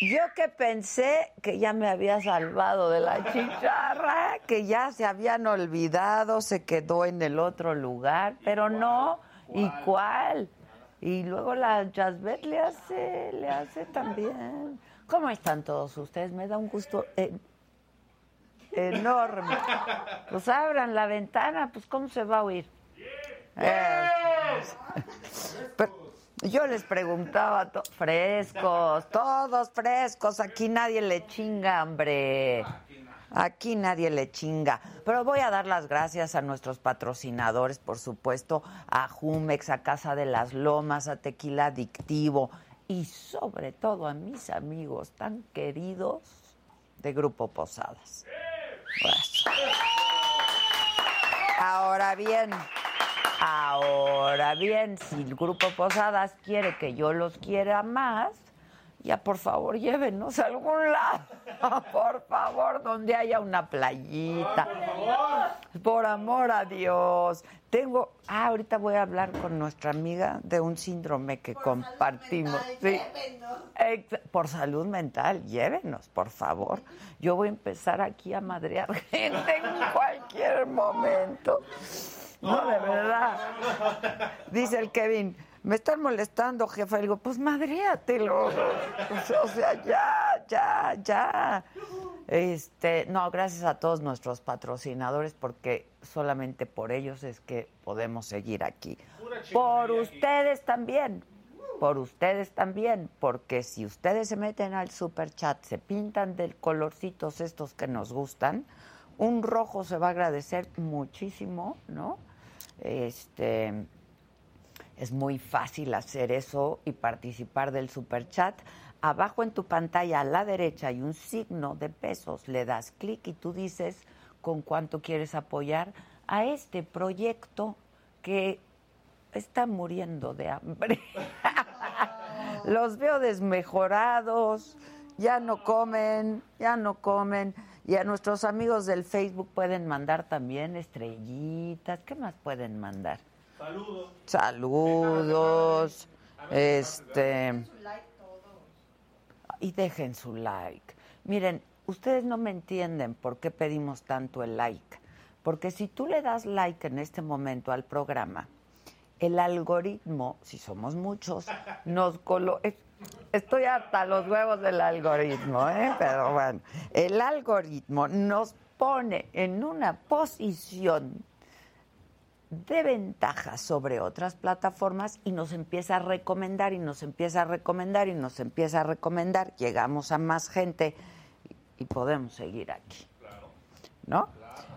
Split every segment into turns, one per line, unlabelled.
Yo que pensé que ya me había salvado de la chicharra, que ya se habían olvidado, se quedó en el otro lugar, pero no, ¿y cuál? Y luego la Jasbet le hace, le hace también. ¿Cómo están todos ustedes? Me da un gusto eh, enorme. Pues abran la ventana, pues ¿cómo se va a oír? Eh, pero yo les preguntaba, to- frescos, todos frescos, aquí nadie le chinga, hombre. Aquí nadie le chinga. Pero voy a dar las gracias a nuestros patrocinadores, por supuesto, a Jumex, a Casa de las Lomas, a Tequila Adictivo y sobre todo a mis amigos tan queridos de Grupo Posadas. Pues. Ahora bien, ahora bien, si el Grupo Posadas quiere que yo los quiera más, ya por favor llévenos a algún lado, por favor, donde haya una playita. Por amor a Dios. Tengo, ah, ahorita voy a hablar con nuestra amiga de un síndrome que compartimos. sí. Ex- Por salud mental, llévenos, por favor. Yo voy a empezar aquí a madrear gente en cualquier momento. No, de verdad. Dice el Kevin, me están molestando, jefa. Le digo, pues madréatelo. Pues, o sea, ya, ya, ya. Este, no, gracias a todos nuestros patrocinadores porque solamente por ellos es que podemos seguir aquí. Por ustedes también. Por ustedes también, porque si ustedes se meten al super chat, se pintan del colorcitos estos que nos gustan, un rojo se va a agradecer muchísimo, ¿no? Este, es muy fácil hacer eso y participar del super chat. Abajo en tu pantalla a la derecha hay un signo de pesos. Le das clic y tú dices con cuánto quieres apoyar a este proyecto que está muriendo de hambre. Los veo desmejorados, ya no comen, ya no comen. Y a nuestros amigos del Facebook pueden mandar también estrellitas. ¿Qué más pueden mandar? saludos, este y dejen su like. Miren, ustedes no me entienden por qué pedimos tanto el like, porque si tú le das like en este momento al programa, el algoritmo, si somos muchos, nos colo es- Estoy hasta los huevos del algoritmo, ¿eh? pero bueno, el algoritmo nos pone en una posición de ventaja sobre otras plataformas y nos empieza a recomendar y nos empieza a recomendar y nos empieza a recomendar. Llegamos a más gente y podemos seguir aquí. ¿No?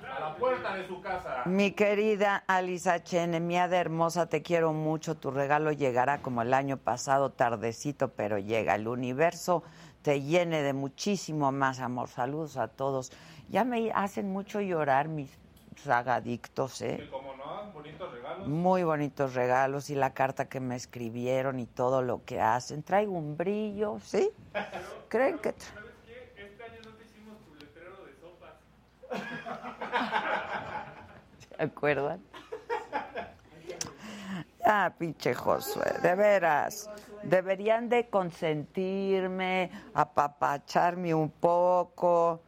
A la puerta de su casa.
Mi querida Alisa Chene, mi hada hermosa, te quiero mucho. Tu regalo llegará como el año pasado, tardecito, pero llega. El universo te llene de muchísimo más amor. Saludos a todos. Ya me hacen mucho llorar mis sagadictos, ¿eh?
Que como no, bonitos regalos.
Muy bonitos regalos y la carta que me escribieron y todo lo que hacen. Traigo un brillo, ¿sí? ¿Creen que.? tra-
¿Sabes qué? Este año no te hicimos tu letrero de sopas.
¿Se acuerdan? Ah, pinche Josué, de veras. Deberían de consentirme, apapacharme un poco.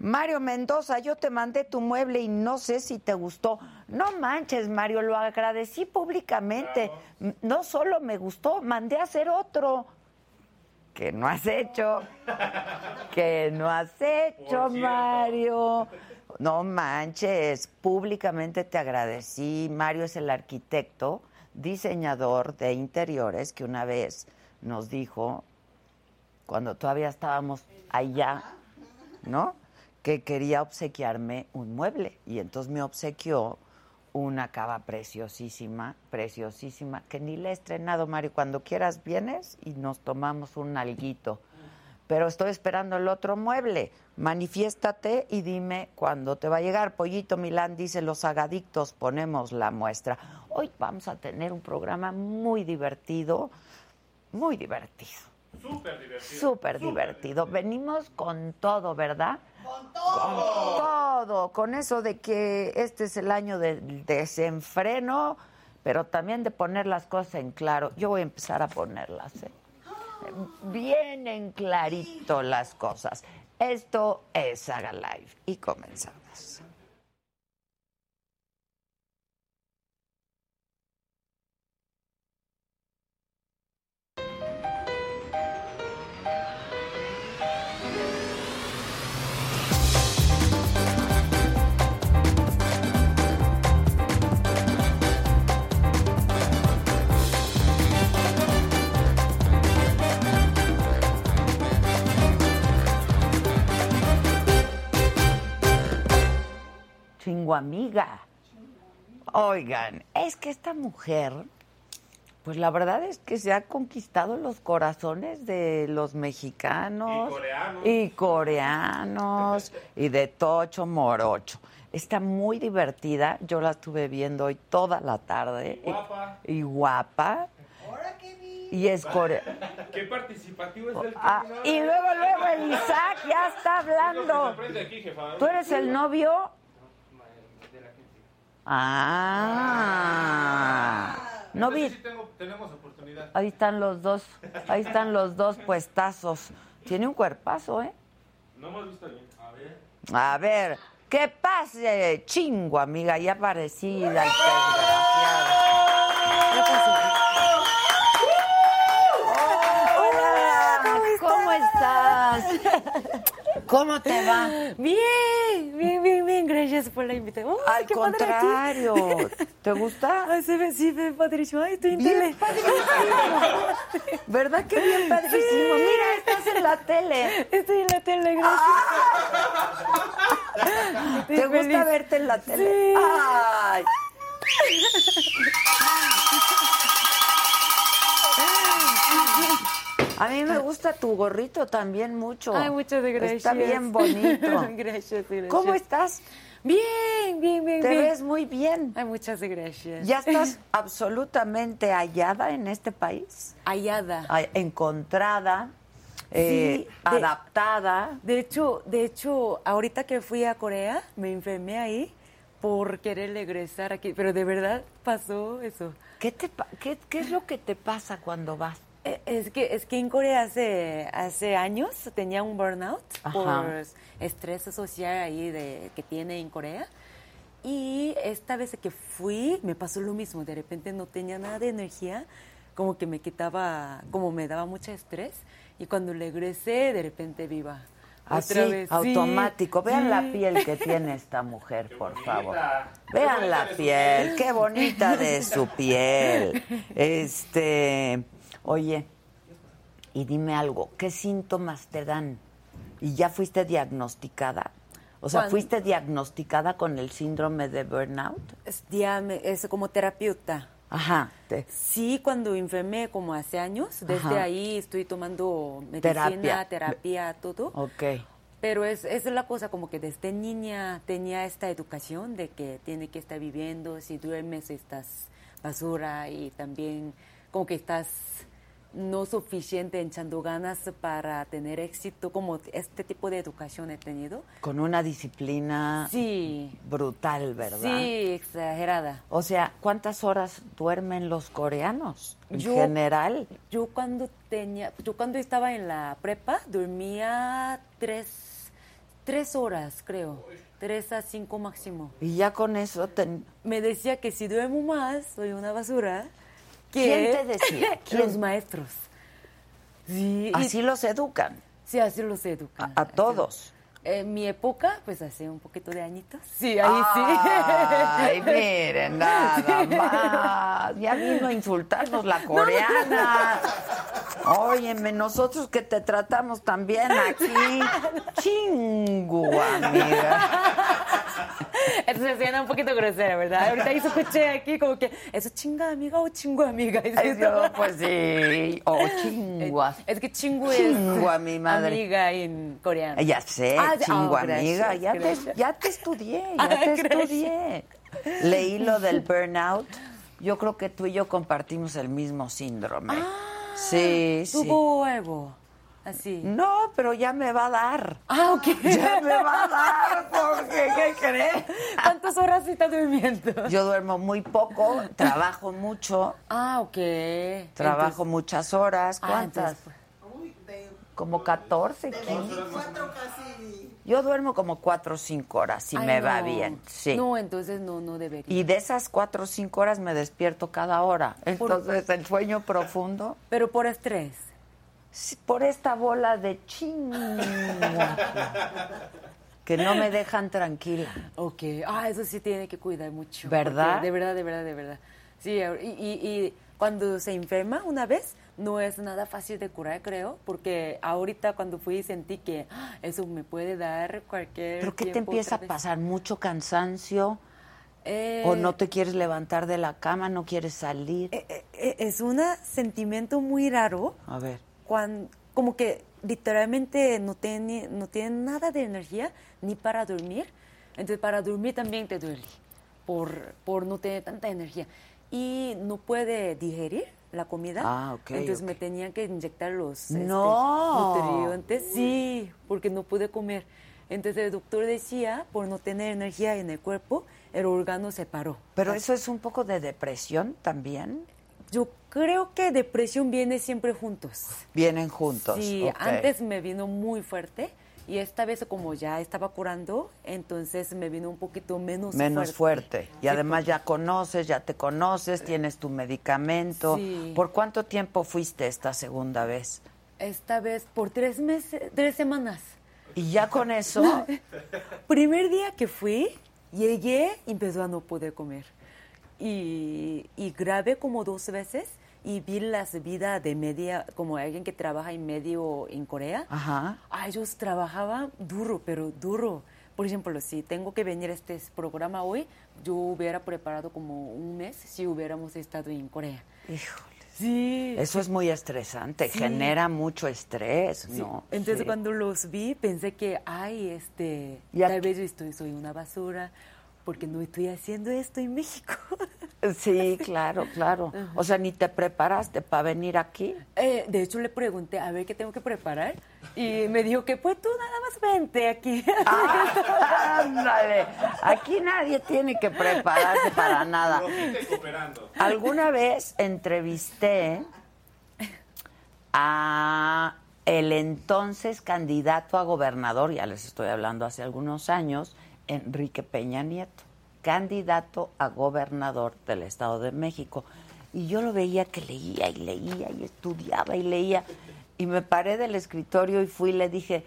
Mario Mendoza, yo te mandé tu mueble y no sé si te gustó. No manches, Mario, lo agradecí públicamente. M- No solo me gustó, mandé a hacer otro. Que no has hecho. Que no has hecho,
Por cierto.
Mario. No manches, públicamente te agradecí. Mario es el arquitecto, diseñador de interiores que una vez nos dijo, cuando todavía estábamos allá, ¿no? Que quería obsequiarme un mueble y entonces me obsequió una cava preciosísima, preciosísima, que ni le he estrenado, Mario. Cuando quieras vienes y nos tomamos un alguito. Pero estoy esperando el otro mueble. Manifiéstate y dime cuándo te va a llegar. Pollito Milán dice, los agadictos ponemos la muestra. Hoy vamos a tener un programa muy divertido, muy divertido.
Súper divertidos.
Súper divertido. Venimos con todo, ¿verdad? Con todo. Con eso de que este es el año del desenfreno, pero también de poner las cosas en claro. Yo voy a empezar a ponerlas. ¿eh? De vienen clarito las cosas. Esto es Saga Live y comenzamos. Chingo amiga. Oigan, es que esta mujer, pues la verdad es que se ha conquistado los corazones de los
Y
mexicanos
coreanos.
y, coreanos, y de tocho morocho. Está muy divertida, yo la estuve viendo hoy toda la tarde.
Y guapa.
Y, y guapa. Y es coreana.
Qué participativo es el
Ah,
tribunal.
y luego, luego el Isaac ya está
Lo que se
hablando.
aprende aquí, jefa.
¿Tú eres el novio? Ah. No
Entonces
vi.
sí tengo- tenemos oportunidad.
Ahí están los dos. Ahí están los dos puestazos. Tiene un cuerpazo, ¿eh?
No hemos visto bien. A ver.
A ver, ¿qué pase? Chingo, amiga, ya parecida. desgraciada. Hola, ¿Cómo estás? ¿Cómo te va?
Bien, bien, bien, bien, gracias por la invitación. Uy,
Al
qué padre
contrario,
aquí.
¿te gusta?
Ay, se ve, sí, ve padrísimo. Ay, estoy en
Bien
tele.
padrísimo. ¿Verdad que bien padrísimo?
Sí.
Mira, estás en la tele.
Estoy en la tele, gracias. Estoy
Ah. ¿Te gusta
feliz.
verte en la tele?
Sí.
Ay. A mí me gusta tu gorrito también mucho.
Ay, muchas gracias.
Está bien bonito.
gracias, gracias.
¿Cómo estás?
Bien, bien, bien,
Te
bien.
ves muy bien.
Ay, muchas gracias.
¿Ya estás absolutamente hallada en este país?
Hallada.
a- encontrada, eh,
Sí, de-
adaptada.
De hecho, de hecho, ahorita que fui a Corea, me enfermé ahí por querer regresar aquí. Pero de verdad pasó eso.
¿Qué, te, pa- qué, qué es lo que te pasa cuando vas?
Eh, Es que, es que en Corea hace, hace años tenía un burnout
Ajá.
por estrés social ahí de, que tiene en Corea. Y esta vez que fui, me pasó lo mismo. De repente no tenía nada de energía, como que me quitaba, como me daba mucho estrés. Y cuando regresé, de repente viva.
Así,
otra vez. Sí,
automático. Vean
sí.
la piel que tiene esta mujer, por
bonita.
favor.
Qué
Vean
bonita de
la
su
piel, qué bonita de su piel. Este, oye, y dime algo, ¿qué síntomas te dan? ¿Y ya fuiste diagnosticada? O sea,
Cuando-
¿fuiste diagnosticada con el síndrome de burnout?
Es, ya me- es como terapeuta.
Ajá. te-
Sí, cuando enfermé como hace años, desde
Ajá.
ahí estoy tomando medicina,
Terapia. Oh.
terapia, todo.
ok.
Pero es, es la cosa como que desde niña tenía esta educación de que tiene que estar viviendo, si duermes estás basura y también como que estás no suficiente echando ganas para tener éxito, como este tipo de educación he tenido.
Con una disciplina
Sí,
brutal, Ah. ¿verdad?
sí, exagerada.
O sea, ¿cuántas horas duermen los coreanos en
Yo-
general?
Yo cuando tenía, yo cuando estaba en la prepa dormía tres, tres horas, creo, tres a cinco máximo.
Y ya con eso ten-
Me decía que si duermo más soy una basura. que-
¿Quién te decía?
Los
¿Quién?
maestros. Sí, y-
así los educan
sí, así los educan.
a, a todos.
En mi época, pues hace un poquito de añitos. Sí, ahí
Ay,
sí.
miren, nada más. Ya vino a insultarnos la coreana. Óyeme, nosotros que te tratamos también aquí. Chingu, amiga.
Eso se suena un poquito grosera, ¿verdad? Ahorita ahí se escuché aquí como que, eso chinga amiga o chingo amiga. Y
Ay,
sí,
yo, pues sí. Oh, O chinguas.
Eh, Es que chingu es
Chingua, mi madre.
amiga en coreano.
Ya sé,
Ah, ya-
chingo
oh,
amiga,
gracias,
ya, te,
gracias. Ah,
ya te estudié, ya te
Gracias.
estudié. Leí lo del burnout. Yo creo que tú y yo compartimos el mismo síndrome.
Ah,
sí, sí.
Tuvo algo así.
No, pero ya me va a dar.
Ah, ok.
Ya me va a dar, porque ¿qué crees?
¿Cuántas horas está durmiendo?
Yo duermo muy poco, trabajo mucho,
Ah, ok.
trabajo muchas horas.
Ah, entonces,
¿Cuántas?
pues,
de,
Como 14,
de
15.
24 casi.
Yo duermo como 4 o 5 horas, si
pues, Ay,
me
no.
va bien. Sí.
No, entonces no, no debería.
Y de esas 4 o 5 horas me despierto cada hora.
Por-
Entonces, el sueño profundo,
Pero por estrés.
sí, por esta bola de ching. que no me dejan tranquila.
Ok. Ah, eso sí tiene que cuidar mucho.
¿Verdad?
porque De verdad, de verdad, de verdad. Sí, ahor- y, y- y cuando se enferma una vez, no es nada fácil de curar, creo, porque ahorita cuando fui sentí que ah, eso me puede dar cualquier.
¿Pero qué te
tiempo
empieza a
otra vez.
pasar? ¿Mucho cansancio?
Eh,
¿O no te quieres levantar de la cama? ¿No quieres salir?
eh, eh, eh, es un sentimiento muy raro.
A ver.
cuan- como que literalmente no tiene, no tiene nada de energía ni para dormir. Entonces para dormir también te duele por, por no tener tanta energía. Y no puede digerir la comida.
Ah, ok,
Entonces
ok.
me tenían que inyectar los
No.
este, nutrientes. Sí, porque no pude comer. Entonces el doctor decía, por no tener energía en el cuerpo, el órgano se paró.
Pero eso es un poco de depresión también.
Yo creo que depresión viene siempre juntos.
Vienen juntos.
Sí,
ok.
antes me vino muy fuerte y esta vez como ya estaba curando, entonces me vino un poquito menos,
Menos fuerte. Y
Sí,
además ya conoces, ya te conoces, tienes tu medicamento.
Sí.
¿Por cuánto tiempo fuiste esta segunda vez?
Esta vez por tres meses, tres semanas.
Y ya con eso,
Primer día que fui, llegué y empezó a no poder comer. Y, y grabé como dos veces y vi las vidas de media, como alguien que trabaja en medio en Corea.
ajá.
Ah, ellos trabajaban duro, pero duro. Por ejemplo, si tengo que venir a este programa hoy, yo hubiera preparado como un mes si hubiéramos estado en Corea.
Híjole.
Sí.
Eso es muy estresante,
Sí.
genera mucho estrés, ¿no?
Entonces
Sí.
cuando los vi pensé que, ay, este,
Y aquí-
tal vez yo estoy, soy una basura porque no estoy haciendo esto en México.
Sí, claro, claro. O sea, ni te preparaste para venir aquí.
Eh, de hecho le pregunté, a ver, ¿qué tengo que preparar? Y me dijo que pues tú nada más vente aquí.
Ándale, aquí nadie tiene que prepararse para nada.
Sigue cooperando.
Alguna vez entrevisté a el entonces candidato a gobernador, ya les estoy hablando hace algunos años, Enrique Peña Nieto, candidato a gobernador del Estado de México. Y yo lo veía que leía y leía y estudiaba y leía. Y me paré del escritorio y fui y le dije,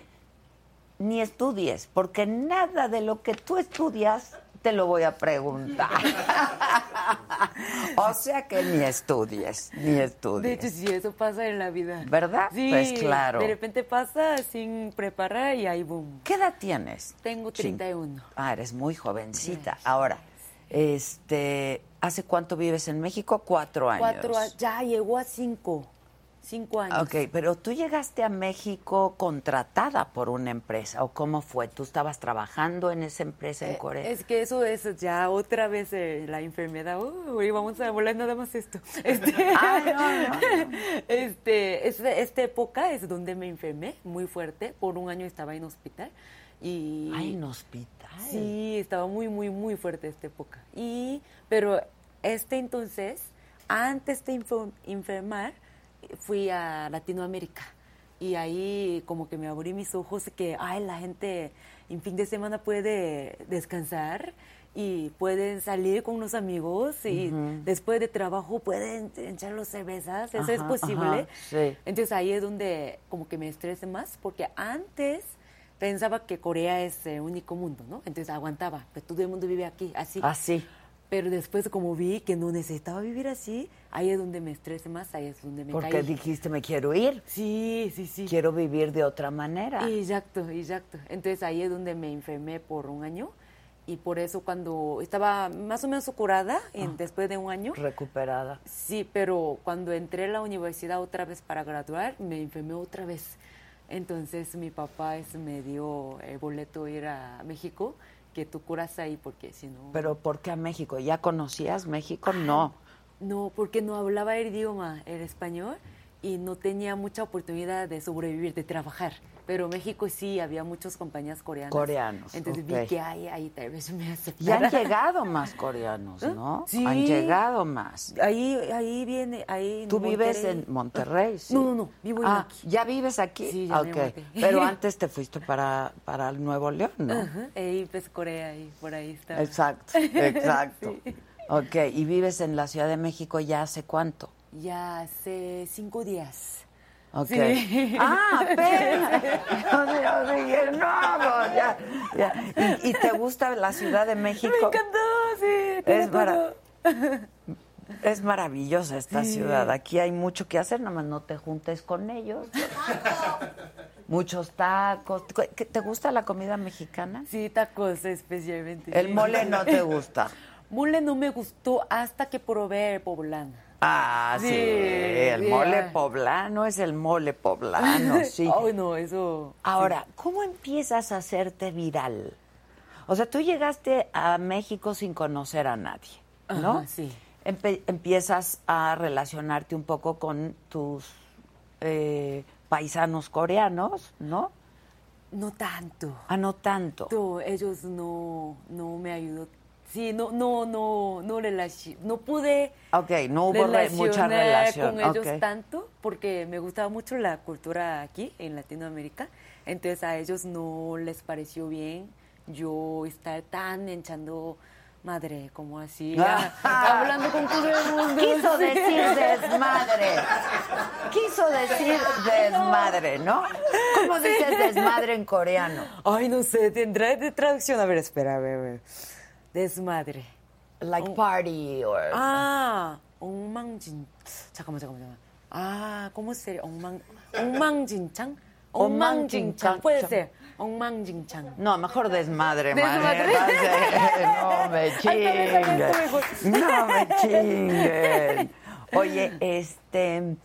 ni estudies, porque nada de lo que tú estudias te lo voy a preguntar. o sea que ni estudies, ni estudies.
De hecho, sí, eso pasa en la vida.
¿Verdad?
Sí.
Pues claro.
De repente pasa sin preparar y ahí boom.
¿Qué edad tienes?
Tengo
Chin-
31.
Ah, eres muy jovencita. Ahora, este, ¿hace cuánto vives en México? Cuatro años.
Cuatro, a- ya llegó a cinco. Cinco años.
Ok, pero tú llegaste a México contratada por una empresa, ¿o cómo fue? ¿Tú estabas trabajando en esa empresa en
Eh,
Corea?
Es que eso es ya otra vez eh, la enfermedad. Uh, y vamos a volar nada más esto. Este,
Ah, no,
Este, este- esta época es donde me enfermé muy fuerte. Por un año estaba en hospital. Y
Ay, Ah, en hospital.
Sí, estaba muy, muy, muy fuerte esta época. Y, pero este entonces, antes de info- enfermar, fui a Latinoamérica. Y ahí como que me abrí mis ojos que, ay, la gente en fin de semana puede descansar y pueden salir con unos amigos y después de trabajo pueden echar los cervezas, eso es
Ajá,
posible.
ajá, sí.
Entonces ahí es donde como que me estresé más, porque antes pensaba que Corea es el único mundo, ¿no? Entonces aguantaba, que todo el mundo vive aquí, así.
Así.
Pero después como vi que no necesitaba vivir así, ahí es donde me estresé más, ahí es donde me
Porque
caí.
dijiste, me quiero ir,
Sí, sí, sí.
quiero vivir de otra manera.
Exacto, exacto. Entonces ahí es donde me enfermé por un año y por eso cuando estaba más o menos curada, en- después de un año,
Recuperada.
Sí, pero cuando entré a la universidad otra vez para graduar, me enfermé otra vez. Entonces mi papá es- me dio el boleto ir a México, que tú curas ahí, porque si no...
Pero ¿por qué a México? ¿Ya conocías México? No.
No, porque no hablaba el idioma, el español, y no tenía mucha oportunidad de sobrevivir, de trabajar. Pero en México sí, había muchas compañías coreanas.
Coreanos,
Entonces
ok.
vi que ay, ahí tal vez me
Y han
aceptaran.
llegado más coreanos,
¿Eh?
¿no?
Sí.
Han llegado más.
Ahí, ahí viene, ahí.
Tú vives
Monterrey.
en Monterrey, sí.
No, no, no, vivo en
ah,
aquí.
¿Ya vives aquí?
Sí, ya
Ok.
vivo aquí.
Pero antes te fuiste para, para el Nuevo León, ¿no?
Ajá, ahí pues Corea, ahí por ahí está.
Exacto, exacto. Ok, y vives en la Ciudad de México ya hace cuánto?
Ya hace cinco días.
Ok.
Sí.
Ah, apenas. Yo sí- yo dije, no, pues, ya, ya. ¿Y, y te gusta la Ciudad de México?
Me encantó, sí. tiene
Es mara-
todo.
Es maravillosa esta ciudad. Aquí hay mucho que hacer, nada más no te juntes con ellos. Muchos tacos. ¿Qué- qué- ¿Te gusta la comida mexicana?
Sí, tacos especialmente.
El mole no te gusta.
Mole no me gustó hasta que probé el poblano.
Ah, sí,
Sí,
el
sí,
mole
ay.
poblano es el mole poblano, Ah, sí.
Ay, no, eso.
Ahora, ¿cómo empiezas a hacerte viral? O sea, tú llegaste a México sin conocer a nadie, ¿no?
Ajá, sí.
Empe- empiezas a relacionarte un poco con tus eh, paisanos coreanos, ¿no?
No tanto.
Ah, no tanto.
No, ellos no, no me ayudó. Sí, no, no, no, no relaci- No pude
Ok, no hubo re- mucha
relacionar
relación.
con ellos
ok.
tanto porque me gustaba mucho la cultura aquí en Latinoamérica. Entonces a ellos no les pareció bien yo estar tan echando madre como así,
Ah.
a- hablando con todo el mundo.
Quiso
Sí.
decir desmadre. Quiso decir desmadre, ¿no? ¿Cómo dices desmadre en coreano?
Ay, no sé, tendrá de traducción. A ver, espera, a ver, a ver. Desmadre.
Like
Oh.
party or
Ah. 아, 엉망진. 잠깐만, 잠깐만, 잠깐만. 아, ¿cómo sería? 엉망, 엉망진창?
엉망진창.
엉망진창. Puede ser. 엉망진창.
No, mejor desmadre, madre.
Desmadre.
No me chinguen. No me chinguen. Oye, este.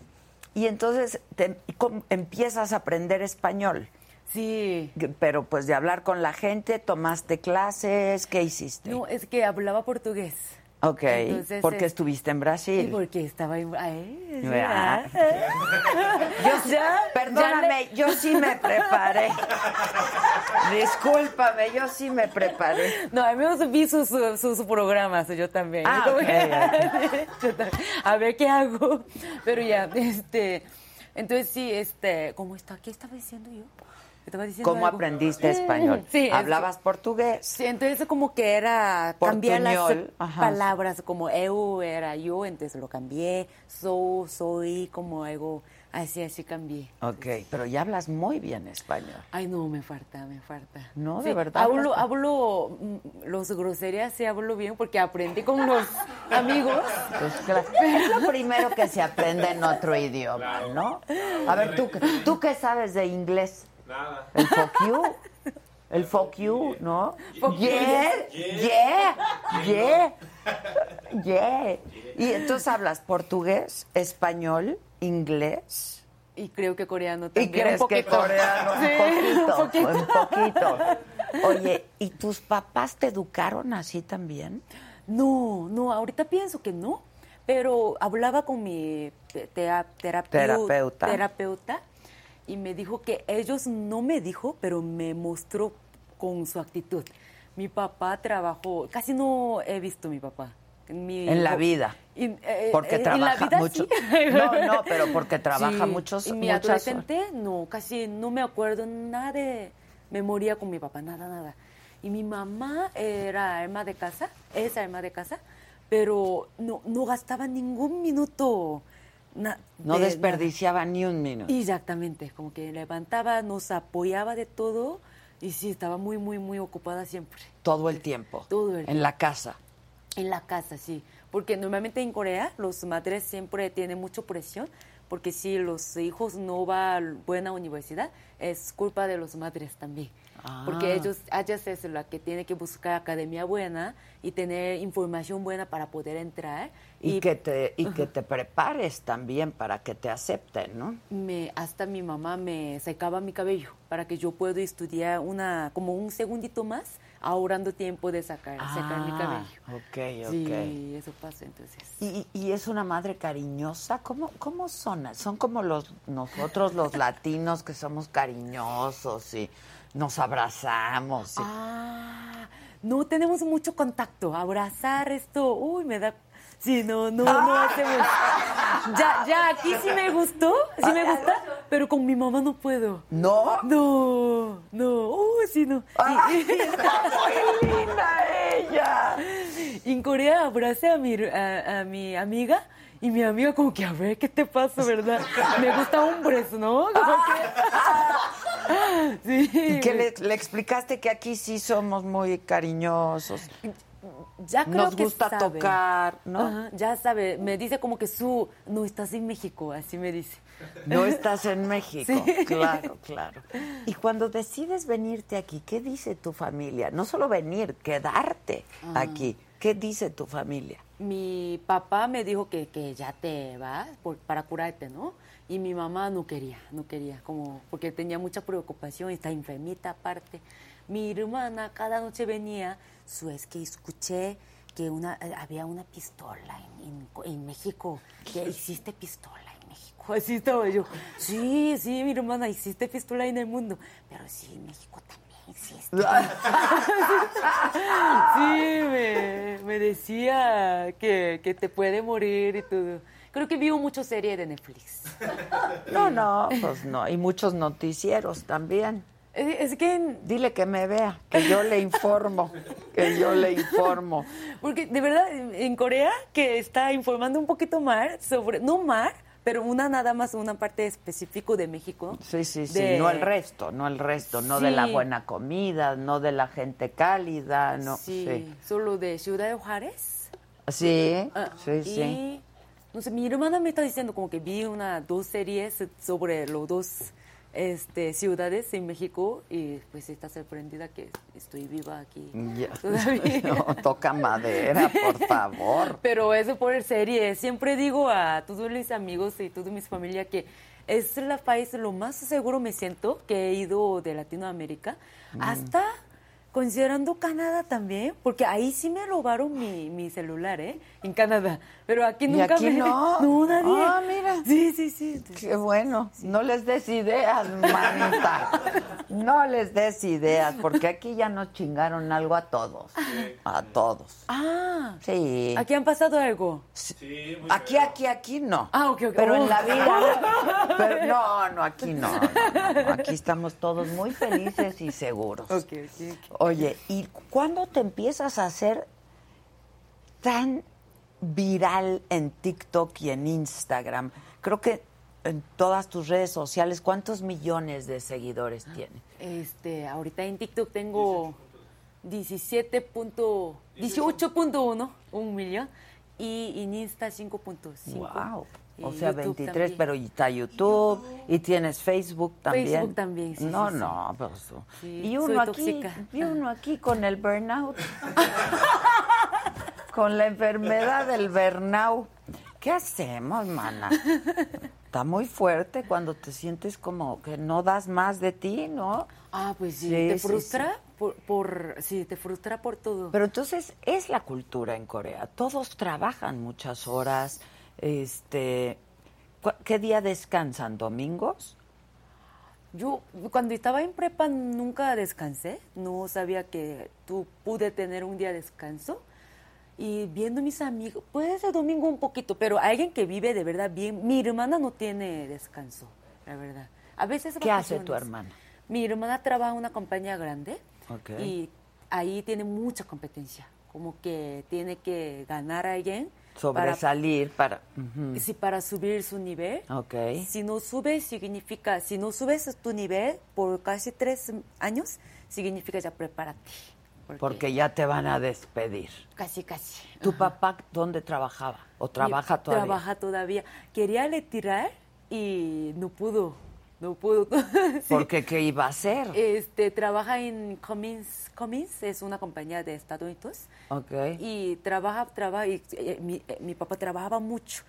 Y entonces te- com- empiezas a aprender español.
Sí.
Pero pues de hablar con la gente, tomaste clases, ¿qué hiciste?
No, es que hablaba portugués.
ok,
entonces,
porque
es-
estuviste en
Y
Brasil.
porque estaba en... Ay,
Ah.
sí, ah,
Yo, perdóname, yo sí me preparé. Discúlpame, yo sí me preparé.
ah. No, al menos vi sus, sus, sus programas, yo también.
Ah,
Como
ok,
que- Yo también. A ver qué hago. Pero ya, este... Entonces sí, este... ¿Cómo está? ¿Qué estaba diciendo yo? Estaba diciendo
¿Cómo
algo.
aprendiste español?
Sí, es-
¿Hablabas portugués?
Sí, entonces como que era cambiar las
Portuñol, ajá.
palabras, como eu era yo, entonces lo cambié, so, soy, como algo así, así cambié.
Ok, pero ya hablas muy bien español.
Ay, no, me falta, me falta.
No, de verdad,
Hablo,
basta.
hablo mm, los groserías, sí hablo bien porque aprendí con los amigos.
Pues, claro, es lo primero que se aprende en otro idioma, ¿no? A ver, ¿tú, qué- ¿tú qué sabes de inglés?
Nada.
El fuck you. El fuck you, ¿no?
Fuck you.
Yeah, yeah, yeah, yeah. Y entonces hablas portugués, español, inglés.
Y creo que coreano
Y
también.
crees
un
que
poquito.
coreano,
Sí,
un
un
poquito,
poquito.
un poquito. Oye, ¿y tus papás te educaron así también?
No, no, ahorita pienso que no, pero hablaba con mi te- tea- terapiu-
Terapeuta.
terapeuta y me dijo que ellos no me dijo, pero me mostró con su actitud. Mi papá trabajó, casi no he visto a mi papá. Mi-
En la vida.
Y- eh,
Porque
eh, en la
trabaja
vida
mucho.
sí.
No, no, pero porque trabaja
Sí,
muchos,
y mi
muchas horas.
adolescente, no, casi no me acuerdo nada de memoria con mi papá, nada, nada. Y mi mamá era alma de casa, es alma de casa, pero no, no gastaba ningún minuto. na-
No
de-
desperdiciaba ni un minuto.
nada. Exactamente, como que levantaba, nos apoyaba de todo y sí, estaba muy, muy, muy ocupada siempre.
Todo el tiempo.
Todo el
En la casa.
En la casa, sí. Porque normalmente en Corea los madres siempre tienen mucha presión, porque si los hijos no van a buena universidad, es culpa de los madres también.
Ah.
Porque ellos, ellas es la que tiene que buscar academia buena y tener información buena para poder entrar.
Y, que te y que te prepares también para que te acepten, ¿no?
me, hasta mi mamá me secaba mi cabello para que yo pueda estudiar una, como un segundito más, ahorrando tiempo de sacar, secar mi
Ah,
cabello.
ok, ok.
Sí, eso pasa entonces.
Y, y es una madre cariñosa. ¿Cómo, cómo son personas, son como los nosotros los latinos que somos cariñosos y nos abrazamos. y-
Ah, no tenemos mucho contacto. Abrazar esto, uy, me da. Sí, no, no, no
Ah.
hacemos. Ya, ya, aquí sí me gustó, sí
Ah,
me gusta, pero con mi mamá no puedo.
¿No?
No, no, uy, sí, no.
¡Ay, está muy linda ella!
Y en Corea abracé a mi, a, a mi amiga y mi amiga como que, a ver, ¿qué te pasa, verdad? Me gusta hombres, ¿no? Como que- Sí.
Ah. ¿Y que le, le explicaste que aquí sí somos muy cariñosos?
Ya creo
Nos
que
gusta
sabe.
tocar, ¿no?
Ajá, ya sabe, me dice como que su, no estás en México, así me dice.
No estás en México.
Sí.
Claro, claro. Y cuando decides venirte aquí, ¿qué dice tu familia? No solo venir, quedarte
Ah.
aquí. ¿Qué dice tu familia?
Mi papá me dijo que, que ya te vas por- para curarte, ¿no? Y mi mamá no quería, no quería, como porque tenía mucha preocupación, está enfermita aparte. Mi hermana cada noche venía, su es que escuché que una, eh, había una pistola en, en Co- en México, que existe pistola en México. Así estaba yo. Sí, sí, mi hermana, existe pistola en el mundo, pero sí, en México también existe. Sí, me, me decía que, que te puede morir y todo. Creo que vio mucho serie de Netflix.
No, no, pues no. Y muchos noticieros también.
Es, es que,
Dile que me vea, que yo le informo, que yo le informo.
porque de verdad, en- en Corea que está informando un poquito más sobre, no más, pero una nada más, una parte específica de México.
Sí, sí, sí,
De-
no el resto, no el resto, no de la
Sí.
buena comida, no de la gente cálida, no.
sí,
Sí,
solo de Ciudad de Juárez.
sí,
Ah,
sí. sí.
y, no sé, mi hermana me está diciendo como que vi una, dos series sobre los dos este, ciudades en México y pues está sorprendida que estoy viva aquí
Ya.
todavía.
No, toca madera, por favor.
Pero eso por serie. Siempre digo a todos mis amigos y toda mi familia que es el país lo más seguro me siento que he ido de Latinoamérica.
Mm.
Hasta considerando Canadá también, porque ahí sí me robaron mi, mi celular, ¿eh? En Canadá. Pero aquí
¿Y
nunca
aquí
me...
no?
nadie.
Ah, mira.
Sí, sí, sí.
Qué bueno. No les des ideas, manita. No les des ideas, porque aquí ya nos chingaron algo a todos. A todos.
Ah,
Sí.
aquí han pasado algo.
Sí, muy
Aquí, aquí, aquí no.
Ah, ok, ok.
Pero en
Oh.
la vida. pero no, no, aquí no, no, no, no. Aquí estamos todos muy felices y seguros.
Ok, ok, ok.
Oye, ¿y cuándo te empiezas a hacer tan viral en TikTok y en Instagram? Creo que en todas tus redes sociales, ¿cuántos millones de seguidores tienes?
Este, ahorita en TikTok tengo 17. punto- 18.1, un millón. Y en Insta 5.5.
Wow.
Y
O sea,
YouTube
23,
también.
pero y está YouTube y tienes Facebook también.
Facebook también, sí,
No,
sí, sí.
no, pues,
Sí,
y
soy
uno aquí,
tóxica.
y uno aquí con el burnout. con la enfermedad del burnout. ¿Qué hacemos, mana? Está muy fuerte cuando te sientes como que no das más de ti, ¿no?
Ah, pues sí,
Sí,
te
sí,
frustra Por, por. Sí, te frustra por todo.
Pero entonces es la cultura en Corea. Todos trabajan muchas horas. Este, ¿cu- ¿qué día descansan? Domingos.
Yo cuando estaba en prepa nunca descansé, no sabía que tú pude tener un día de descanso. Y viendo mis amigos, puede ser domingo un poquito, pero alguien que vive de verdad bien, mi hermana no tiene descanso, la verdad. A veces
¿Qué hace tu
vacaciones.
hermana?
Mi hermana trabaja en una compañía grande
Ok.
y ahí tiene mucha competencia, como que tiene que ganar a alguien para
Sobresalir para. Ujú.
si para subir su nivel,
Ok.
si no sube significa, si no subes tu nivel por casi tres años, significa ya prepárate.
Porque ya te van a despedir.
casi, casi.
¿Tu papá dónde trabajaba? ¿O trabaja
Mi-
todavía?
Trabaja todavía. Quería retirar y no pudo, no pudo. Sí.
Porque ¿qué iba a hacer?
Este, trabaja en Cummins, Cummins es una compañía de Estados Unidos.
ok.
Y este, trabaja, trabaja, y eh, mi, eh, mi papá trabajaba mucho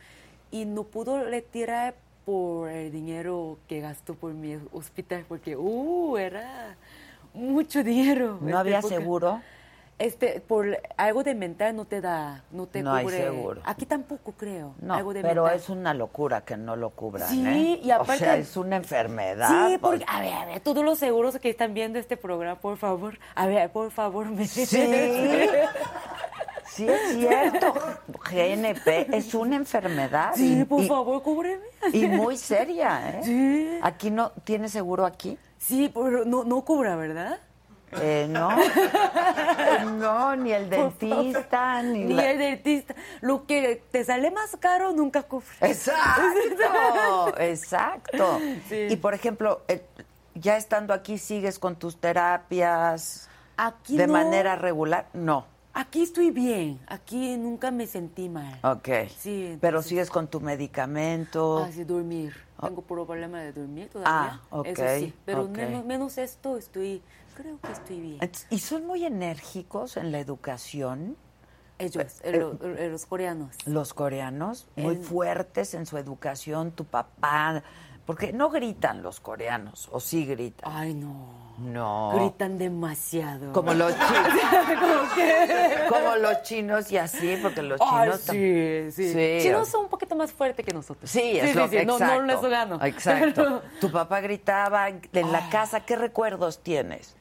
y no pudo retirar por el dinero que gastó por mi hospital, porque, uh, era mucho dinero.
¿No
esta
había
época.
seguro?
este, por algo de mental no te da, no te
No hay
cubre.
seguro.
Aquí tampoco creo.
No,
algo de
pero
mental.
es una locura que no lo cubran,
Sí,
¿eh?
y aparte-
O sea, es una enfermedad.
Sí,
pues.
porque, a ver, a ver, todos los seguros que están viendo este programa, por favor, a ver, por favor, me
Sí. Sí, es cierto. GNP es una enfermedad.
Sí,
y-
por
y-
favrfavor, cúbreme.
Y muy seria, ¿eh?
Sí.
Aquí no, ¿tiene seguro aquí?
Sí, pero no, no cubra, ¿verdad?
Eh, no. No, ni el
Por favor.
dentista, ni,
Ni
la-
el dentista. Lo que te sale más caro nunca cubre.
Exacto, exacto.
Sí.
Y por ejemplo, el- ya estando aquí, ¿sigues con tus terapias
Aquí
de
no-
manera regular? No.
Aquí estoy bien. Aquí nunca me sentí mal.
Ok.
Sí, entonces-
Pero sigues con tu medicamento.
Así Ah, dormir. Tengo problema de dormir
Ah,
todavía.
ok,
Eso sí. Pero
ok. Eh,
menos, menos esto estoy. Creo que estoy bien.
Ent- Y son muy enérgicos en la educación,
Ellos,
eh,
eh, lo- eh, los coreanos.
los coreanos, muy
En-
fuertes en su educación, tu papá, porque no gritan los coreanos, o sí gritan.
Ay, no.
no.
Gritan demasiado.
Oh. Como los chinos. Como los chinos y así, porque los
Ay,
chinos tam-
sí, sí.
Sí,
Chinos
o-
son un poquito más fuertes que nosotros.
Sí, es lo que
no,
exacto.
no les gano.
Exacto.
Pero-
Tu papá gritaba en en la casa, ¿qué recuerdos tienes?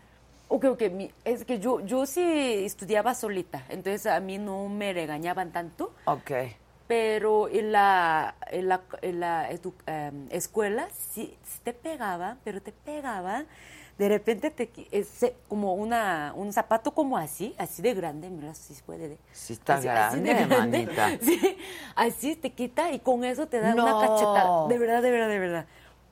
Ok, ok, mi- es que yo, yo sí estudiaba solita, entonces a mí no me regañaban tanto,
Ok.
pero en la, en la, en la edu- em, escuela sí, sí te pegaban, pero te pegaban, de repente te qui- ese- como una, un zapato como así, así de grande, mira si se puede. de-
Sí está grande, manita.
Sí, así te quita y con eso te da
No.
una cachetada, de verdad, de verdad, de verdad.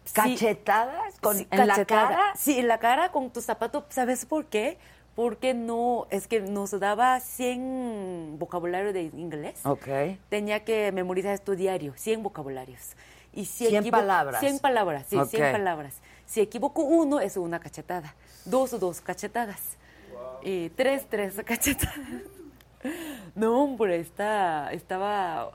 Sí.
¿Cachetadas? Con,
Sí,
¿En la
cachetada.
cara?
Sí, en la cara con tu zapato. ¿Sabes por qué? Porque no, es que nos daba 100 vocabulario de inglés.
Ok.
Tenía que memorizar esto diario, 100 vocabularios. Y si
100
equivo-
palabras.
100 palabras, sí,
Ok.
100 palabras. Si equivoco uno, es una cachetada. Dos, dos cachetadas. Y tres, tres cachetadas. No, hombre, está, estaba...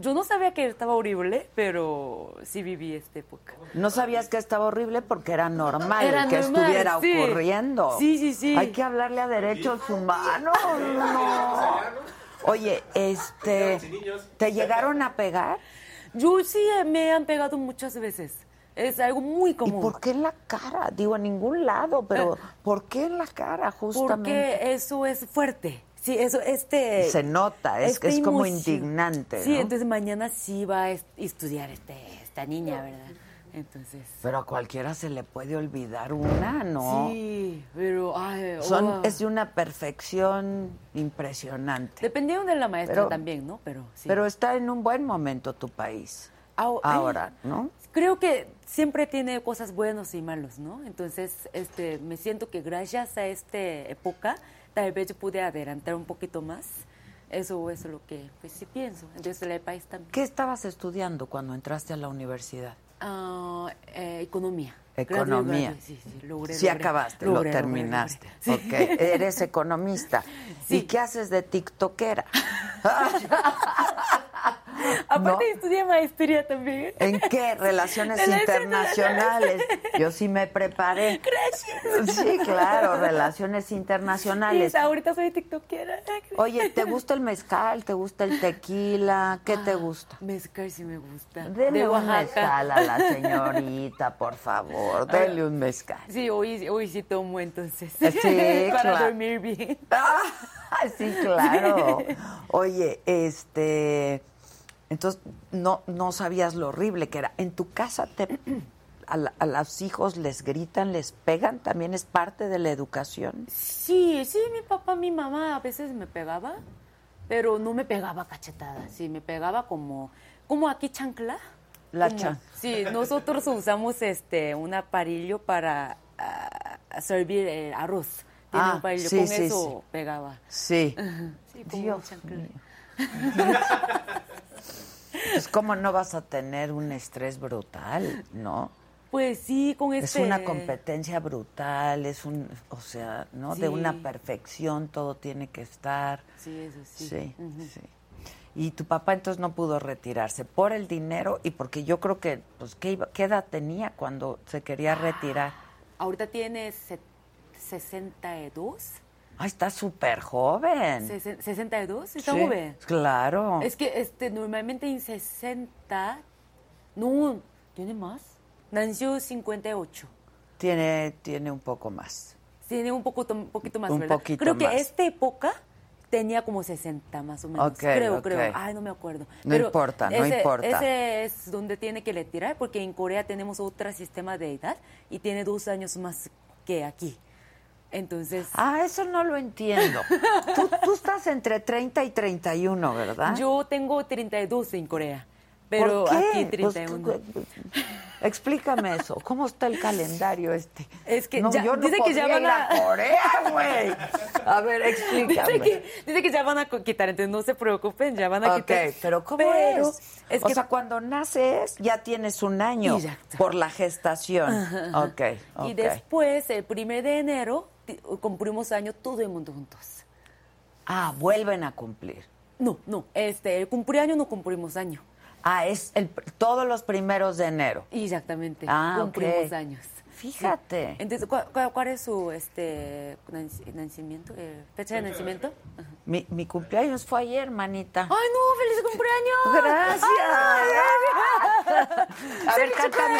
Yo no sabía que estaba horrible, pero sí viví esta época.
No sabías que estaba horrible porque era normal
Era
que
normal,
estuviera
sí.
ocurriendo.
Sí, sí, sí.
Hay que hablarle a derechos humanos. No. Oye, este, ¿te llegaron a pegar?
Yo sí eh, me han pegado muchas veces. Es algo muy
¿Y
común.
por qué en la cara? Digo, en ningún lado, pero ¿por qué en la cara justamente?
Eh, Porque eso es fuerte. Sí, eso, este...
Se nota, es- es como
emoción.
indignante,
Sí,
¿no?
entonces mañana sí va a est- estudiar este, esta niña, ¿verdad? Entonces...
Pero a cualquiera se le puede olvidar una, ¿no?
Sí, pero... Ay, oh,
Son,
wow.
Es de una perfección impresionante.
Dependiendo de la maestra
Pero-
también, ¿no? Pero sí. Oh,
Pero está en un buen momento tu país.
Au- eh, ay.
Ahora, ¿no?
Creo que siempre tiene cosas buenas y malas, ¿no? Entonces, este, me siento que gracias a esta época, tal vez yo pude adelantar un poquito más. Eso es lo que, pues sí pienso. Entonces, el país también.
¿Qué estabas estudiando cuando entraste a la universidad?
Ah, eh, economía.
Economía.
Gradué, sí, sí, logré,
sí,
logré.
acabaste,
Logré,
lo
logré,
terminaste.
logré. Sí.
Ok, eh, eres economista.
Sí.
¿Y qué haces de tiktokera?
Aparte,
¿No? Eh,
estudié maestría también.
¿En qué? Relaciones
Relaciones-
internacionales. Yo sí me preparé. Gracias. Sí, claro, relaciones internacionales.
Sí, ahorita soy tiktokera.
Oye, ¿te gusta el mezcal? ¿Te gusta el tequila? ¿Qué te gusta?
Mezcal sí me gusta.
Dele
Ah, de
un
Oaxaca.
mezcal a la señorita, por favor. Dele un mezcal.
Sí, hoy, hoy sí tomo entonces.
Sí,
Para
claro.
dormir bien.
Ah, sí, claro. Oye, este, entonces no, no sabías lo horrible que era. En tu casa te, a, la- a los hijos les gritan, les pegan, también es parte de la educación.
Sí, sí, mi papá, mi mamá a veces me pegaba, pero no me pegaba cachetada. Sí, me pegaba como, como aquí chancla.
La
Como-
chan-
Sí, nosotros usamos este un aparillo para ah, servir el arroz. Tiene
Ah,
un aparillo,
sí,
con
sí,
eso pegaba.
Sí.
Sí, como
Dios
chancla.
mío. Pues cómo no vas a tener un estrés brutal, ¿no?
Pues sí, con
Es
este.
una competencia brutal, es un, o sea, ¿no? De una
Sí.
perfección, todo tiene que estar.
Sí, eso sí.
Sí,
Ujú.
sí. Y tu papá entonces no pudo retirarse por el dinero y porque yo creo que, pues, ¿qué, iba- qué edad tenía
Ah.
cuando se quería retirar?
Ahorita tiene se- 62.
Ah, está súper joven.
Sesen- 62, está
Sí,
joven.
Claro.
Es que este, normalmente en 60, no, ¿tiene más? Nació 58.
Tiene, tiene un poco más.
Tiene un poco, un poquito más,
Un
¿verdad?
poquito
creo que
más.
esta época tenía como 60 más o menos.
Ok,
creo,
ok.
creo. Ay, no me acuerdo.
No importa, no
ese-
importa.
Ese es donde tiene que retirar porque en Corea tenemos otro sistema de edad y tiene dos años más que aquí. Entonces,
Ah, eso no lo entiendo. tú, tú estás entre 30 y 31, ¿verdad?
yo tengo 32 en Corea, pero
¿Por qué?
aquí
Pues,
31.
tú- explícame eso. ¿Cómo está el calendario este?
Es que
no,
ya-
yo no
dice que
podría
ya van
ir a...
a-
Corea, güey. A ver, explícame.
Dice que, dice que ya van a co- quitar, entonces no se preocupen, ya van a
Ok,
quitar.
pero ¿cómo
Pero
es?
es
o
que-
sea, cuando naces ya tienes un año
Exacto.
por la gestación. Ok, ok.
Y después, el primer de enero, ti- cumplimos año todo el mundo juntos.
Ah, vuelven a cumplir.
No, no, este, el cumpleaños no cumplimos año.
Ah, es el, todos los primeros de enero.
Exactamente,
Ah, ok.
cumplimos años.
Fíjate.
Sí. Entonces, ¿cuál, cuál- cuál es su este, nanci- nacimiento? eh, ¿Fecha de nacimiento? Ajá.
Mi, mi cumpleaños fue ayer, manita.
¡Ay, no! ¡Feliz cumpleaños!
Gracias. A ver, cántame.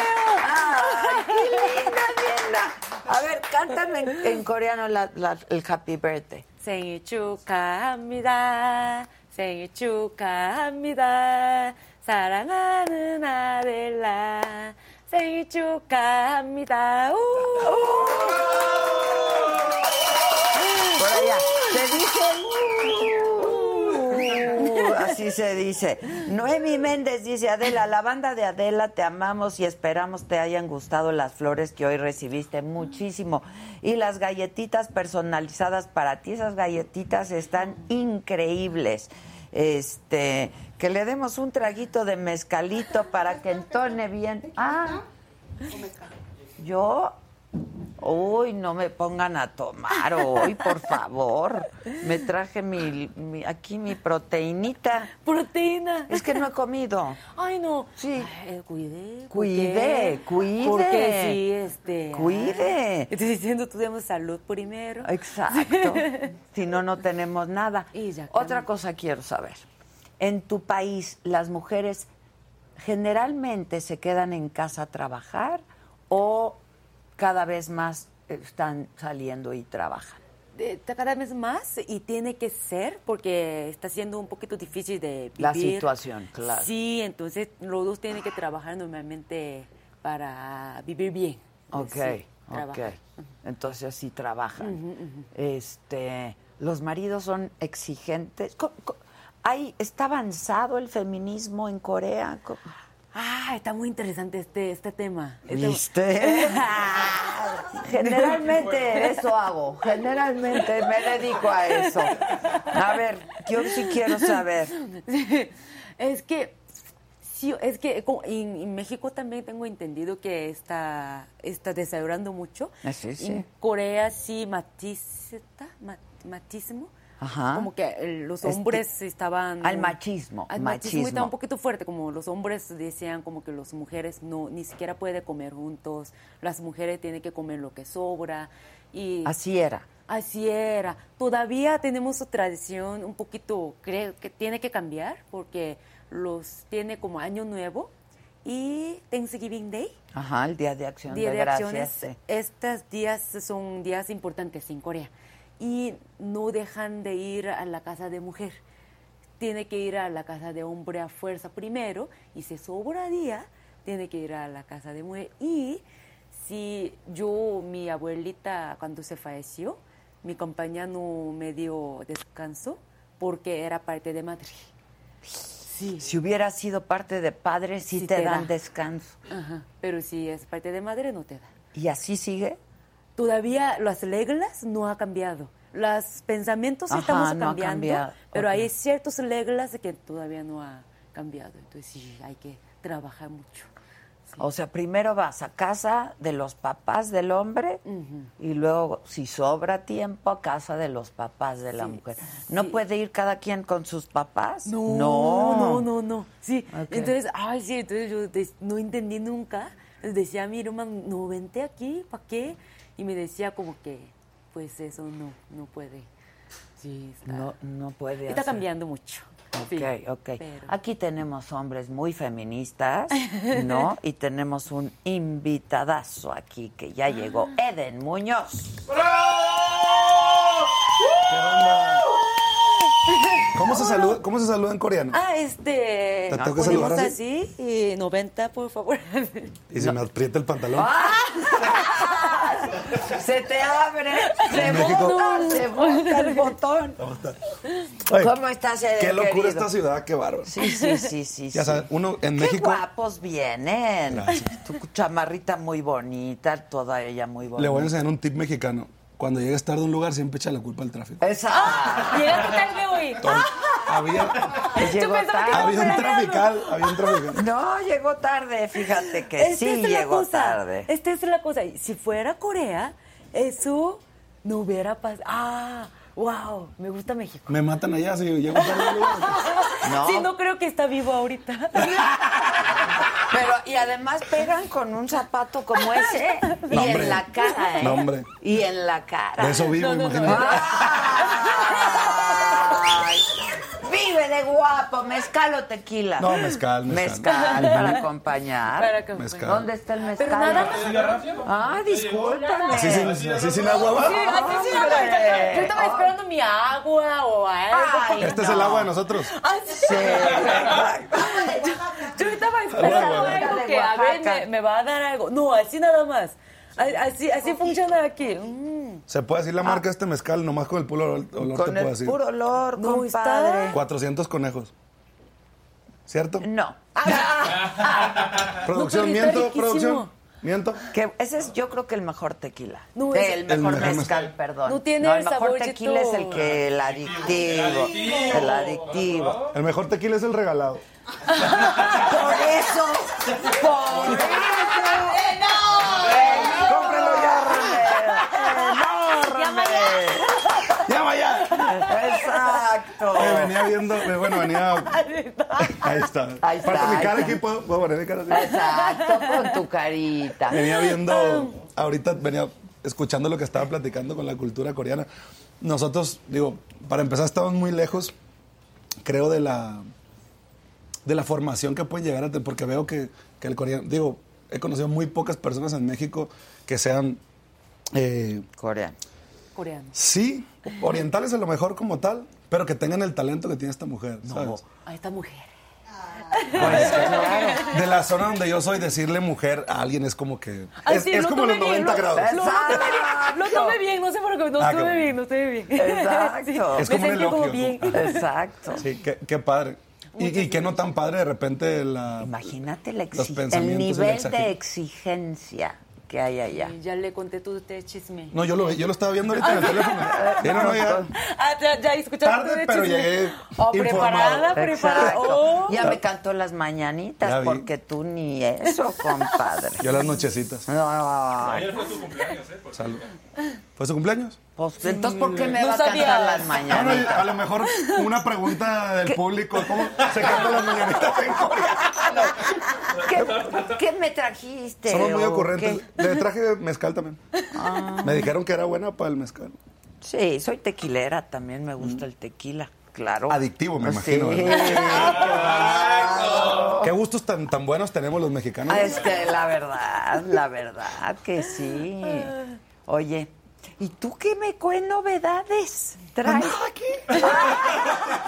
Ay, qué linda, linda. A ver, cántame en, en coreano la- la- el happy birthday.
생일 축하합니다. 생일 축하합니다. 사랑하는 아델라. 생일 축하합니다. 우!
Por allá. Se dice. "Uh", Así se dice. Noemi Méndez dice, Adela, la banda de Adela, te amamos y esperamos te hayan gustado las flores que hoy recibiste muchísimo. Y las galletitas personalizadas para ti, esas galletitas están increíbles. Este, que le demos un traguito de mezcalito para que entone bien. Ah, yo Uy, no me pongan a tomar hoy, por favor. Me traje mi, mi- aquí mi proteinita.
Proteína.
Es que no he comido.
Ay, no.
Sí.
Ay, cuide.
Cuide, cuide.
Porque sí, este.
Cuide.
ay, Estoy diciendo, tenemos salud primero.
Exacto. Si no, no tenemos nada.
Exactamente.
Otra cosa quiero saber. En tu país, las mujeres generalmente se quedan en casa a trabajar o cada vez más están saliendo y trabajan.
de- está cada vez más y tiene que ser porque está siendo un poquito difícil de vivir.
La situación, claro.
Sí, entonces los dos tienen que trabajar normalmente para vivir bien.
Ok,
Sí,
ok.
trabajar.
Entonces sí trabajan. Este, los maridos son exigentes. Co- co- hay- ¿Está avanzado el feminismo en Corea? Co- eh,
Ah, está muy interesante este, este tema. Está-
¿Viste? Generalmente eso hago. Generalmente me dedico a eso. A ver, yo sí quiero saber.
Sí, es que sí, es que como en, en México también tengo entendido que está está desarrollando mucho.
Ah, sí, sí.
En Corea sí matista, ma- matismo.
Ajá.
Como que eh, los
Ah, Este-
hombres estaban
Al machismo,
Al machismo
machismo.
está un poquito fuerte, como los hombres decían como que las mujeres no ni siquiera pueden comer juntos, las mujeres tienen que comer lo que sobra y
Así era.
Así era. Todavía tenemos su tradición un poquito, creo que tiene que cambiar porque los tiene como Año Nuevo y Thanksgiving Day.
Ajá, el Día de Acción
Día
de,
de
Gracias.
Acciones.
sí.
Estos días son días importantes en Corea y no dejan de ir a la casa de mujer. Tiene que ir a la casa de hombre a fuerza primero y si sobra día, tiene que ir a la casa de mujer. Y si yo, mi abuelita, cuando se falleció, mi compañía no me dio descanso porque era parte de Madrid. Sí.
Si hubiera sido parte de padres, sí,
Sí
te,
te
dan
da.
descanso.
Ajá. Pero si es parte de madre, no te da.
¿Y así sigue?
todavía las reglas no ha cambiado. Los pensamientos
Ajá,
estamos
no ha
cambiando,
cambiado.
pero
Ok.
hay ciertas reglas que todavía no ha cambiado. Entonces sí, hay que trabajar mucho.
O sea, primero vas a casa de los papás del hombre y luego, si sobra tiempo, a casa de los papás de la
Sí,
mujer. ¿No
sí.
puede ir cada quien con sus papás?
No,
no.
no, no, no. Sí,
Ok.
entonces, ay, sí, entonces yo des- no entendí nunca. Les decía a mi hermano, no, vente aquí, ¿para qué? Y me decía como que, pues eso no, no puede. Sí, está,
No, no puede
está
hacer.
cambiando mucho. Sí,
Ok, ok.
pero-
Aquí tenemos hombres muy feministas, ¿no? y tenemos un invitadazo aquí que ya llegó,
Ah.
Eden Muñoz.
¿Qué onda? ¿Cómo se saluda, cómo se saluda en coreano?
Ah, este.
¿Te tengo que
ponemos
saludar
así? y 90, por favor.
Y se me aprieta el pantalón.
Se te abre, se
En México-
bota, se bota el botón.
¿Cómo está? Ay,
¿Cómo estás, Eden?
Qué locura
querido?
esta ciudad, qué bárbaro.
Sí, sí, sí, sí.
Ya
sí.
sabes, uno en
Qué
México-
guapos vienen.
Gracias.
Tu chamarrita muy bonita, toda ella muy bonita.
Le voy a enseñar un tip mexicano. Cuando llegues tarde a un lugar, siempre echa la culpa al tráfico.
Ah,
Esa.
Llegaste tarde hoy.
Entonces, había,
Llegó
pensaba que
tarde.
había un trafical, había un trafical.
No, llegó tarde, fíjate que
Esta
sí
este es la
llegó
cosa.
tarde.
Esta es la cosa. Si fuera Corea, eso no hubiera pasado. Ah, wow, me gusta México.
Me matan allá si llego tarde al lugar.
No,
Sí, no creo que está vivo ahorita.
pero y además pegan con un zapato
Ah,
como ese y
No,
en
hombre.
la cara, ¿eh?
No, hombre.
Y en la cara.
De eso vivo,
Ah.
imagínate.
Ay, Vive de guapo, mezcal o tequila.
No, mezcal, mezcal.
Mezcal para acompañar.
Para que-
Mezcal.
¿Dónde está el mezcal?
Pero nada más.
Ah, discúlpame.
Así sin, así sin agua va. Ah.
Sí, así sí,
Hombre.
ahorita- Yo estaba esperando mi agua o algo.
Ay,
Este es el
no.
agua de nosotros.
Ah, sí.
Sí, exacto.
Yo
Ah,
estaba esperando
Oaxaca.
algo que a ver
Oaxaca.
me, me va a dar algo. No, así nada más. A- Así, así funciona aquí. Mm.
Se puede decir la marca de este mezcal, nomás con el puro olor, olor te
Con
puedo
el
decir.
puro olor,
No,
compadre.
400 conejos. ¿Cierto?
No.
No,
Producción,
pero está
miento,
riquísimo.
producción. Miento.
Que ese es yo creo que el mejor tequila.
No,
Eh,
es-
el mejor
El
mezcal,
mejor mezcal.
perdón.
No tiene
el
el
mejor
saborcito.
tequila es el que el adictivo, el adictivo.
El mejor tequila es el regalado.
Por eso, por eso. ¡No! ¡Cómpralo ya, René! ¡No, René!
¡Ya vaya!
¡Exacto!
Eh, venía viendo, eh, bueno, venía. Ahí está.
Ahí está,
Parte mi
ahí
cara
está.
aquí, puedo, puedo poner mi cara así.
Exacto, con tu carita.
Venía viendo, ahorita venía escuchando lo que estaba platicando con la cultura coreana. Nosotros, digo, para empezar, estamos muy lejos, creo, de la, de la formación que pueden llegar a tener, porque veo que, que el coreano, digo, he conocido muy pocas personas en México que sean, eh,
Coreano.
Coreano.
sí, orientales a lo mejor como tal, pero que tengan el talento que tiene esta mujer. ¿sabes?
A esta mujer.
Pues claro.
De la zona donde yo soy, decirle mujer a alguien es como que.
Ay,
es
sí,
es
lo
como los
tomé bien,
90
lo-
grados.
Lo, lo tomé bien, lo tomé bien, no sé por qué. No
Ah, qué
estuve
bueno.
bien, no estuve bien.
Exacto.
Es como
me
un
sentí como
elogio,
bien.
¿no?
Exacto.
Sí, qué, qué padre. Y, y qué no tan padre de repente la.
Imagínate la
los
exi- el
pensamientos y la
nivel
exager-
de exigencia que hay allá.
Y Ya le conté todo este chisme.
No, yo lo, yo lo estaba viendo ahorita en el teléfono. Sí, no, no, ya.
Ah, ya, ya escuchaste
Tarde,
todo el
pero
chisme.
llegué
Oh, preparada,
informado.
preparada.
Exacto.
Oh.
Ya me cantó las
Ya
mañanitas
vi.
porque tú ni eso, compadre.
Yo las nochecitas.
No,
Ayer fue tu cumpleaños, ¿eh? Por
Salud. ¿Fue su cumpleaños?
pues entonces ¿por qué me
No
va
sabías.
a cantar las
Ah, no,
mañanitas?
a lo mejor una pregunta del público. ¿Cómo se cantan las mañanitas en coreano?
¿Qué, qué me
Este,
trajiste?
Somos muy
¿O
ocurrentes.
qué?
Le traje mezcal también.
Ah.
Me dijeron que era buena para el mezcal.
Sí, soy tequilera, también me gusta el tequila, claro.
Mm. Adictivo, me
Sí.
imagino, Qué gustos tan, tan buenos tenemos los mexicanos.
Ah, Es que la verdad, la verdad que sí. Oye, ¿y tú qué me cuentas novedades? ¿Traes?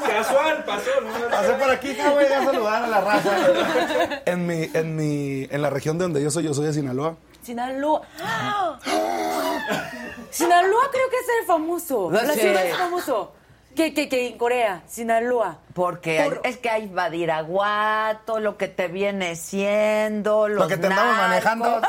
Casual, pasó,
Ah.
¿no?
Pasé por aquí, ya voy a saludar a la raza. En mi, en mi, en la región de donde yo soy, yo soy de Sinaloa.
Sinaloa. ¡Ah! Sinaloa creo que es el famoso.
No
La
sé.
ciudad es famoso. Que, que, que en Corea, Sinaloa.
Porque hay- es que hay Badiraguato, lo que te viene siendo, los
Lo que te andamos
narcos.
manejando.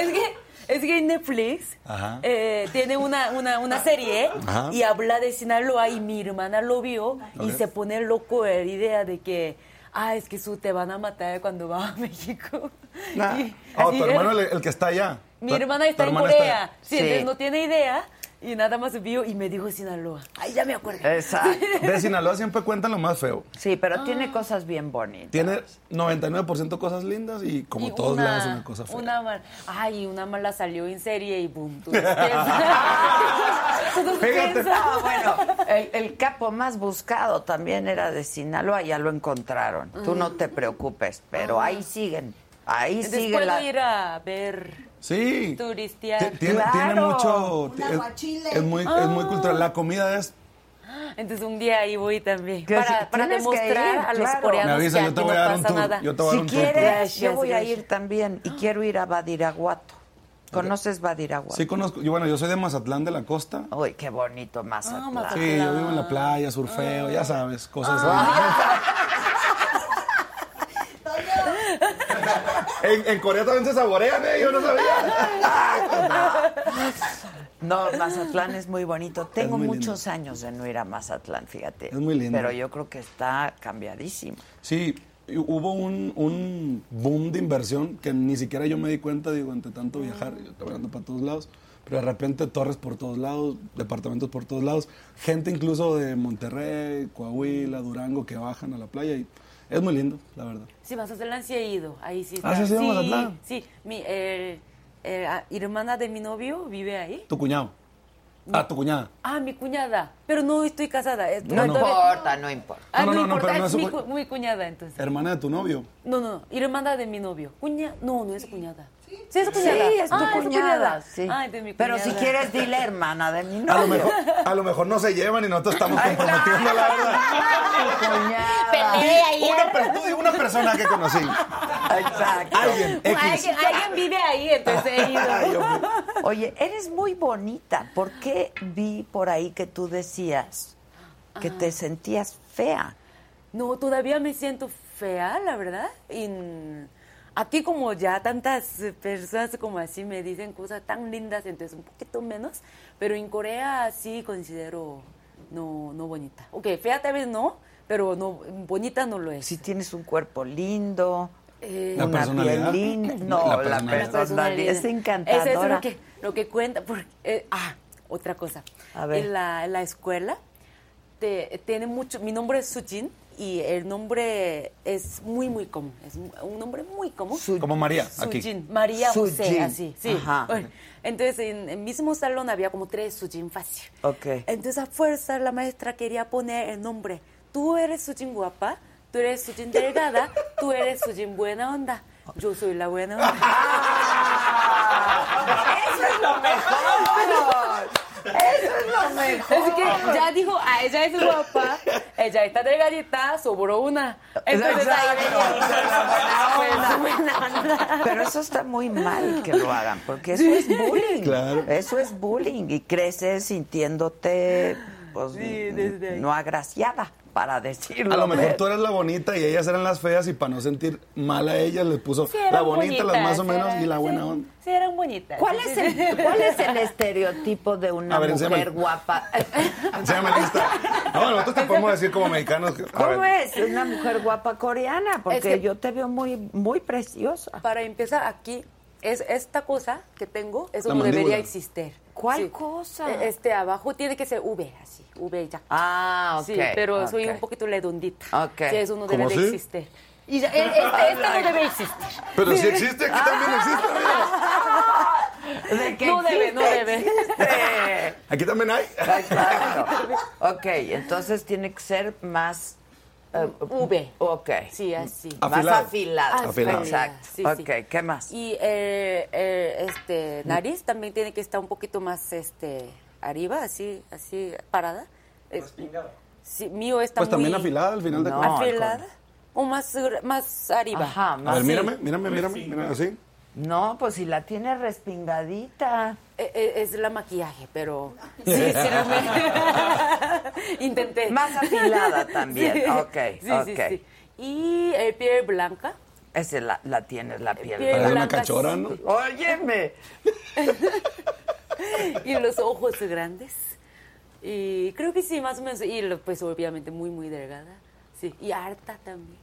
Es que, es que en Netflix
Ajá.
eh, tiene una, una, una serie
Ajá.
y habla de Sinaloa y mi hermana lo vio y
Ok.
se pone loco la idea de que, ah, es que su te van a matar cuando va a México.
Nah.
Y-
Oh,
y- eh,
tu hermano el, el que está allá.
Mi
Tu-
hermana está
tu
en
hermana está
Corea.
allá.
Sí,
Sí.
entonces no tiene idea Y nada más vio y me dijo Sinaloa. Ay, ya me acuerdo.
Exacto.
De Sinaloa siempre cuentan lo más feo.
Sí, pero tiene cosas bien bonitas.
Ah. Tiene 99% cosas lindas y como
Y
todos
una-
lados una cosa fea.
Una mal- ay, una mala salió en serie y boom. Tú Fíjate.
Ah, bueno, el, el capo más buscado también era de Sinaloa, ya lo encontraron. Tú
Mm.
no te preocupes, pero ahí siguen. Ahí siguen
Después
la...
de ir a ver
Sí.
turistear.
Ti- Tiene,
Claro.
tiene mucho.
Un
ti- es-
aguachile. Ah.
Es, muy, es muy cultural. La comida es.
Entonces un día ahí voy también.
Que si
Para, para
tienes que
demostrar
ir,
a los
claro.
coreanos
Me avisa,
que
yo te
aquí
voy a
no
dar un
pasa
tour.
nada.
Yo te voy a dar
Si
un tour.
quieres, yo
Gracias,
voy a
gracias. Ah.
ir también y quiero ir a Badiraguato. ¿Conoces Badiraguato?
Sí, conozco. Yo, bueno, yo soy de Mazatlán de la costa.
Uy, qué bonito Mazatlán.
Mazatlán.
Sí, yo vivo en la playa, surfeo, ya sabes, cosas. en, en Corea también se saborean, ¿eh? Yo no sabía.
No, Mazatlán es muy bonito. Tengo
muy lindo.
muchos años de no ir a Mazatlán, fíjate.
Es muy lindo.
Pero yo creo que está cambiadísimo.
Sí, y hubo un, un boom de inversión que ni siquiera yo me di cuenta, digo, entre tanto viajar, yo trabajando para todos lados. Pero de repente torres por todos lados, departamentos por todos lados, gente incluso de Monterrey, Coahuila, Durango que bajan a la playa y es muy lindo, la verdad.
Sí, Mazatlán sí he ido. Ahí sí.
Ah,
está.
¿sí has ido a Mazatlán?
Sí, mi el- el- ah, hermana de mi novio vive ahí.
Tu cuñado. Ah, tu cuñada.
Ah, mi cuñada. Pero no estoy casada. eh,
No,
todavía-
importa, no importa.
Ah,
No,
no,
no, no,
importa.
pero no
es
es
mi,
su-
cu- mi cuñada entonces.
Hermana de tu novio.
No, no, hermana de mi novio. Cuña, no, no es cuñada. Sí, es cuñada.
Sí, es tu
Ah,
cuñada. sí.
Ah, es de mi
Pero
cuñada.
si quieres, dile hermana de mi novio.
A lo mejor, a lo mejor no se llevan y nosotros estamos comprometiendo la verdad.
Mi cuñada.
Una, per- tú di una persona que conocí.
Exacto.
Alguien, X.
Alguien, alguien vive ahí, entonces he
Ay,
ido.
hombre.
Oye, eres muy bonita. ¿Por qué vi por ahí que tú decías que te sentías fea?
No, todavía me siento fea, la verdad. Y n- aquí como ya tantas eh, personas como así me dicen cosas tan lindas, entonces un poquito menos. Pero en Corea sí considero no, no bonita. Ok, fea tal vez no, pero no bonita no lo es.
Si tienes un cuerpo lindo,
Eh,
La
una piel
personalidad.
linda.
La
No, la
personalidad.
personalidad,
La
es
Eso es
encantadora.
lo que, lo que cuenta. Porque, eh, ah, otra cosa.
A ver.
En la, en la escuela te- tiene mucho. Mi nombre es Sujin y el nombre es muy, muy común. Es un un nombre muy común.
Su-
Como María, aquí.
Sujin, María José,
Sujin.
así, sí.
Ajá.
Bueno, Entonces, en el mismo salón había como tres Sujin fácil.
Ok.
Entonces, a fuerza, la maestra quería poner el nombre. Tú eres Sujin guapa, tú eres Sujin delgada, tú eres Sujin buena onda. Yo soy la buena onda.
Eso es lo mejor. Eso es lo mejor.
Así que ya dijo, a ella es guapa, ella está delgadita, sobró una. Entonces,
Exacto.
ahí venía.
La buena
Pues, buena onda.
Pero eso está muy mal que lo hagan, porque eso es bullying.
Claro.
Eso es bullying y creces sintiéndote pues,
Sí, desde ahí.
no agraciada, para decirlo.
A lo mejor tú eras la bonita y ellas eran las feas y para no sentir mal a ellas les puso
Sí, eran
la bonita, las más o
bonitas,
menos
eran-
y la buena
sí,
onda.
Sí, eran bonitas.
¿Cuál es, el, ¿Cuál es el estereotipo de una
A ver,
mujer
enséñame.
guapa?
Enséñame la lista. No, nosotros te podemos decir como mexicanos. que- a
¿Cómo
ver.
es una mujer guapa coreana? Porque
Es que-
yo te veo muy, muy preciosa.
Para empezar aquí, es esta cosa que tengo, eso
La
no debería
mandíbula.
existir.
¿Cuál cosa?
Eh, Este abajo tiene que ser V, así, V ya.
Ah, ok,
Sí, pero soy
ok.
un poquito redondita.
Ok.
Sí, eso no
¿Cómo
debe de
así?
existir. Y ya, eh, este, este no debe existir.
Pero si existe, aquí
Ah.
también existe. mira.
¿De qué
No debe, no debe.
existe?
Aquí también hay.
Exacto. Ok, entonces tiene que ser más... eh,
V.
Ok.
Sí, así.
Más
Afilado. Ah,
afilado.
Afilado.
Exacto.
Sí, sí.
ok, ¿qué más?
Y eh, eh, este nariz también tiene que estar un poquito más este arriba, así, así parada. Eh, sí, mío está
Pues
muy
también afilada al final de
No.
cuentas.
afilada o más más arriba.
Ajá,
A
más.
ver, mírame, mírame, mírame, mírame, así.
No, pues si la tiene respingadita.
Eh, eh, Es la maquillaje, pero sí, sí, no me- intenté.
Más afilada también, ok,
sí,
ok.
Sí, sí. Y eh, piel blanca.
Esa la, la tiene la piel.
Piel
Parece una
blanca,
cachora, ¿no?
Óyeme.
Y los ojos grandes. Y creo que sí, más o menos. Y lo- pues obviamente muy, muy delgada. Sí, y harta también.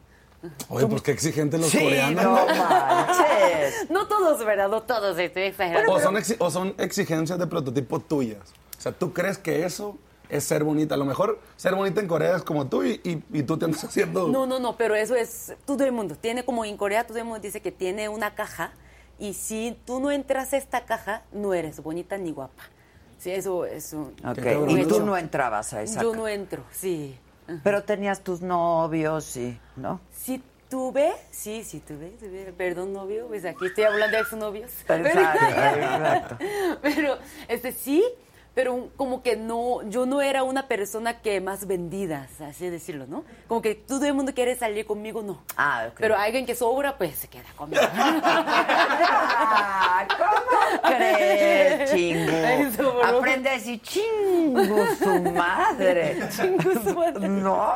Oye, pues qué exigentes los
Sí,
coreanos.
no manches. Pues
No todos, este, ¿verdad? No todos, estoy exagerando.
O son, exi- o son exigencias de prototipo tuyas. O sea, ¿tú crees que eso es ser bonita? A lo mejor ser bonita en Corea es como tú y, y- y tú te andas haciendo...
No, no, no, pero eso es todo el mundo. Tiene como en Corea todo el mundo dice que tiene una caja y si tú no entras a esta caja, no eres bonita ni guapa. Sí, eso es un...
Ok,
Qué
Y tú
bonito.
no entrabas a esa.
Yo
ca-
no entro, sí.
Pero tenías tus novios y, ¿no?
Si tuve, sí, si tuve, tuve, perdón novio, pues aquí estoy hablando de exnovios.
Exacto,
Pero, pero, este sí, pero un- como que no, yo no era una persona que más vendida, así decirlo, ¿no? Como que todo el mundo quiere salir conmigo, no.
Ah, ok.
Pero alguien que sobra, pues se queda conmigo.
Ah, ¿Cómo crees,
Eso,
chingo?
bro.
Aprende a decir chingo su madre.
Chingo su madre.
No,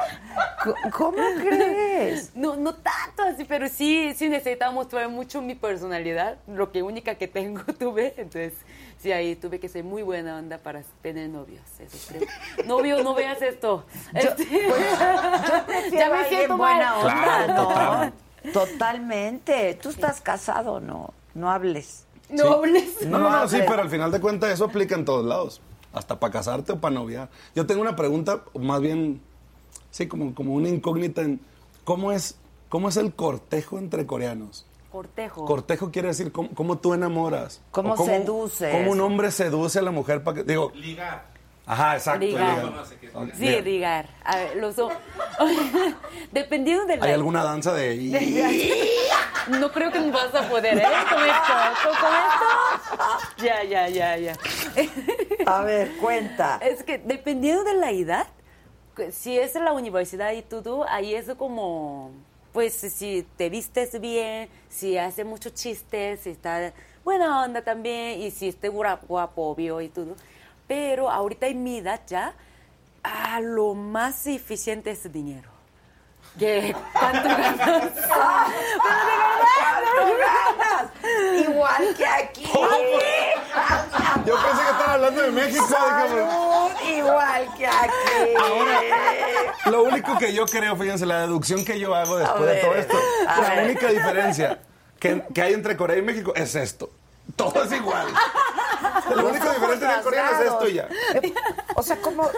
c- ¿cómo crees?
No, no tanto así, pero sí, sí necesitaba mostrar mucho mi personalidad, lo que única que tengo tuve, entonces sí ahí tuve que ser muy buena onda para tener novios, eso creo. Novio, no veas esto. Este- ya
pues, Prefiero a
me
alguien
siento
buena
mal.
onda,
Claro,
¿no?
total.
Totalmente. Tú estás casado, no, no hables.
No hables.
No, no, no, sí,
pero-
pero al final de cuentas eso aplica en todos lados. Hasta para casarte o para noviar. Yo tengo una pregunta, o más bien, sí, como, como una incógnita en cómo es, cómo es el cortejo entre coreanos.
Cortejo.
Cortejo quiere decir cómo, cómo tú enamoras.
Cómo
o
seduces.
Cómo un hombre seduce a la mujer para que. Digo,
Ligar.
ajá, exacto.
Ligar.
ligar. Ok,
sí,
ligar.
ligar. A ver, los hom- Dependiendo del...
¿Hay alguna danza de.?
No creo que vas a poder, ¿eh? Con esto, con- con esto. Ya, ya, ya, ya.
A ver, cuenta.
Es que dependiendo de la edad, que si es la universidad y todo, ahí es como, pues si te vistes bien, si hace muchos chistes, si está buena onda también, y si esté guapo, guapo obvio y todo. Pero ahorita en mi edad ya, ah, lo más eficiente es dinero. Que cuánto ganas.
Igual que aquí.
Yo pensé que estaban hablando de México.
Salud, igual que aquí.
Lo único que yo creo, fíjense, la deducción que yo hago después
A
de todo
ver,
esto,
a
la
ver.
única diferencia que, que hay entre Corea y México es esto. Todo es igual. Lo único diferente entre Corea es esto y ya.
Eh, O sea, como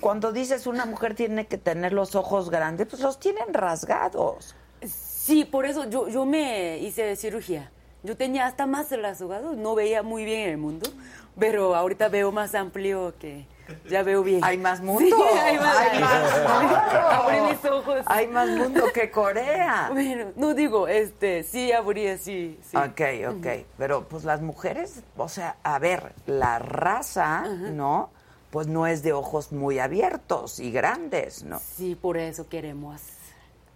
cuando dices una mujer tiene que tener los ojos grandes, pues los tienen rasgados.
Sí, por eso yo, yo me hice cirugía. Yo tenía hasta más rasgado, no veía muy bien el mundo, pero ahorita veo más amplio que ya veo bien.
Hay más mundo.
Sí, hay más,
Hay más mundo.
Abrí mis ojos.
Hay más mundo que Corea.
Bueno, no digo, este, sí abrí así. Sí.
Ok, ok. Pero pues las mujeres, o sea, a ver, la raza, ¿no? Pues no es de ojos muy abiertos y grandes, ¿no?
Sí, por eso queremos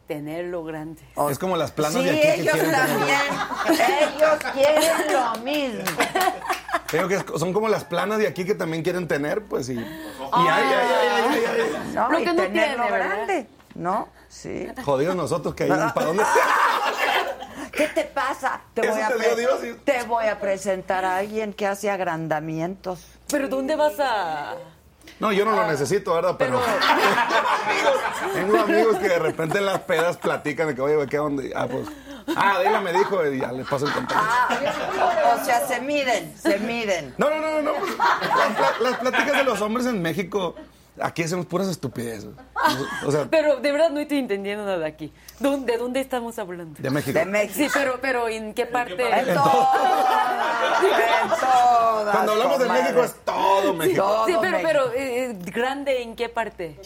tenerlo grande.
Es como las planas
sí,
de aquí que
ellos
quieren tener-
también. ellos quieren lo mismo.
Creo que es- son como las planas de aquí que también quieren tener, pues, y... y ay, ay, ay, ay, ay, ay.
¿no?
Lo
y
que no
tenerlo
tiene, ¿verdad?
grande, ¿no? Sí.
Jodidos nosotros que hay un... ¿Para dónde?
¿Qué te pasa? Te
Eso
voy, a
te dio
pre-
Dios y-
te voy a presentar a alguien que hace agrandamientos.
Pero ¿dónde vas a...?
No, yo no lo necesito, ¿verdad? Pero... Tengo amigos que de repente en las pedas platican de que, oye, ¿qué onda? Y, Ah, pues... Ah, Adela me dijo y ya les paso el contacto.
Ah,
O sea, se miden, se miden.
No, no, no, no. no. Las, pla- las pláticas de los hombres en México, aquí hacemos puras estupideces. O sea,
Pero de verdad no estoy entendiendo nada aquí. ¿Dónde, ¿De dónde estamos hablando?
de México.
De México.
Sí, pero, pero ¿en qué parte?
En todas, en todas,
Cuando hablamos de
comadre.
México es todo México.
Todo
Sí, pero,
México.
pero eh, eh, grande en qué parte?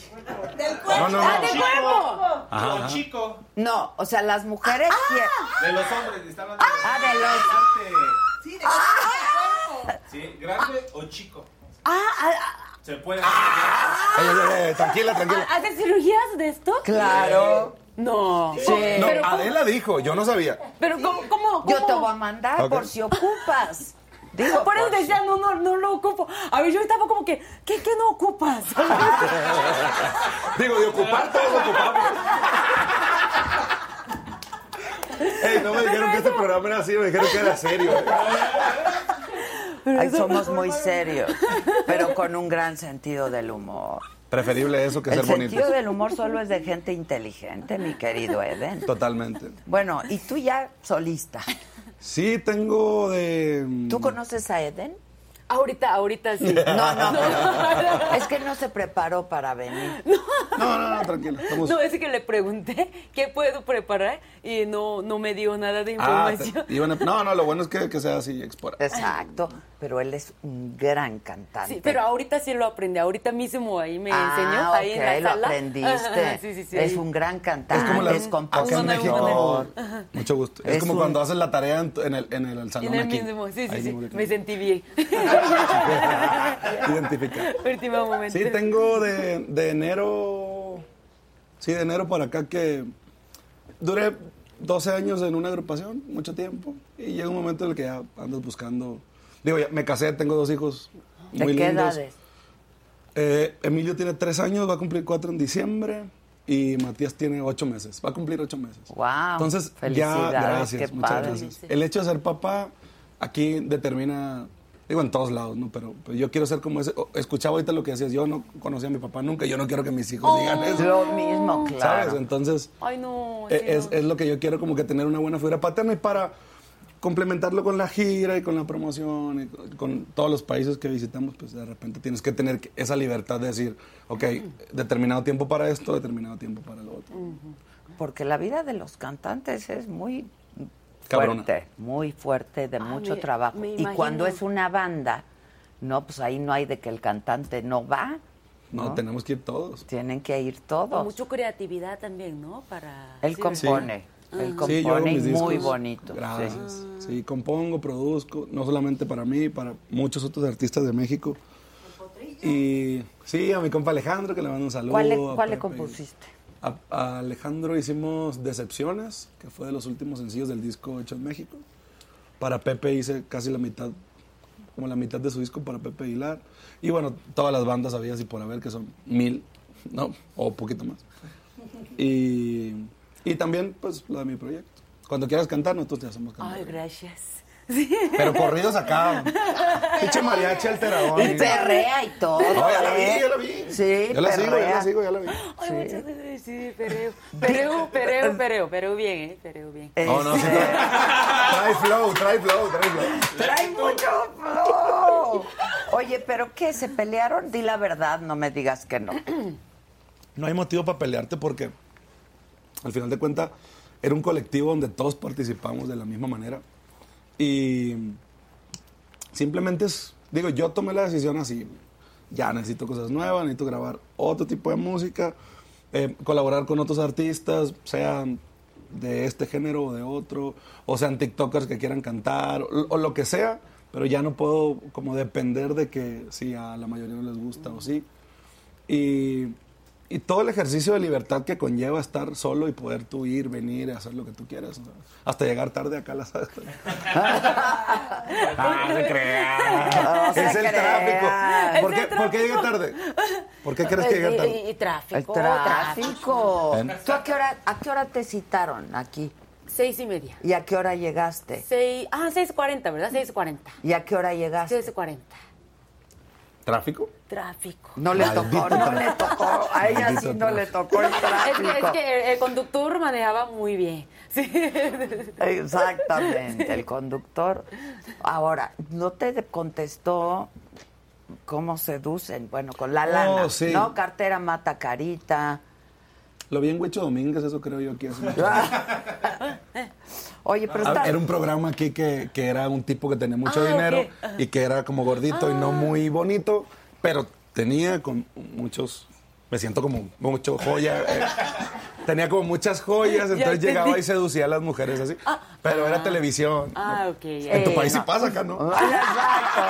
No, no,
¡Ah,
no.
de cuerpo!
Lo chico.
No, o sea, las mujeres...
Ah,
quieren-
De los hombres. Estaban
Ah, de los... Ah.
Sí, Sí, grande o chico.
ah.
Se puede hacer.
Ey, ey, ey, tranquila, tranquila.
¿Haces cirugías de esto?
Claro.
No.
No,
Ah, Pero, ¿cómo,
Adela dijo, yo no sabía.
pero ¿cómo, cómo-
Yo
cómo?
te voy a mandar
Ok.
por si ocupas. Digo, pues.
Por eso
por si-
decía, no, no, no lo ocupo. A ver, yo estaba como que, ¿qué, qué no ocupas?
Digo, de ocupar todos ocupamos. Ey, no me dijeron que este programa era así, me dijeron que era serio.
Ay, somos muy serios, pero con un gran sentido del humor.
Preferible eso que
El
ser bonito.
sentido del humor solo es de gente inteligente, mi querido Eden.
Totalmente.
Bueno, y tú ya solista.
Sí, tengo de... mm,
¿Tú conoces a Eden?
Ahorita, ahorita sí.
No, no. Es que no se preparó para venir.
No, no, no, tranquilo. Estamos...
No, es que le pregunté qué puedo preparar y no, no me dio nada de
Ah,
información.
te- iban a- no, no, lo bueno es que, que sea así, expora.
Exacto. Pero él es un gran cantante.
Sí, pero ahorita sí lo aprendí, ahorita mismo ahí me
Ah,
enseñó, ahí en la
ok, lo
sala.
aprendiste.
Ajá, sí, sí, sí,
es
ahí.
un gran
Es como
cantante,
la
es,
acá en
compositor.
México. Mucho gusto. Es,
Es
como
un-
cuando haces la tarea en, tu- en el, en el
Y
salón
en el
aquí.
mismo, sí, sí,
Ahí
sí,
mismo que-
me sentí bien.
Identificar.
Último momento.
Sí, tengo de, de enero. Sí, de enero para acá que duré 12 años en una agrupación, mucho tiempo. Y llega un momento en el que ya andas buscando. Digo, ya me casé, tengo dos hijos.
¿De
muy
qué
lindos.
edades?
Eh, Emilio tiene tres años, va a cumplir cuatro en diciembre. Y Matías tiene ocho meses, va a cumplir ocho meses.
Wow,
Entonces, ya,
felicidades,
gracias,
qué
muchas
padre.
gracias. El hecho de ser papá aquí determina, digo, en todos lados, ¿no? Pero, pero yo quiero ser como ese. o- Escuchaba ahorita lo que decías, yo no conocía a mi papá nunca, yo no quiero que mis hijos digan eso.
Lo mismo,
¿Sabes?
Oh, claro.
Entonces,
Ay, no. sí,
e- es,
no.
es lo que yo quiero, como que tener una buena figura paterna y para complementarlo con la gira y con la promoción y con, con todos los países que visitamos, pues de repente tienes que tener que- esa libertad de decir, ok,
Mm.
determinado tiempo para esto, determinado tiempo para lo otro.
Porque la vida de los cantantes es muy
Cabrona.
fuerte, muy fuerte, de
Ah,
mucho
me-
trabajo.
me
y cuando
imagino.
es una banda, no, pues ahí no hay de que el cantante no va,
No,
Ah.
tenemos que ir todos.
tienen que ir
Con
todos.
mucha creatividad también, ¿no? Para...
Él
sí, Ah.
compone, él
Sí, yo hago
compone y
mis
muy
discos.
bonito. sí.
Gracias. Sí, compongo, produzco, no solamente para mí, para muchos otros artistas de México. Y sí, a mi compa Alejandro, que le mando un saludo.
¿Cuál le-
a
cuál le
Pepe.
compusiste?
A, a Alejandro hicimos Decepciones, que fue de los últimos sencillos del disco hecho en México. Para Pepe hice casi la mitad, como la mitad de su disco para Pepe Aguilar. Y bueno, todas las bandas habías y por haber, que son mil, ¿no? O poquito más. Y, y también, pues, lo de mi proyecto. Cuando quieras cantar, nosotros te hacemos cantar.
Ay, gracias.
Pero corridos acá. Pinche mariachi alterador.
Y perrea y todo.
No, ya la vi,
¿eh?
ya la vi.
Sí,
yo la sigo, ya
perrea.
la sigo, ya la vi.
Ay, muchas gracias. Sí, pereo. Pereo, pereo, pereo. Pereo bien, ¿eh? Pereo bien.
No, no, sí.
Este,
Trae flow, trae flow, trae flow.
Trae mucho flow. Oye, ¿pero qué? ¿Se pelearon? Di la verdad, no me digas que no.
no hay motivo para pelearte porque al final de cuentas era un colectivo donde todos participamos de la misma manera y simplemente es, digo, yo tomé la decisión así, ya necesito cosas nuevas, necesito grabar otro tipo de música, eh, colaborar con otros artistas, sean de este género o de otro, o sean TikTokers que quieran cantar, o, o lo que sea, pero ya no puedo como depender de que si a la mayoría no les gusta o sí. Y, y todo el ejercicio de libertad que conlleva estar solo y poder tú ir, venir, hacer lo que tú quieras. o sea, hasta llegar tarde acá a la sala.
No se
es el
crean.
tráfico. ¿Por qué, ¿Por qué llegué tarde? ¿Por qué crees que llegué
Pues Y,
tarde?
Eh, y- y tráfico.
El tráfico.
Ven.
¿Tú a qué, hora, a qué hora te citaron aquí?
Seis y media.
¿Y a qué hora llegaste?
Seis, ah, 6.40, ¿verdad? 6.40.
¿Y a qué hora llegaste?
6.40.
¿Tráfico?
Tráfico.
No le
Maldito
tocó, no le
tráfico.
tocó. A ella sí
Maldito
no le tocó el
Es que, es
tráfico.
que el, el conductor manejaba muy bien. Sí.
Exactamente, el conductor. Ahora, no te contestó cómo seducen. Bueno, con la lana.
Oh, sí.
No, cartera mata carita.
Lo vi en Huicho Domínguez, eso creo yo aquí hace mucho
Oye, pero
Ah,
está...
Era un programa aquí que, que era un tipo que tenía mucho
Ah,
dinero
ok. Ajá. Ah.
y que era como gordito y no muy bonito, pero tenía con muchos. Me siento como mucho joya. eh, tenía como muchas joyas, entonces
entendí.
llegaba y seducía a las mujeres así. Pero era televisión.
Ah, ok.
En tu
eh,
país sí
no.
pasa acá, ¿no?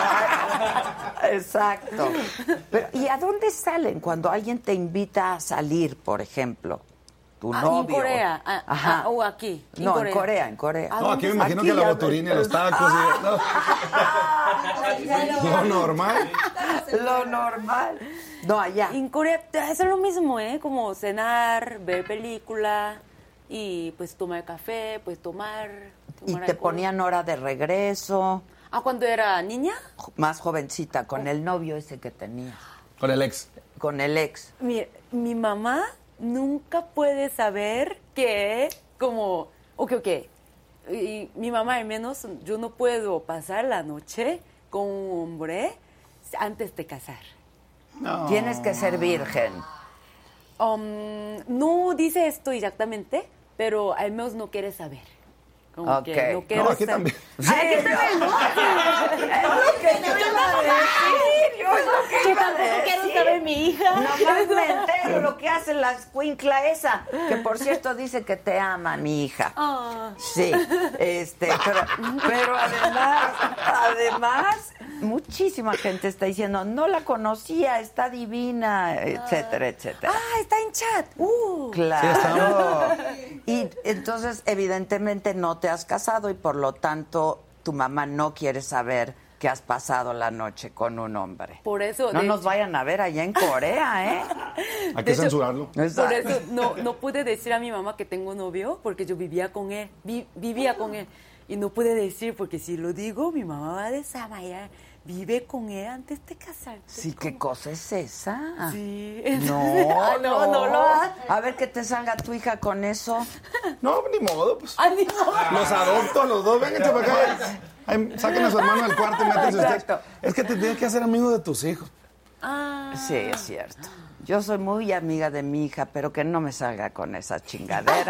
Ah, Exacto. Exacto. Pero, ¿Y a dónde salen cuando alguien te invita a salir, por ejemplo? Tu
Ah,
novio.
en Corea. Ah,
Ajá.
ah, o aquí. en
no, en Corea, en Corea.
Ah,
No, aquí me
¿dónde-
imagino
aquí
que la
ya-
boturina y los tacos. y- no.
Ah.
Lo normal.
Lo normal. No, allá.
En Corea te hacen lo mismo, ¿eh? Como cenar, ver película y pues tomar café, pues tomar.
Y
tomar
te
alcohol.
ponían hora de regreso,
Ah, cuando era niña,
jo- más jovencita, con el novio ese que tenía,
Con el ex.
con el ex.
mi, mi mamá nunca puede saber que, como, ok, ok. Y mi mamá, al menos, yo no puedo pasar la noche con un hombre antes de casar.
Tienes que ser virgen.
Um, no dice esto exactamente, pero al menos no quiere saber. Como
Ok.
que no
No,
quiero
No, aquí
sa-
también.
Ay, yo- Es lo que yo iba a decir, yo es lo que
Yo
iba a
tampoco quiero
decir.
saber mi hija.
Nomás me entero lo que hace la escuincla esa, que por cierto dice que te ama mi hija.
Ah.
Sí, este, pero, pero además, además, muchísima gente está diciendo, no la conocía, está divina, etcétera, etcétera.
Ah, está en chat. Uh.
Claro. Y entonces, evidentemente, no te has casado y por lo tanto, tu mamá no quiere saber que has pasado la noche con un hombre.
Por eso.
No
de
nos
hecho-
vayan a ver allá en Corea, ¿eh?
Hay
de hecho,
que
eh.
censurarlo.
Por
Exacto.
eso no, no pude decir a mi mamá que tengo novio porque yo vivía con él, vi- vivía con él. Y no pude decir porque si lo digo, mi mamá va a desamayar. Vive con él antes de casarte.
Sí, ¿qué cosa es esa?
Sí.
No,
Ah,
no,
no, lo hagas.
A ver que te salga tu hija con eso.
No, ni modo, pues.
Ah, ni modo.
Los adopto a los dos, vénganse para acá. Ay, saquen a su hermano del cuarto y métanse ustedes.
Exacto.
Es que te tienes que hacer amigo de tus hijos.
Ah.
Sí, es cierto. Yo soy muy amiga de mi hija, pero que no me salga con esa chingadera.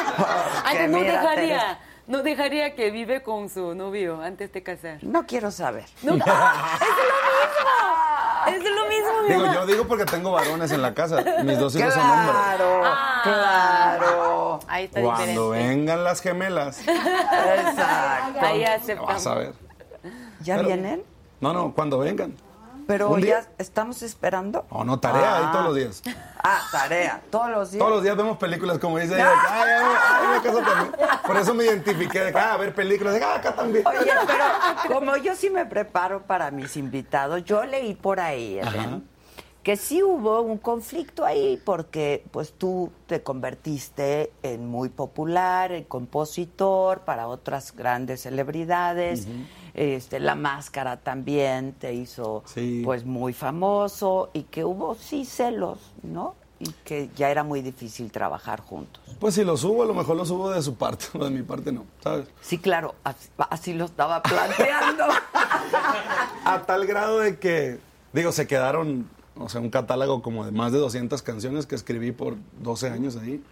Ay,
Porque
Ah,
mira,
no
Teresa,
dejaría, no dejaría que vive con su novio antes de casar.
No quiero saber.
No, ¡Ah! es lo mismo. Es lo mismo, mi
Digo,
mamá.
yo digo porque tengo varones en la casa. Mis dos hijos son hombres.
Claro,
Ah.
claro.
Ahí está
Cuando
diferente.
vengan las gemelas,
Exacto.
Ahí
vas a
aceptamos.
ver.
¿Ya
Pero-
vienen?
No, no, cuando vengan.
Pero
¿Un
ya
día?
estamos esperando.
Oh, no, tarea ahí todos los días.
Ah, tarea. Todos los días.
Todos los días vemos películas, como dice ella. de que, Ay, ay, ay, me caso también. Por eso me identifiqué. De que, ah, a ver películas. De que, ah, acá también.
Oye, pero como yo sí me preparo para mis invitados, yo leí por ahí, Eden,
Ajá.
que sí hubo un conflicto ahí porque pues tú te convertiste en muy popular, en compositor para otras grandes celebridades. Este, la máscara también te hizo
Sí.
pues muy famoso y que hubo sí celos, ¿no? Y que ya era muy difícil trabajar juntos.
Pues si lo subo, a lo mejor lo subo de su parte. o De mi parte no, ¿sabes?
Sí, claro, así, así lo estaba planteando.
A tal grado de que, digo, se quedaron, o sea, un catálogo como de más de 200 canciones que escribí por 12 años ahí.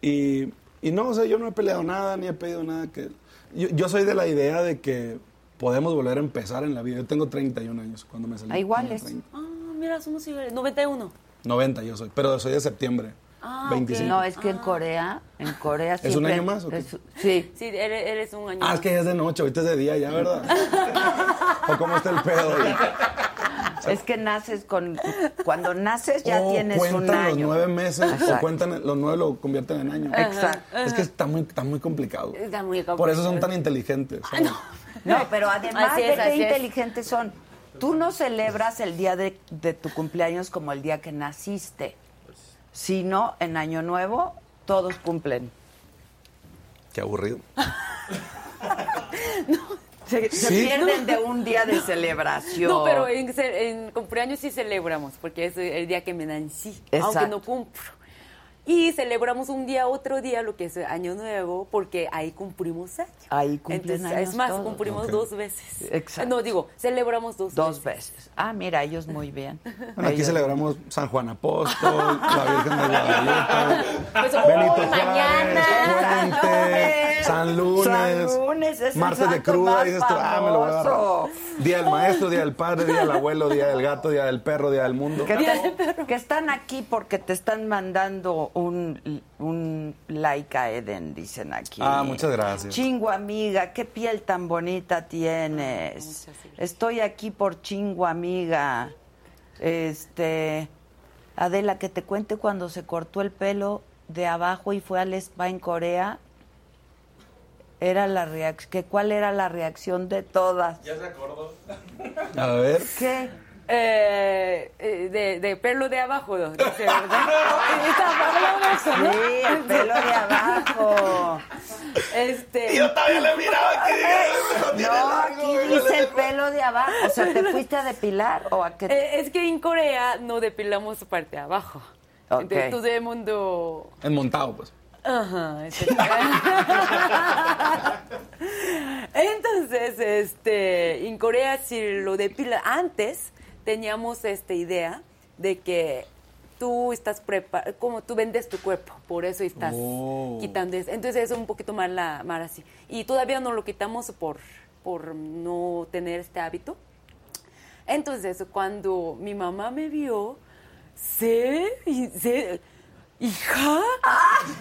Y, y no, o sea, yo no he peleado nada, ni he pedido nada que... Yo, yo soy de la idea de que podemos volver a empezar en la vida. Yo tengo 31 años cuando me salí.
Ah, iguales.
Tenía 30.
Ah, mira, somos iguales. 91.
90 yo soy, pero soy de septiembre.
Ah, ok.
25.
No, es que en Corea, en Corea
un
siempre-
año más o qué?
es- sí.
Sí, eres, eres un año.
Ah, es que ya es de noche, ahorita es de día ya, ¿verdad? ¿O cómo está el pedo? ahí? Ah.
Es que naces con cuando naces ya
O
tienes
Oh, cuentan
un año.
los nueve meses
Exacto.
o cuentan los nueve lo convierten en año.
Exacto.
Es que está muy, está muy complicado.
Está muy complicado.
Por eso son tan inteligentes. ¿sabes?
Ah, No, pero además
Así
de
es,
qué
así es.
inteligentes son. Tú no celebras el día de, de tu cumpleaños como el día que naciste, sino en Año Nuevo todos cumplen.
Qué aburrido.
Se, se
Sí.
pierden de un día de celebración.
No, pero en, ce- en cumpleaños sí celebramos, porque es el día que me nací,
Exacto.
aunque no cumplo. Y celebramos un día, otro día, lo que es Año Nuevo, porque ahí cumplimos año.
Ahí cumplen
Entonces,
años
Es más,
todos.
cumplimos
Ok.
dos veces.
Exacto.
No, digo, celebramos dos,
dos veces. Ah, mira, ellos muy bien.
Bueno, aquí
Ellos-
celebramos San Juan Apóstol, la Virgen de Guadalupe,
Pues hoy,
Benito Juárez,
mañana.
Puente, San Lunes,
San Lunes, es el
Martes de
santo
Cruda,
más
dices tú, ah, me lo voy a agarrar.
famoso.
Día del maestro, día del padre, día del abuelo, día del gato, día del perro, día del mundo.
Que, te- que están aquí porque te están mandando un, un like a Eden, dicen aquí.
Ah, muchas gracias.
Chingo amiga, qué piel tan bonita tienes. Estoy aquí por chingo amiga. Este, Adela, que te cuente cuando se cortó el pelo de abajo y fue al spa en Corea. Era la reac- que cuál era la reacción de todas.
Ya se acordó.
A ver.
¿Qué?
Eh, eh, de, de pelo de abajo, dice, ¿verdad? Y está Pablo Mozo,
Sí,
¿no?
el pelo de abajo.
Este,
todavía le miraba
No, aquí dice el pelo de abajo. O sea, ¿te fuiste a depilar o a qué?
Eh, es que en Corea no depilamos su parte de abajo.
Ok.
Entonces todo el mundo.
En montado, pues.
Ajá, etcétera. Entonces, este, en Corea si lo depila antes teníamos esta idea de que tú estás preparado, como tú vendes tu cuerpo, por eso estás
Oh.
quitando eso. Entonces eso es un poquito más la mal así. Y todavía no lo quitamos por por no tener este hábito. Entonces, cuando mi mamá me vio, se, y se hija,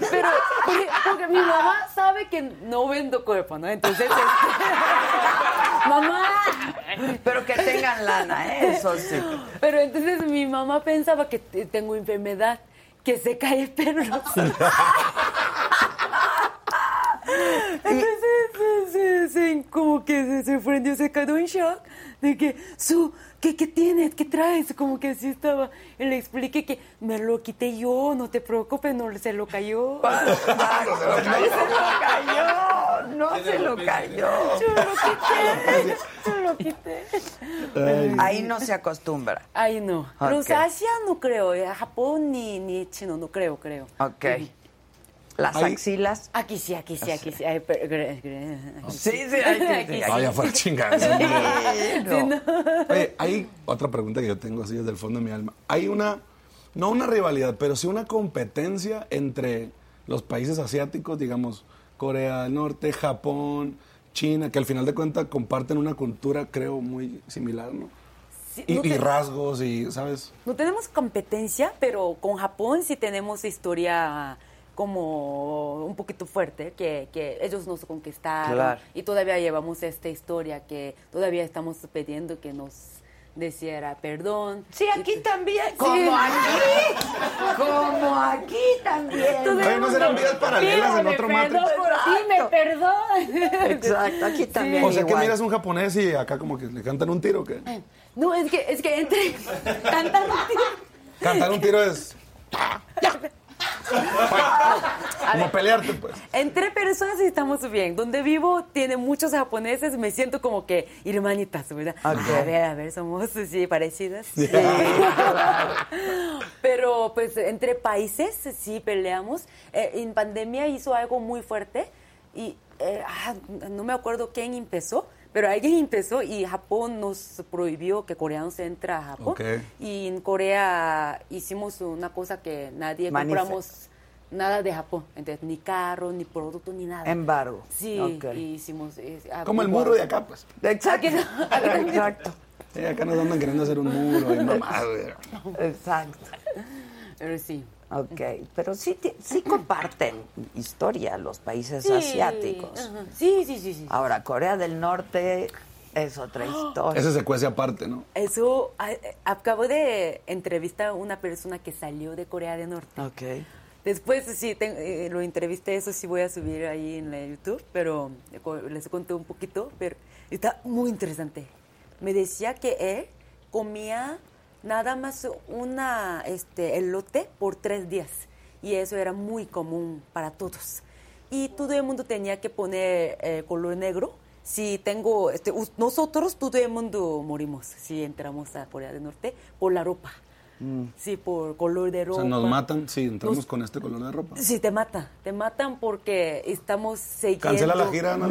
pero porque, porque mi mamá sabe que no vendo cuerpo, ¿no? Entonces, este, mamá,
Pero que tengan lana, ¿eh? eso sí.
pero entonces mi mamá pensaba que t- tengo enfermedad, que se cae el pelo. entonces se- se- se- como que se, se prendió, se quedó en shock de que, su, ¿qué, ¿qué tienes? ¿Qué traes? Como que así estaba. Y le expliqué que me lo quité yo, no te preocupes, no se lo cayó.
Claro, Ah, no se lo cayó, no se lo cayó.
Yo lo quité, yo lo quité.
Ahí no se acostumbra.
Ay, no. Los
Ok.
Asia no creo, eh, Japón ni, ni chino, no creo, creo.
Ok.
Ujú.
Las
Ahí-
axilas.
Aquí sí, aquí sí, aquí sí. Ay, pero- gre- gre-
Sí, sí, ahí sí, sí,
Ah, ya fue chingada.
Sí, no.
Oye, hay otra pregunta que yo tengo así desde el fondo de mi alma. Hay una, no una rivalidad, pero sí una competencia entre los países asiáticos, digamos, Corea del Norte, Japón, China, que al final de cuentas comparten una cultura, creo, muy similar, ¿no?
Sí,
Y,
no,
y
te-
rasgos y, ¿sabes?
no tenemos competencia, pero con Japón sí tenemos historia como un poquito fuerte, que, que ellos nos conquistaron
Claro.
y todavía llevamos esta historia que todavía estamos pidiendo que nos deciera perdón.
Sí, aquí
Y-
también.
Sí.
Como aquí. Como aquí también.
Todavía
Además
nos-
eran vidas paralelas en
Pídame
otro
perdón,
Matrix.
Dime perdón.
Exacto, aquí también.
O sea, que
igual.
miras un japonés y acá como que le cantan un tiro, que
No, es que, es que entre cantando.
cantar un tiro es... Como pelearte, pues.
Entre personas estamos bien. Donde vivo tiene muchos japoneses. Me siento como que hermanitas, ¿verdad?
Ok.
A ver, a ver, somos sí, parecidas.
Sí.
Pero pues entre países sí peleamos. Eh, en pandemia hizo algo muy fuerte y eh, ah, no me acuerdo quién empezó, pero alguien empezó y Japón nos prohibió que coreanos entran a Japón.
Ok.
Y en Corea hicimos una cosa que nadie
Manife-
compramos nada de Japón, entonces ni carro, ni producto, ni nada.
Embargo.
Sí,
Em, Ok.
y hicimos... eh, es-
Como el
averiguar.
muro de acá, pues.
Exacto. Exacto.
Sí, acá nos andan queriendo hacer un muro y mamá.
Exacto.
Pero sí.
Ok,
Este.
pero sí, ti- sí comparten historia los países asiáticos.
Ajá. Sí, sí, sí, sí.
Ahora, Corea del Norte es otra historia.
Ese se cuece aparte, ¿no?
Eso, a- a- acabo de entrevistar a una persona que salió de Corea del Norte.
Ok.
Después sí ten- eh, lo entrevisté, eso sí voy a subir ahí en la YouTube, pero eh, co- les conté un poquito, pero está muy interesante. Me decía que él comía nada más una este elote por tres días y eso era muy común para todos y todo el mundo tenía que poner eh, color negro. Si tengo, este, us- nosotros todo el mundo morimos si entramos a Corea del Norte por la ropa. Sí, por color de
Mm. O
ropa.
sea, nos matan si entramos
Nos-
con este color de ropa.
Sí, te matan. Te matan porque estamos siguiendo.
Cancela la gira, no,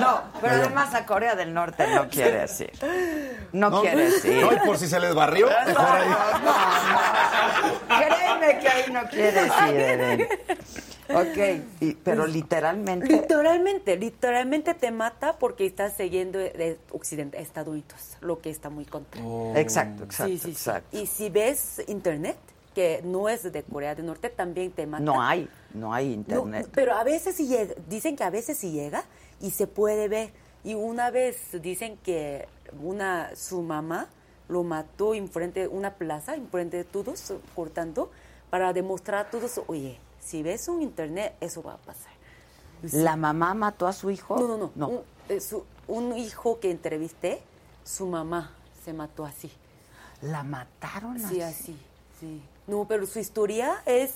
No, pero además a Corea del Norte no quieres ir. No, quieres ir.
No, y por si se les barrió, mejor ahí.
Créeme que ahí no quieres ir, Eren. Ok, y- pero literalmente.
Literalmente, literalmente te mata porque estás siguiendo de Occidente, Estados Unidos, lo que está muy contra.
Exacto, Oh, exacto,
Sí, sí, sí.
exacto.
Y si ves internet, que no es de Corea del Norte, también te mata.
No hay, no hay
No,
internet.
pero a veces sí llega, dicen que a veces sí llega y se puede ver. Y una vez dicen que una su mamá lo mató enfrente de una plaza, enfrente de todos, cortando, para demostrar a todos, oye, si ves un internet, eso va a pasar.
¿La mamá mató a su hijo?
No, no, no. Un, eh, su- un hijo que entrevisté, su mamá se mató así.
¿La mataron así?
Sí, así, sí. No, pero su historia es...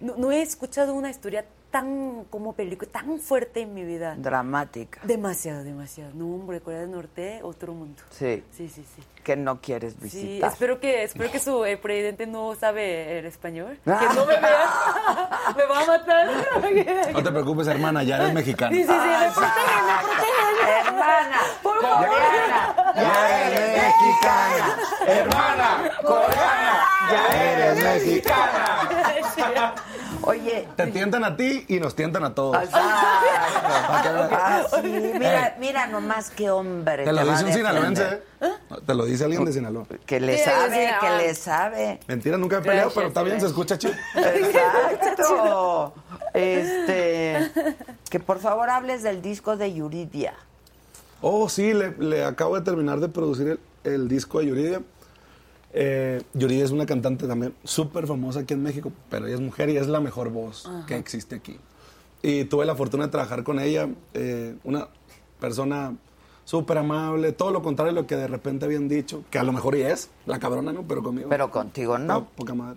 No, no he escuchado una historia tan, como película, tan fuerte en mi vida.
Dramática.
Demasiado, demasiado. No, hombre, Corea del Norte, otro mundo.
Sí.
Sí, sí, sí.
Que no quieres
Sí,
visitar.
espero que, espero que su eh, presidente no sabe el español. Que
Ah.
no me vea. me va a matar.
No te preocupes, hermana, ya eres mexicana.
Sí, sí, sí, me
Ah,
protegen, me protegen.
Hermana,
Por favor.
Ah,
coreana, ya eres mexicana.
Hermana, coreana, ya eres mexicana.
Oye,
Te tientan a ti y nos tientan a todos. Para que veas.
Ah, sí, mira, mira nomás qué hombre.
Te lo
va
dice
a
un sinaloense.
defender.
¿eh? Te lo dice alguien de Sinaloa.
Que le
Sí,
sabe,
sí,
que
ah.
le sabe.
Mentira, nunca he peleado,
Gracias,
pero está bien, se escucha chido.
Exacto. Este, que por favor hables del disco de Yuridia.
Oh, sí, le, le acabo de terminar de producir el, el disco de Yuridia. Eh, Yuridia es una cantante también súper famosa aquí en México, pero ella es mujer y es la mejor voz que existe aquí. Y tuve la fortuna de trabajar con ella, eh, una persona súper amable, todo lo contrario de lo que de repente habían dicho, que a lo mejor ella es, la cabrona, ¿no? Pero conmigo.
Pero contigo
No,
no.
poca madre.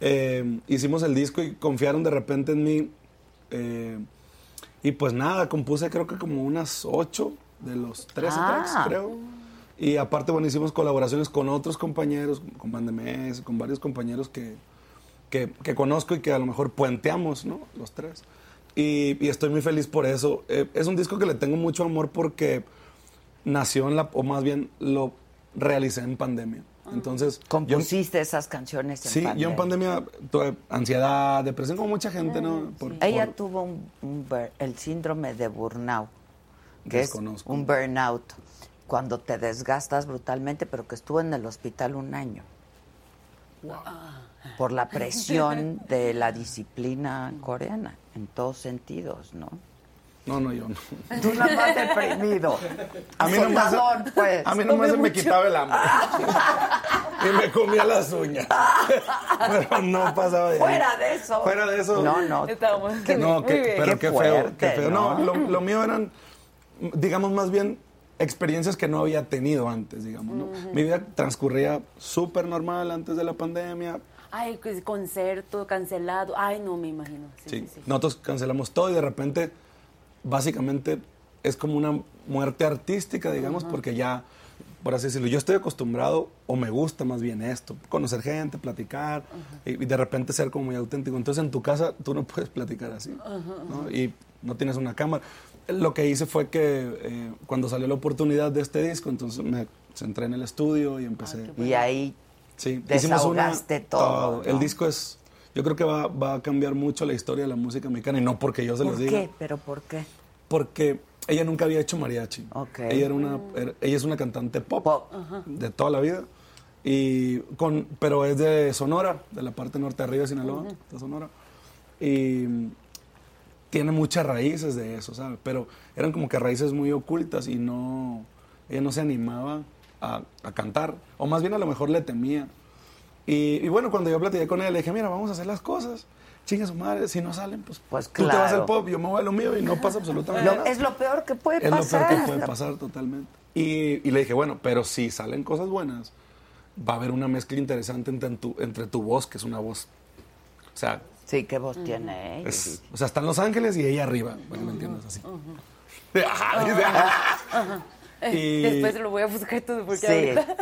Eh, hicimos el disco y confiaron de repente en mí. eh, y pues nada, compuse creo que como unas ocho de los 13
Ah.
tracks, creo. Y aparte, bueno, hicimos colaboraciones con otros compañeros, con Van de Mes, con varios compañeros que, que, que conozco y que a lo mejor puenteamos, ¿no? Los tres. Y, y estoy muy feliz por eso. Eh, es un disco que le tengo mucho amor porque nació en la, o más bien lo realicé en pandemia. Entonces, yo-
Compusiste esas canciones en
Sí, yo en pandemia tuve ansiedad, depresión, como mucha gente, ¿no? Por-
Ella
por-
tuvo un, un bur- el síndrome de burnout, que es
Desconozco.
un burnout, cuando te desgastas brutalmente, pero que estuvo en el hospital un año. Por la presión de la disciplina coreana, en todos sentidos, ¿no?
No, no, yo no.
Tú nada más deprimido.
A mí nomás,
Soldador, pues.
a mí nomás se me quitaba el hambre. y me comía las uñas. pero no pasaba de ahí.
Fuera de eso.
Fuera de eso.
No, no.
Estábamos.
Qué-
No,
muy
que,
bien.
pero qué, feo,
fuerte,
qué feo. No,
¿no?
lo, lo mío eran, digamos, más bien experiencias que no había tenido antes, digamos, ¿no? Mi vida transcurría súper normal antes de la pandemia,
Ay, pues, concierto cancelado. Ay, no me imagino. Sí,
Sí.
sí, sí.
Nosotros cancelamos todo y de repente, básicamente, es como una muerte artística, digamos, porque ya, por así decirlo, yo estoy acostumbrado o me gusta más bien esto, conocer gente, platicar y, y de repente ser como muy auténtico. Entonces en tu casa tú no puedes platicar así ¿no? y no tienes una cámara. Lo que hice fue que eh, cuando salió la oportunidad de este disco, entonces me centré en el estudio y
Ah,
empecé.
Y ahí
Sí, hicimos una-
desahogaste todo. ¿no?
El disco es. Yo creo que va, va a cambiar mucho la historia de la música mexicana y no porque yo se
¿Por
los
qué?
diga.
¿Pero por qué?
Porque ella nunca había hecho mariachi.
Ok.
Ella, era una, era- ella es una cantante pop,
Pop.
de toda la vida. Y con, pero es de Sonora, de la parte norte de Río de Sinaloa, de Sonora. Y tiene muchas raíces de eso, ¿sabes? Pero eran como que raíces muy ocultas y no. Ella no se animaba a, a cantar. O más bien a lo mejor le temía. Y, y bueno, cuando yo platiqué con ella, le dije, mira, vamos a hacer las cosas. Chinga su madre, si no salen, pues,
Pues
tú te vas
claro.
al pop, yo me voy a lo mío y no pasa absolutamente
Lo-
nada.
es lo peor que puede
Es lo
pasar.
peor que puede pasar totalmente. Y, y le dije, bueno, pero si salen cosas buenas, va a haber una mezcla interesante entre tu, entre tu voz, que es una voz. O sea,
Sí, qué voz tiene ella.
es- o sea, están Los Ángeles y ella arriba, para que me entiendas así. Ajá, dice, ajá.
Eh,
Y-
Después lo voy a buscar todo porque
Sí,
ahorita-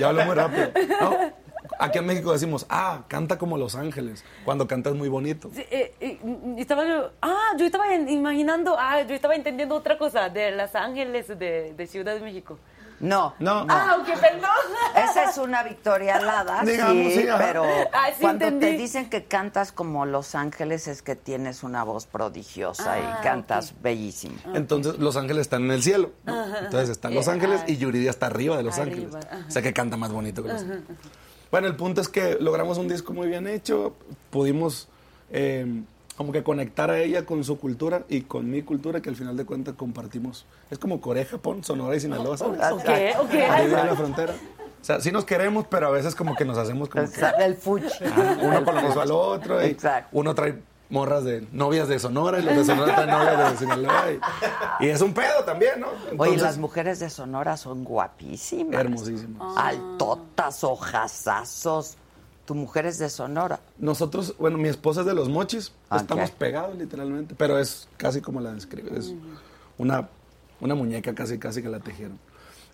Ya hablo muy rápido. ¿no? Aquí en México decimos, ah, canta como Los Ángeles, cuando cantas muy bonito.
Sí, eh, eh, mm, estaba yo- ah, yo estaba en- imaginando, ah, yo estaba entendiendo otra cosa, de Los Ángeles, de, de Ciudad de México.
no.
No, no.
Ah, ok, perdón.
Esa es una victoria alada,
Digamos,
sí,
sí, ajá.
pero
Ah, sí,
cuando te
entendí.
dicen que cantas como Los Ángeles es que tienes una voz prodigiosa
Ah,
y cantas bellísimo.
Ah, Entonces Los Ángeles están en el cielo. ¿no? Entonces están Los
Eh,
Ángeles
ay.
y Yuridia está arriba de Los
Arriba,
Ángeles.
ajá.
O sea que canta más bonito que Los Ángeles. Bueno, el punto es que logramos un disco muy bien hecho, pudimos eh, como que conectar a ella con su cultura y con mi cultura que al final de cuentas compartimos. Es como Corea, Japón, Sonora y Sinaloa. ¿sabes?
ok,
Ah, ok.
Ahí viene la frontera. O sea, sí nos queremos, pero a veces como que nos hacemos como que...
Exacto, El fuchi.
Ah, uno colonizó al otro. y
Exacto.
Uno trae morras de novias de Sonora y los de Sonora traen novias de Sinaloa. Y, y es un pedo también, ¿no?
Oye,
Entonces,
las mujeres de Sonora son guapísimas.
Ah.
Hermosísimas.
Altotas, hojazazos, Tu mujer es de Sonora.
Nosotros, bueno, mi esposa es de los mochis,
Ah,
estamos
ok.
pegados literalmente, pero es casi como la describe, es una, una muñeca casi, casi que la tejieron.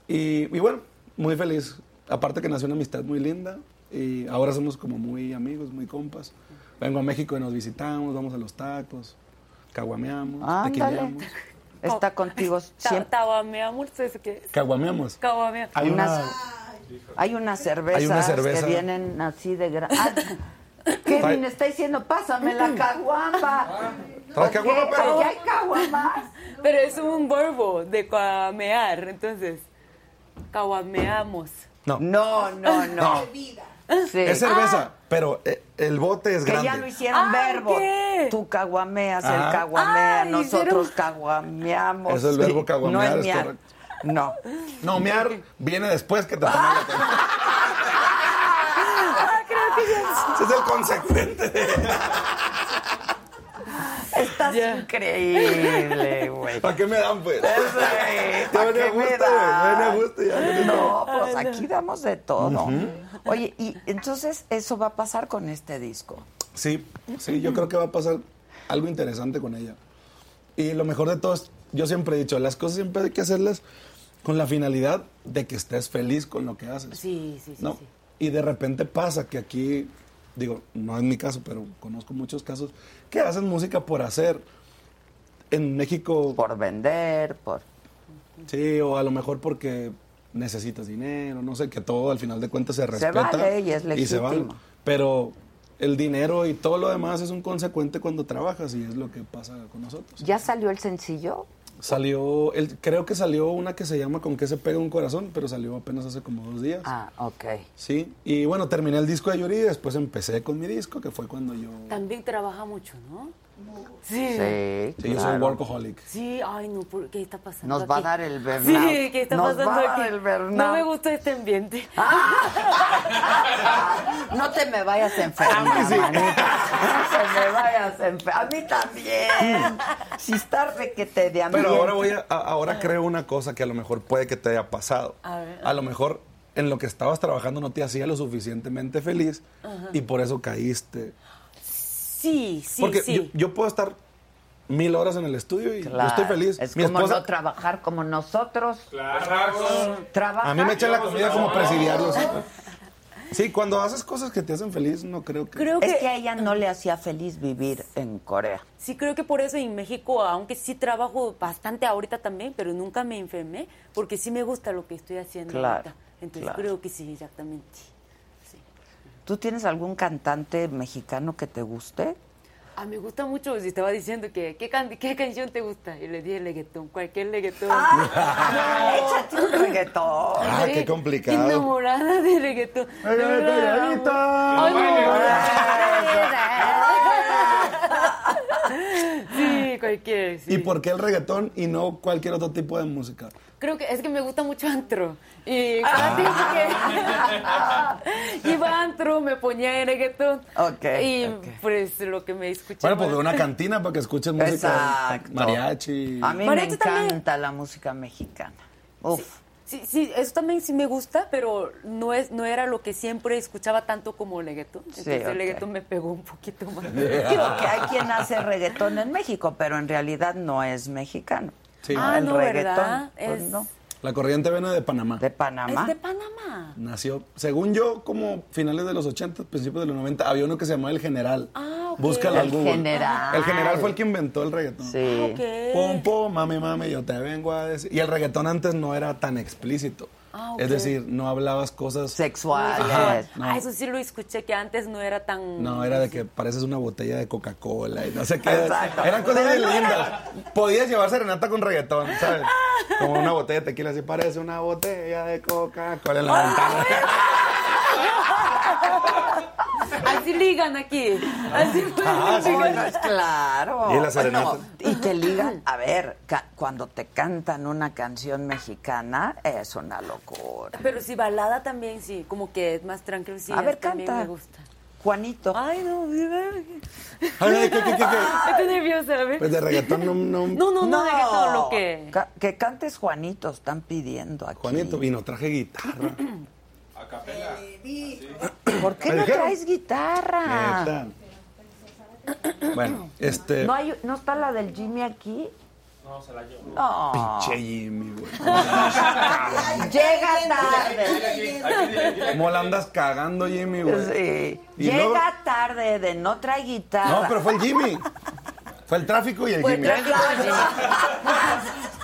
Y, y bueno, muy feliz, aparte que nació una amistad muy linda y ahora somos como muy amigos, muy compas. Vengo a México y nos visitamos, vamos a los tacos, caguameamos,
Ándale.
tequileamos,
Está contigo siempre.
Tabameamos, ¿eso qué es?
caguameamos.
Caguameamos.
Hay
Unas-
una,
Hay unas cervezas
cerveza.
que vienen así de gran. Ah, Kevin
Trae-
está diciendo, pásame la caguamba.
¿Traes Ah, caguama,
¿Qué?
perro?
¿Aquí hay caguamas?
Pero es un verbo de caguamear, entonces. Caguameamos.
no,
No, no, no. Sí. Ah,
es cerveza, pero eh, el bote es
que
grande.
ya lo hicieron
Ay,
verbo.
¿qué?
Tú caguameas,
Ajá.
él caguamea,
Ay,
nosotros
hicieron-
caguameamos.
Es el verbo caguamear,
No
es
miar.
correcto.
No.
No, mear viene después que te tomen la Ah, Ese es el consecuente.
Estás
Ya.
increíble, güey.
¿Para qué me dan, pues?
Ya
Ya venía a gusto, güey. Ya venía a gusto, ya venía a
No, pues aquí damos de todo. Oye, y entonces eso va a pasar con este disco.
Sí, sí, yo creo que va a pasar algo interesante con ella. Y lo mejor de todo es, yo siempre he dicho, las cosas siempre hay que hacerlas con la finalidad de que estés feliz con lo que haces.
Sí, sí, sí.
¿no?
sí.
Y de repente pasa que aquí, digo, no es mi caso, pero conozco muchos casos que hacen música por hacer. En México,
Por vender, por.
sí, o a lo mejor porque necesitas dinero, no sé, que todo al final de cuentas se respeta.
vale y es
se vale.
legítimo.
Pero el dinero y todo lo demás es un consecuente cuando trabajas y es lo que pasa con nosotros.
¿Ya salió el sencillo?
Salió, el, creo que salió una que se llama Con qué se pega un corazón, pero salió apenas hace como dos días.
Ah, ok.
Sí, y bueno, terminé el disco de Yuri y después empecé con mi disco, que fue cuando yo...
También trabaja mucho, ¿no? Sí.
Sí,
Sí, yo soy
claro.
workaholic.
Sí, ay, no, ¿por ¿qué está pasando?
Nos va a
aquí?
dar el burnout.
Sí, ¿qué está
Nos
pasando
va a dar
aquí?
el burnout. Ah.
No me gusta este ambiente.
No te me vayas a
Ah,
enfermar, manita. No te me vayas a enfermar. A mí también. Si está requete de ambiente.
Pero ahora voy a, a- ahora creo una cosa que a lo mejor puede que te haya pasado.
A ver.
lo mejor en lo que estabas trabajando no te hacía lo suficientemente feliz y por eso caíste.
Sí, sí,
Porque
sí.
yo, yo puedo estar mil horas en el estudio y yo
Claro,
estoy feliz.
Es
Mi
como
esposa,
no trabajar como nosotros.
Claro.
Trabajar.
a mí me echa la comida como presidiarlos. Sí, cuando haces cosas que te hacen feliz, no creo que...
Creo
Es
que,
que a ella no le hacía feliz vivir en Corea.
sí, creo que por eso en México, aunque sí trabajo bastante ahorita también, pero nunca me enfermé, porque sí me gusta lo que estoy haciendo
Claro,
ahorita. Entonces
claro.
creo que sí, exactamente.
¿Tú tienes algún cantante mexicano que te guste?
Ah, me gusta mucho, si estaba diciendo que, ¿qué, can- qué canción te gusta? Y le dije reggaetón, cualquier reggaetón.
Échate un reggaetón.
Ah,
Sí,
qué complicado.
Enamorada de reggaetón.
Ay,
De
ay,
verdad,
calladita.
ay,
Ay,
Sí, cualquier. sí.
¿Y
pues-
por qué el reggaetón y no cualquier otro tipo de música?
Creo que es que me gusta mucho antro. Y cada tiempo que iba a antro me ponía en reggaetón.
Ah. Ok,
Y
ok.
pues lo que me escuchaba.
Bueno, pues de una cantina para que escuches música
Exacto.
mariachi.
A mí me
Mariachi también.
encanta la música mexicana. Uf.
Sí, sí, eso también sí me gusta, pero no es no era lo que siempre escuchaba tanto como reggaetón.
Sí,
Entonces
ok.
el reggaetón me pegó un poquito más.
Digo que hay quien hace reggaetón en México, pero en realidad no es mexicano.
Sí.
No,
Ah,
el
no,
reggaetón.
¿verdad?
pues
Es-
no.
La corriente viene de Panamá.
De Panamá.
Es de Panamá.
Nació, según yo, como finales de los 80, principios de los 90, había uno que se llamaba El General.
Ah, ok.
Búscalo al
El
Google.
General.
El General fue el que inventó el reggaetón.
Sí.
Ah, ok.
Pom, pom, mami, mami, yo te vengo a decir. Y el reggaetón antes no era tan explícito.
Ah, ok.
Es decir, no hablabas cosas...
Sexuales.
Ajá. no.
Ah, eso sí lo escuché, que antes no era tan...
No, era de que pareces una botella de Coca-Cola y no sé qué.
Exacto.
Eran cosas muy lindas. Podías llevar serenata con reggaetón, ¿sabes? Como una botella de tequila, así parece una botella de Coca-Cola en la ventana.
Así ligan aquí. Así
Ah, sí,
Bueno, es claro.
Y la serenata.
Bueno, y que ligan, a ver, ca- cuando te cantan una canción mexicana es una locura.
Pero sí, balada también, sí. Como que es más tranquilo, sí.
a ver,
también
canta.
me gusta. Ah,
Juanito.
Ay, no, mira.
Ay, ¿qué, qué, qué, qué?
Estoy nerviosa, a ver.
Pues de reggaetón no... no-
No, no, no, reggaetón, lo que...
Ca- que cantes Juanito, están pidiendo aquí.
Juanito vino, traje guitarra.
A capela.
¿Por qué
¿Me
no
dijeron?
traes guitarra?
Neta. Bueno, este.
¿No, hay, ¿No está la del Jimmy aquí?
No, se la llevo.
No.
Che, Jimmy, güey.
Llega tarde.
¿Cómo la andas cagando, Jimmy, güey?
Sí.
Y
Llega
luego-
tarde de no trae guitarra.
No, pero fue el Jimmy. Fue el tráfico y el Jimmy.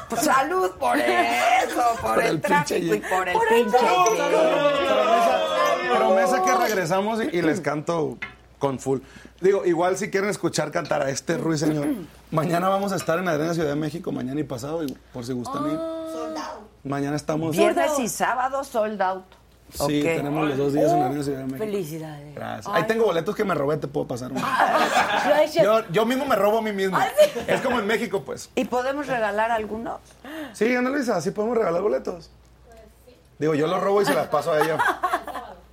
Pues Salud por eso, por,
Por
el,
el
tráfico
pinche
y
Jimmy.
por el pinche. Jimmy.
Promesa, promesa que regresamos y, y les canto con full. Digo, igual si quieren escuchar cantar a este ruiseñor, mañana vamos a estar en la Arena Ciudad de México, mañana y pasado, y por si gustan ir. Mañana estamos.
Viernes y sábado sold out.
Sí,
Ok.
tenemos los dos días en la Arena Ciudad de México.
Felicidades.
Gracias. Ahí tengo boletos que me robé, te puedo pasar uno.
Lo he hecho.
Yo, yo mismo me robo a mí mismo. Es como en México, pues.
¿Y podemos regalar algunos?
Sí, Ana Luisa, así podemos regalar boletos. Digo, yo los robo y se las paso a ella.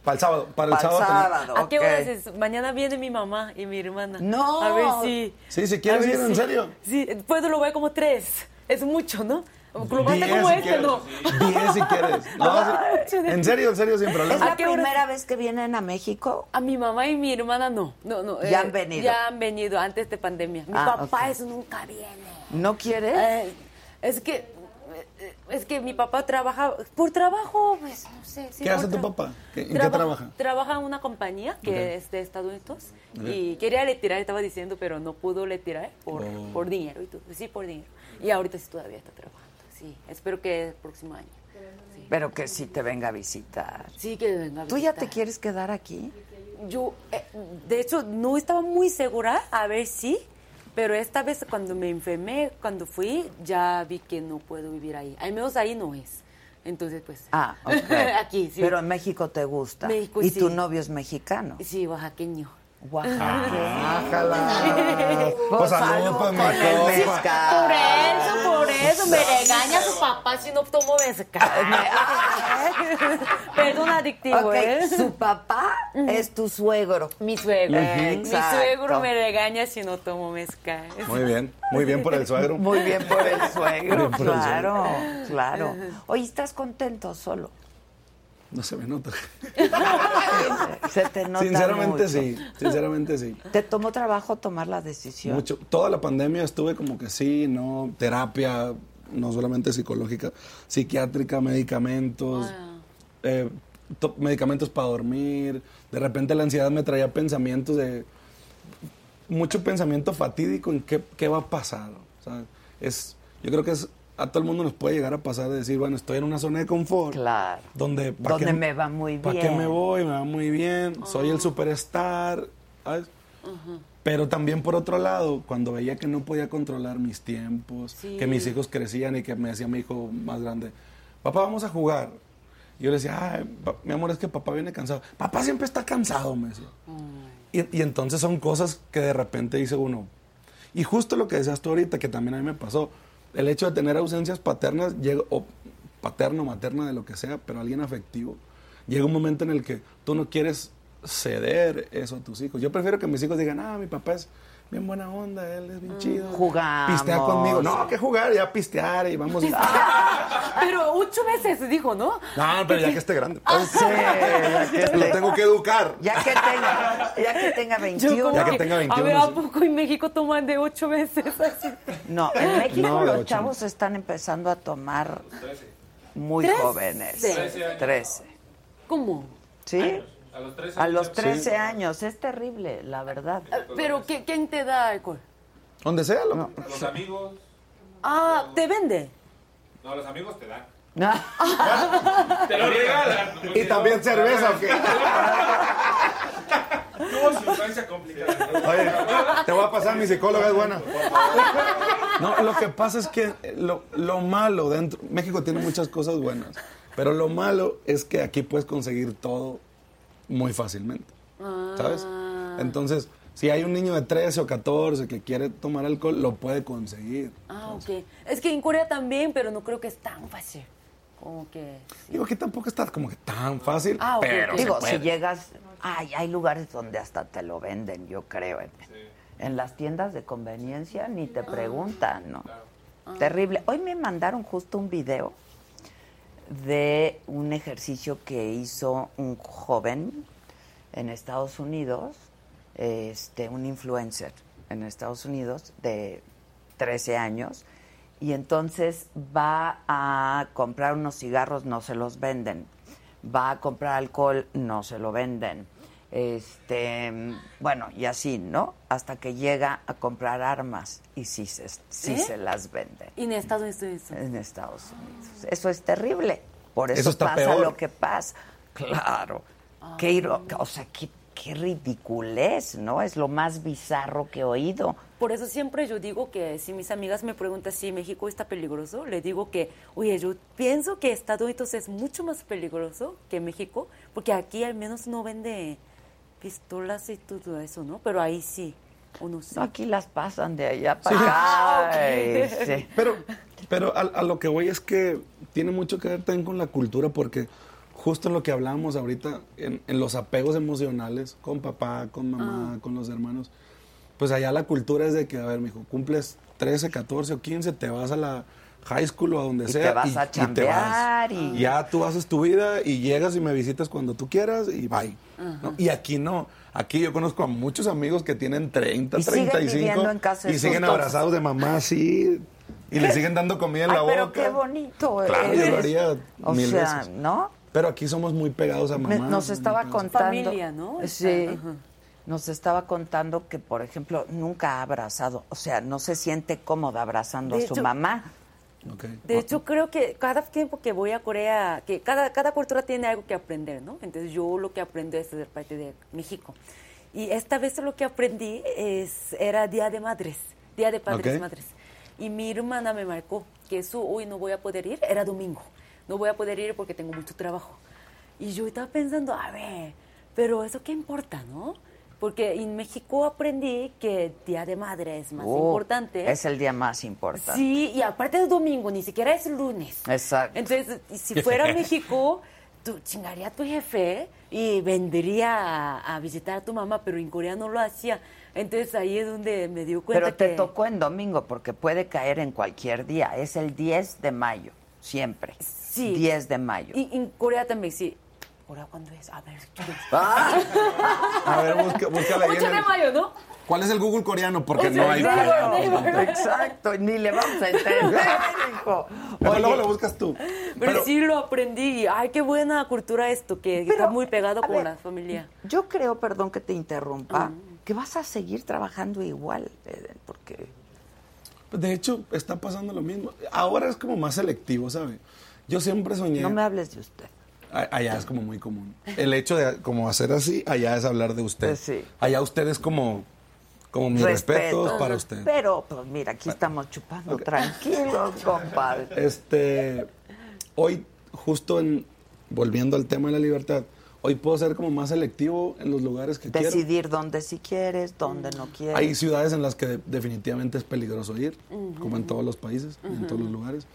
Para el sábado.
Para
Para el
el
sábado. tenemos-
sábado.
¿A Ah, qué
ok.
horas es? Mañana viene mi mamá y mi hermana.
No.
A ver si.
Sí, si quieres
a ver
ir, ¿en serio?
Sí, puedo lo ver como tres. Es mucho, ¿no? Globante
Diez
como
si
este,
quieres.
¿no?
Diez si quieres. No, sí. En serio, en serio, sin
¿Es
problema.
la
¿A qué horas?
primera vez que vienen a México?
A mi mamá y mi hermana no. no, no eh,
Ya han venido.
Ya han venido antes de pandemia. Mi
Ah,
papá
ok.
eso nunca viene.
¿No quieres?
Eh, es que eh, eh, es que mi papá trabaja por trabajo, pues no sé. sí,
¿Qué
por
hace tu
tra-
papá? ¿Qué- en qué
Traba-
trabaja?
Trabaja en una compañía que es de Estados Unidos y quería retirar, estaba diciendo, pero no pudo retirar por,
Oh.
por dinero y todo. Sí, por dinero. Y ahorita sí todavía está trabajando. Sí, espero que el próximo año. Eh.
Pero que sí te venga a visitar.
Sí, que venga. a
¿Tú ya te
visitar.
quieres quedar aquí?
Yo, eh, de hecho, no estaba muy segura, a ver si, pero esta vez cuando me enfermé, cuando fui, ya vi que no puedo vivir ahí. Al menos ahí no es. Entonces, pues,
Ah, ok.
aquí, sí.
Pero en México te gusta.
México,
y
sí.
tu novio es mexicano.
Sí, oaxaqueño.
Oaxaca.
Ájala. Ah. Pues saludos para mi
con el
compa.
Por
mezcal.
eso, por eso, me regaña su papá si no tomo mezcal. Perdón adictivo,
Ok,
¿eh?
su papá es tu suegro.
Mi suegro. eh, Mi
Exacto.
suegro me regaña si no tomo mezcal.
Muy bien, muy bien por el suegro.
Muy bien por el suegro,
Muy bien por el
claro, claro. Oye, ¿estás contento solo?
No se me nota.
Se te nota
sinceramente
mucho.
sí, sinceramente sí.
¿Te tomó trabajo tomar la decisión?
Mucho. Toda la pandemia estuve como que sí, no, terapia, no solamente psicológica, psiquiátrica, medicamentos, eh, to- medicamentos para dormir. De repente la ansiedad me traía pensamientos de mucho pensamiento fatídico en qué, qué va a pasar. O sea, es, yo creo que es, a todo el mundo nos puede llegar a pasar de decir, bueno, estoy en una zona de confort.
Claro.
Donde, ¿pa'
Donde
qué-
me va muy
¿Para qué
bien. Oh.
me voy? Me va muy bien. Soy el superstar. ¿sabes? Pero también por otro lado, cuando veía que no podía controlar mis tiempos, que mis hijos crecían y que me decía mi hijo más grande, papá, vamos a jugar. Y yo le decía, "Ay, pa- mi amor, es que papá viene cansado. Papá siempre está cansado, me decía. Y, y entonces son cosas que de repente dice uno. Y justo lo que decías tú ahorita, que también a mí me pasó, el hecho de tener ausencias paternas, llega, o paterno, materna, de lo que sea, pero alguien afectivo, llega un momento en el que tú no quieres ceder eso a tus hijos. Yo prefiero que mis hijos digan, ah, mi papá es bien buena onda, él es bien chido.
Mm, Jugamos.
Pistea conmigo. No, que jugar, ya pistear y vamos.
Pero ocho meses dijo, ¿no?
No, pero ya que esté grande.
Ah, Sí, ya que
Lo
te-
tengo que educar.
Ya que tenga, ya que tenga
Yo
21.
como
Ya que tenga
A
21,
ver, ¿a
sí.
poco en México toman de ocho veces así?
No, en México
No,
los
ocho.
chavos están empezando a tomar muy
Trece.
jóvenes.
Trece.
13.
¿Cómo?
¿Sí?
A los 13
A los 13 años. Es terrible, la verdad.
Ah, ¿Pero qué, quién te da alcohol?
Donde sea, lo-
Los amigos.
Ah, ¿te vende?
No, los amigos te dan.
Ah,
Te lo regalan.
Y también cerveza, ¿o qué?
Tuvo su infancia complicada.
Oye, te voy a pasar, mi psicóloga es buena. No, lo que pasa es que lo, lo malo dentro. México tiene muchas cosas buenas, pero lo malo es que aquí puedes conseguir todo muy fácilmente. ¿Sabes?
Ah.
Entonces, si hay un niño de 13 o 14 que quiere tomar alcohol, lo puede conseguir.
Ah, ok. Es que en Corea también, pero no creo que es tan fácil. Como que...
Digo, aquí tampoco está como que tan fácil,
Ah, ok,
pero.
ok.
se
digo,
puede.
si llegas. Ay, hay lugares donde hasta te lo venden, yo creo. En, en las tiendas de conveniencia ni te preguntan, ¿no? Terrible. Hoy me mandaron justo un video de un ejercicio que hizo un joven en Estados Unidos, este, un influencer en Estados Unidos de 13 años, y entonces va a comprar unos cigarros, no se los venden. Va a comprar alcohol, no se lo venden. Este, bueno, y así, ¿no? Hasta que llega a comprar armas y sí se, sí
¿Eh?
se las venden
Y en Estados Unidos.
en Estados Unidos. Eso es terrible. Por eso,
Eso está
pasa
peor.
lo que pasa. Claro. Qué, iro- o sea, qué, qué ridiculez, ¿no? Es lo más bizarro que he oído.
Por eso siempre yo digo que si mis amigas me preguntan si México está peligroso, le digo que, oye, yo pienso que Estados Unidos es mucho más peligroso que México, porque aquí al menos no vende pistolas y todo eso, ¿no? Pero ahí sí, o no sé.
No, aquí las pasan de allá para
Sí.
acá.
Ah,
Ay, sí.
Pero, pero a, a lo que voy es que tiene mucho que ver también con la cultura, porque justo en lo que hablábamos ahorita, en, en los apegos emocionales, con papá, con
Ah.
mamá, con los hermanos, pues allá la cultura es de que, a ver, mijo, cumples 13, 14 o 15, te vas a la high school o a donde
Y
sea.
te vas a chambear y-
Ya tú haces tu vida y llegas y me visitas cuando tú quieras y bye. ¿no? Y aquí no. Aquí yo conozco a muchos amigos que tienen 30,
Y siguen
35
viviendo en casa de
y
sus
siguen
dos.
abrazados de mamá así y le siguen dando comida en
Ay,
la
pero
boca.
qué bonito
Claro, yo lo
eres.
haría
O
mil
sea,
veces.
¿no?
Pero aquí somos muy pegados a mamá.
Me- nos estaba contando.
Familia, ¿no?
Sí.
Ajá.
Nos estaba contando que, por ejemplo, nunca ha abrazado, o sea, no se siente cómoda abrazando
De
a su
hecho-
mamá.
Ok.
De hecho, creo que cada tiempo que voy a Corea, que cada, cada cultura tiene algo que aprender, ¿no? Entonces yo lo que aprendo es ser parte de México. Y esta vez lo que aprendí es, era Día de Madres, Día de Padres
Ok.
Madres. Y mi hermana me marcó que su hoy no voy a poder ir, era domingo. No voy a poder ir porque tengo mucho trabajo. Y yo estaba pensando, a ver, pero eso qué importa, ¿no? Porque en México aprendí que Día de Madre es más
Oh,
importante.
Es el día más importante.
Sí, y aparte es domingo, ni siquiera es lunes.
Exacto.
Entonces, y si fuera a México, tú chingaría a tu jefe y vendría a, a visitar a tu mamá, pero en Corea no lo hacía. Entonces ahí es donde me dio cuenta
Pero te
que...
tocó en domingo porque puede caer en cualquier día. Es el 10 de mayo, siempre.
Sí.
10 de mayo.
Y en Corea también, sí. ¿Corea cuándo es? A ver, ¿qué es?
¡Ah!
A ver, busca, búscala ahí
8
en
de
el-
mayo, ¿no?
¿Cuál es el Google coreano? Porque
O sea,
no hay.
neighbor,
coreano.
neighbor.
Exacto, ni le vamos a entender, hijo.
Mejor
Oye,
luego lo buscas tú.
Pero, sí lo aprendí. Ay, qué buena cultura esto, que
pero,
está muy pegado
a
con
ver,
la familia. Mm.
Yo creo, perdón que te interrumpa, que vas a seguir trabajando igual, Eden, porque
De hecho, está pasando lo mismo. Ahora es como más selectivo, ¿sabes? Yo siempre soñé.
no me hables de usted.
A- Allá es como muy común. El hecho de como hacer así, allá es hablar de usted.
Pues sí.
Allá usted es como, como mis respetos para usted.
Pero, pues mira, aquí estamos chupando tranquilos, compadre.
Este, hoy, justo en, volviendo al tema de la libertad, hoy puedo ser como más selectivo en los lugares que quiero.
Decidir dónde sí quieres, dónde no quieres.
Hay ciudades en las que definitivamente es peligroso ir, como en todos los países, en todos los lugares.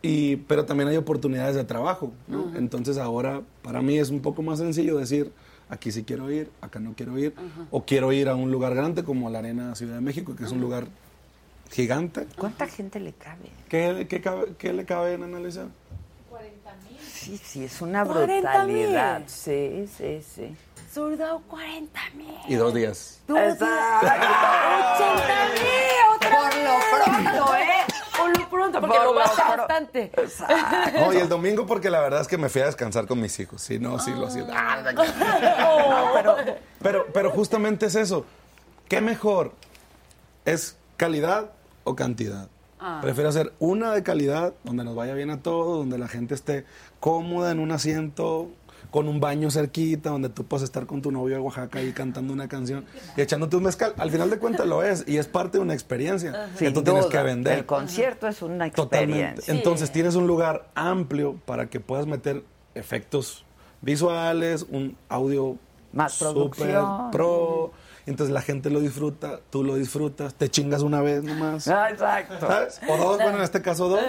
Y, pero también hay oportunidades de trabajo, ¿no? Entonces ahora para mí es un poco más sencillo decir, aquí sí quiero ir, acá no quiero ir, o quiero ir a un lugar grande como la Arena Ciudad de México, que es un lugar gigante.
¿Cuánta gente le cabe?
¿Qué, qué cabe- qué le cabe en analizar?
Sí, sí, es una
40 mil.
brutalidad. Sí, sí, sí.
Soldado 40 mil.
Y dos días.
¡80 mil! ¡Otra
Por lo pronto, ¿eh?
Por lo pronto, porque
Por
lo
lo
gasta
pro-
bastante.
No, y el domingo porque la verdad es que me fui a descansar con mis hijos. Sí, no, sí, lo siento. Ah, Pero, pero justamente es eso. ¿Qué mejor? ¿Es calidad o cantidad? Prefiero hacer una de calidad, donde nos vaya bien a todos, donde la gente esté cómoda en un asiento, con un baño cerquita, donde tú puedas estar con tu novio de Oaxaca ahí cantando una canción y echándote un mezcal. Al final de cuentas lo es y es parte de una experiencia que
Sin
tú tienes
duda,
que vender.
El concierto es una
Totalmente.
experiencia.
Entonces tienes un lugar amplio para que puedas meter efectos visuales, un audio
Más
súper
producción.
pro. Entonces la gente lo disfruta, tú lo disfrutas, te chingas una vez nomás.
Ah, Exacto.
¿Sabes? O dos, bueno, en este caso dos.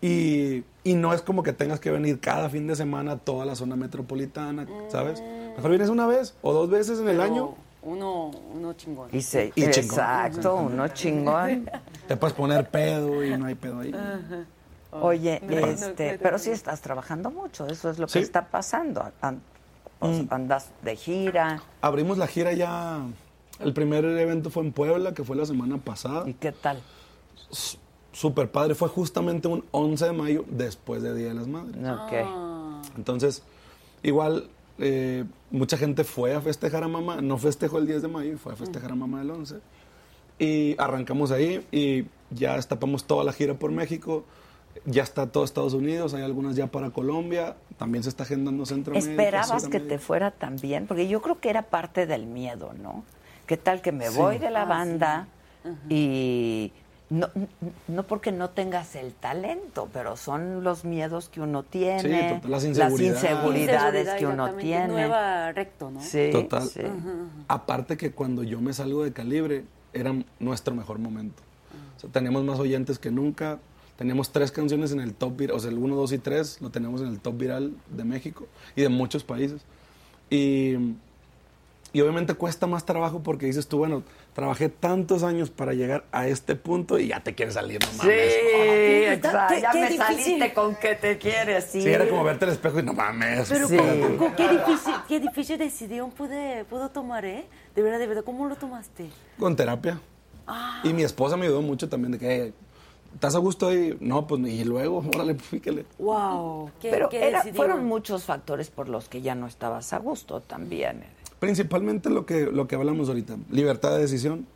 Y, y no es como que tengas que venir cada fin de semana a toda la zona metropolitana, ¿sabes? Mejor vienes una vez o dos veces en el año.
Uno, uno chingón.
Y se,
Y chingón.
exacto, uno chingón.
Te puedes poner pedo y no hay pedo ahí.
Oye,
No, no,
este,
pero-
pero sí estás trabajando mucho, eso es lo que
Sí. Mm.
está pasando. An- pues, andas de gira.
Abrimos la gira ya. El primer evento fue en Puebla, que fue la semana pasada.
¿Y qué tal?
Súper padre. Fue justamente un 11 de mayo después de Día de las Madres.
Ok.
Entonces, igual, eh, mucha gente fue a festejar a mamá, no festejó el 10 de mayo, fue a festejar a mamá el 11. Y arrancamos ahí y ya destapamos toda la gira por México, ya está todo Estados Unidos, hay algunas ya para Colombia, también se está agendando Centro
¿Esperabas que te fuera tan bien? Porque yo creo que era parte del miedo, ¿no? ¿Qué tal que me voy de la banda y no, no porque no tengas el talento, pero son los miedos que uno tiene,
total, las inseguridades.
inseguridades que uno
exactamente,
tiene.
Nueva recto, ¿no?
Sí,
Total.
sí.
Aparte que cuando yo me salgo de Calibre, era nuestro mejor momento. O sea, teníamos más oyentes que nunca. Teníamos tres canciones en el top viral, o sea, el 1, 2 y 3 lo teníamos en el top viral de México y de muchos países. Y, y obviamente cuesta más trabajo porque dices tú, bueno, trabajé tantos años para llegar a este punto y ya te quieres salir, no
Sí,
mames.
exacto.
qué-
Ya
qué
me
difícil.
saliste con que te quieres. Sí,
Sí, era como verte al espejo y no mames.
Pero
Sí.
¿cómo- cómo- qué, difícil, qué difícil decisión pude, pudo tomar, ¿eh? De verdad, de verdad, ¿cómo lo tomaste?
Con terapia. Y mi esposa me ayudó mucho también de que, "Hey, ¿estás a gusto ahí? No, pues y luego, órale, pues, fíjale.
¡Wow! ¿Qué,
Pero
qué
era-
decidieron?
fueron muchos factores por los que ya no estabas a gusto también.
Principalmente lo que, lo que hablamos ahorita, libertad de decisión,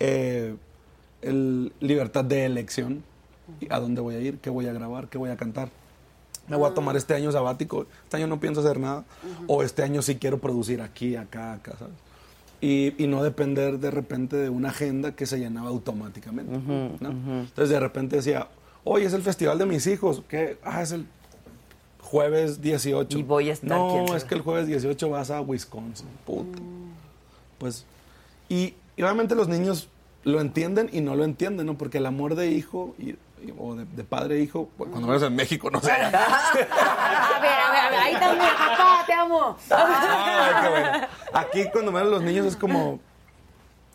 eh, el- libertad de elección, y a dónde voy a ir, qué voy a grabar, qué voy a cantar. Me voy a tomar este año sabático, este año no pienso hacer nada, o este año sí quiero producir aquí, acá, acá, ¿sabes? Y, y no depender de repente de una agenda que se llenaba automáticamente. ¿no? Entonces de repente decía, hoy es el festival de mis hijos, que ah, es el jueves 18.
Y voy a estar, quién
No,
sabe.
es que el jueves 18 vas a Wisconsin. Puta. Pues. Y, y obviamente los niños lo entienden y no lo entienden, ¿no? Porque el amor de hijo y- y- o de, de padre e hijo, pues, cuando menos en México, no sé.
A ver, a ver, a ver, ahí también, papá, te amo.
Ay, qué bueno. Aquí, cuando menos los niños, es como.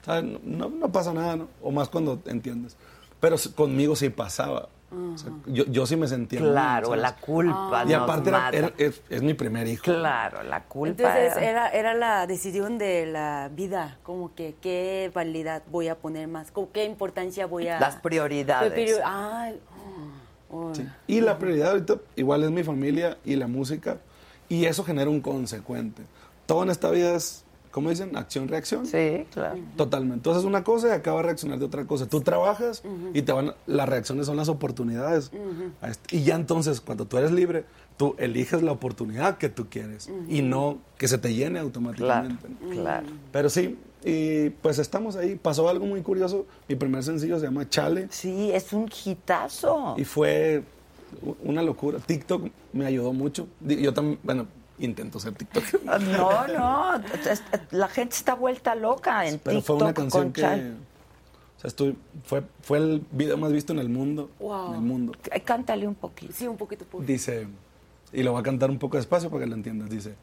¿sabes? No- No, no pasa nada, ¿no? O más cuando entiendes. Pero s- conmigo sí pasaba. O sea, yo, yo sí me sentía. mal,
Claro,
¿sabes?
la culpa.
Y
nos
aparte, era-
mata.
era- es, es mi primer hijo.
Claro, la culpa.
Entonces
era-
era, era la decisión de la vida, como que qué validad voy a poner más, como qué importancia voy a...
Las prioridades.
Qué priori- ay, oh, oh.
Sí. Y la prioridad ahorita igual es mi familia y la música. Y eso genera un consecuente. Todo en esta vida es, ¿cómo dicen? Acción-reacción.
Sí, claro.
Totalmente. Entonces una cosa y acaba de reaccionar de otra cosa. Tú trabajas y te van, las reacciones son las oportunidades. A este- Y ya entonces, cuando tú eres libre, tú eliges la oportunidad que tú quieres y no que se te llene
Claro,
automáticamente. ¿no?
claro.
Pero sí, y pues estamos ahí. Pasó algo muy curioso. Mi primer sencillo se llama Chale.
Sí, es un hitazo.
Y fue u- una locura. TikTok me ayudó mucho. Di- Yo también, bueno, intento ser TikTok.
Ah, No, no, es- la gente está vuelta loca en
Pero
TikTok
fue una canción
con
que.
Chan.
O sea, estuve- fue, fue el video más visto en el mundo.
Wow.
En el mundo.
Ay, Cántale un poquito.
Sí, un poquito por...
Dice, y lo voy a cantar un poco despacio para que lo entiendas. Dice,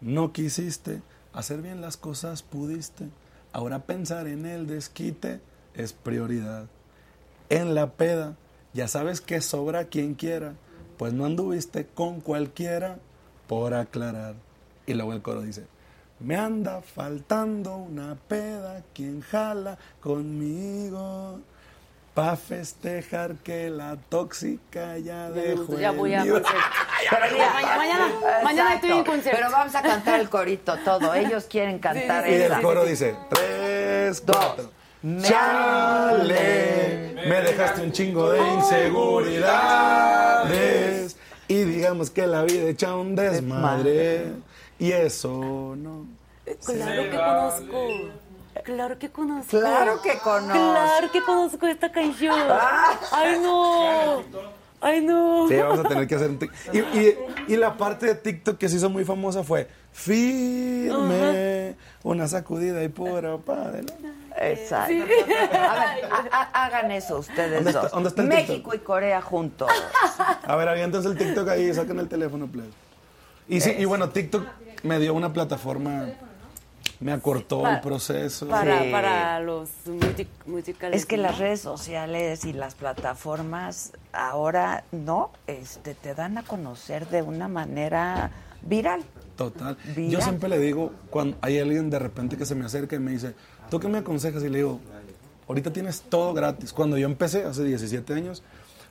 no quisiste hacer bien las cosas, pudiste. Ahora pensar en el desquite es prioridad. En la peda, ya sabes que sobra quien quiera, pues no anduviste con cualquiera por aclarar. Y luego el coro dice, me anda faltando una peda, quien jala conmigo. Pa' festejar que la tóxica ya dejó
Ya
el
voy a...
nido".
Mañana, mañana, mañana estoy en
Exacto.
concierto.
Pero vamos a cantar el corito todo. Ellos quieren cantar
Y el
esa.
coro dice, tres,
Dos.
cuatro.
Me-
Chale, me dejaste un chingo de inseguridades. Y digamos que la vida echa un desmadre. Y eso no.
Claro que conozco. Claro que conozco.
Claro que conozco.
Claro que conozco esta canción. Ay no. Ay no.
Sí, vamos a tener que hacer un TikTok. Y, y- y la parte de TikTok que se hizo muy famosa fue firme, una sacudida y por adelante.
Exacto. A ver, ha- ha- hagan eso ustedes
¿Dónde está-
dos.
dónde está el
México
TikTok?
y Corea juntos.
A ver, aviéntense el TikTok ahí, saquen el teléfono, please. Y sí, y bueno, TikTok me dio una plataforma, me acortó el proceso.
Para,
Sí.
para los music- musicales.
Es que
¿no?
las redes sociales y las plataformas ahora no este, te dan a conocer de una manera viral.
Total.
Mira.
Yo siempre le digo, cuando hay alguien de repente que se me acerca y me dice, ¿tú qué me aconsejas? Y le digo, ahorita tienes todo gratis. Cuando yo empecé, hace 17 años,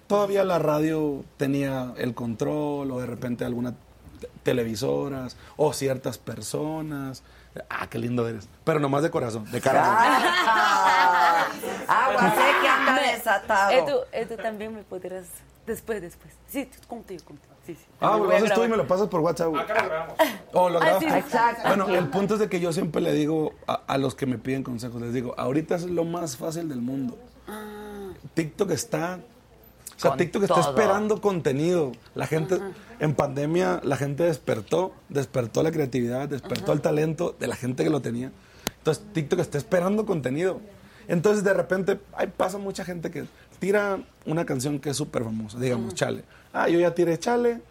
todavía la radio tenía el control o de repente algunas te- televisoras o ciertas personas. Ah, qué lindo eres. Pero nomás de corazón, de cara.
Ah, agua, sé que anda desatado.
Edu, Edu, también me podrás. Después, después. Sí, tú- contigo, contigo. Sí, sí.
Ah,
Voy
lo
a
haces tú y
grabar.
me lo pasas por WhatsApp. güey.
Acá lo grabamos.
Oh, lo
Ah,
grabaste.
sí, sí.
Exacto.
Bueno,
Sí.
el punto es de que yo siempre le digo a, a los que me piden consejos, les digo, ahorita es lo más fácil del mundo.
Ah.
TikTok está... O sea,
Con
TikTok está
todo.
esperando contenido. La gente, en pandemia, la gente despertó, despertó la creatividad, despertó el talento de la gente que lo tenía. Entonces, TikTok está esperando contenido. Entonces, de repente, ahí pasa mucha gente que tira una canción que es súper famosa, digamos, Chale. Ah, yo ya tiré Chale,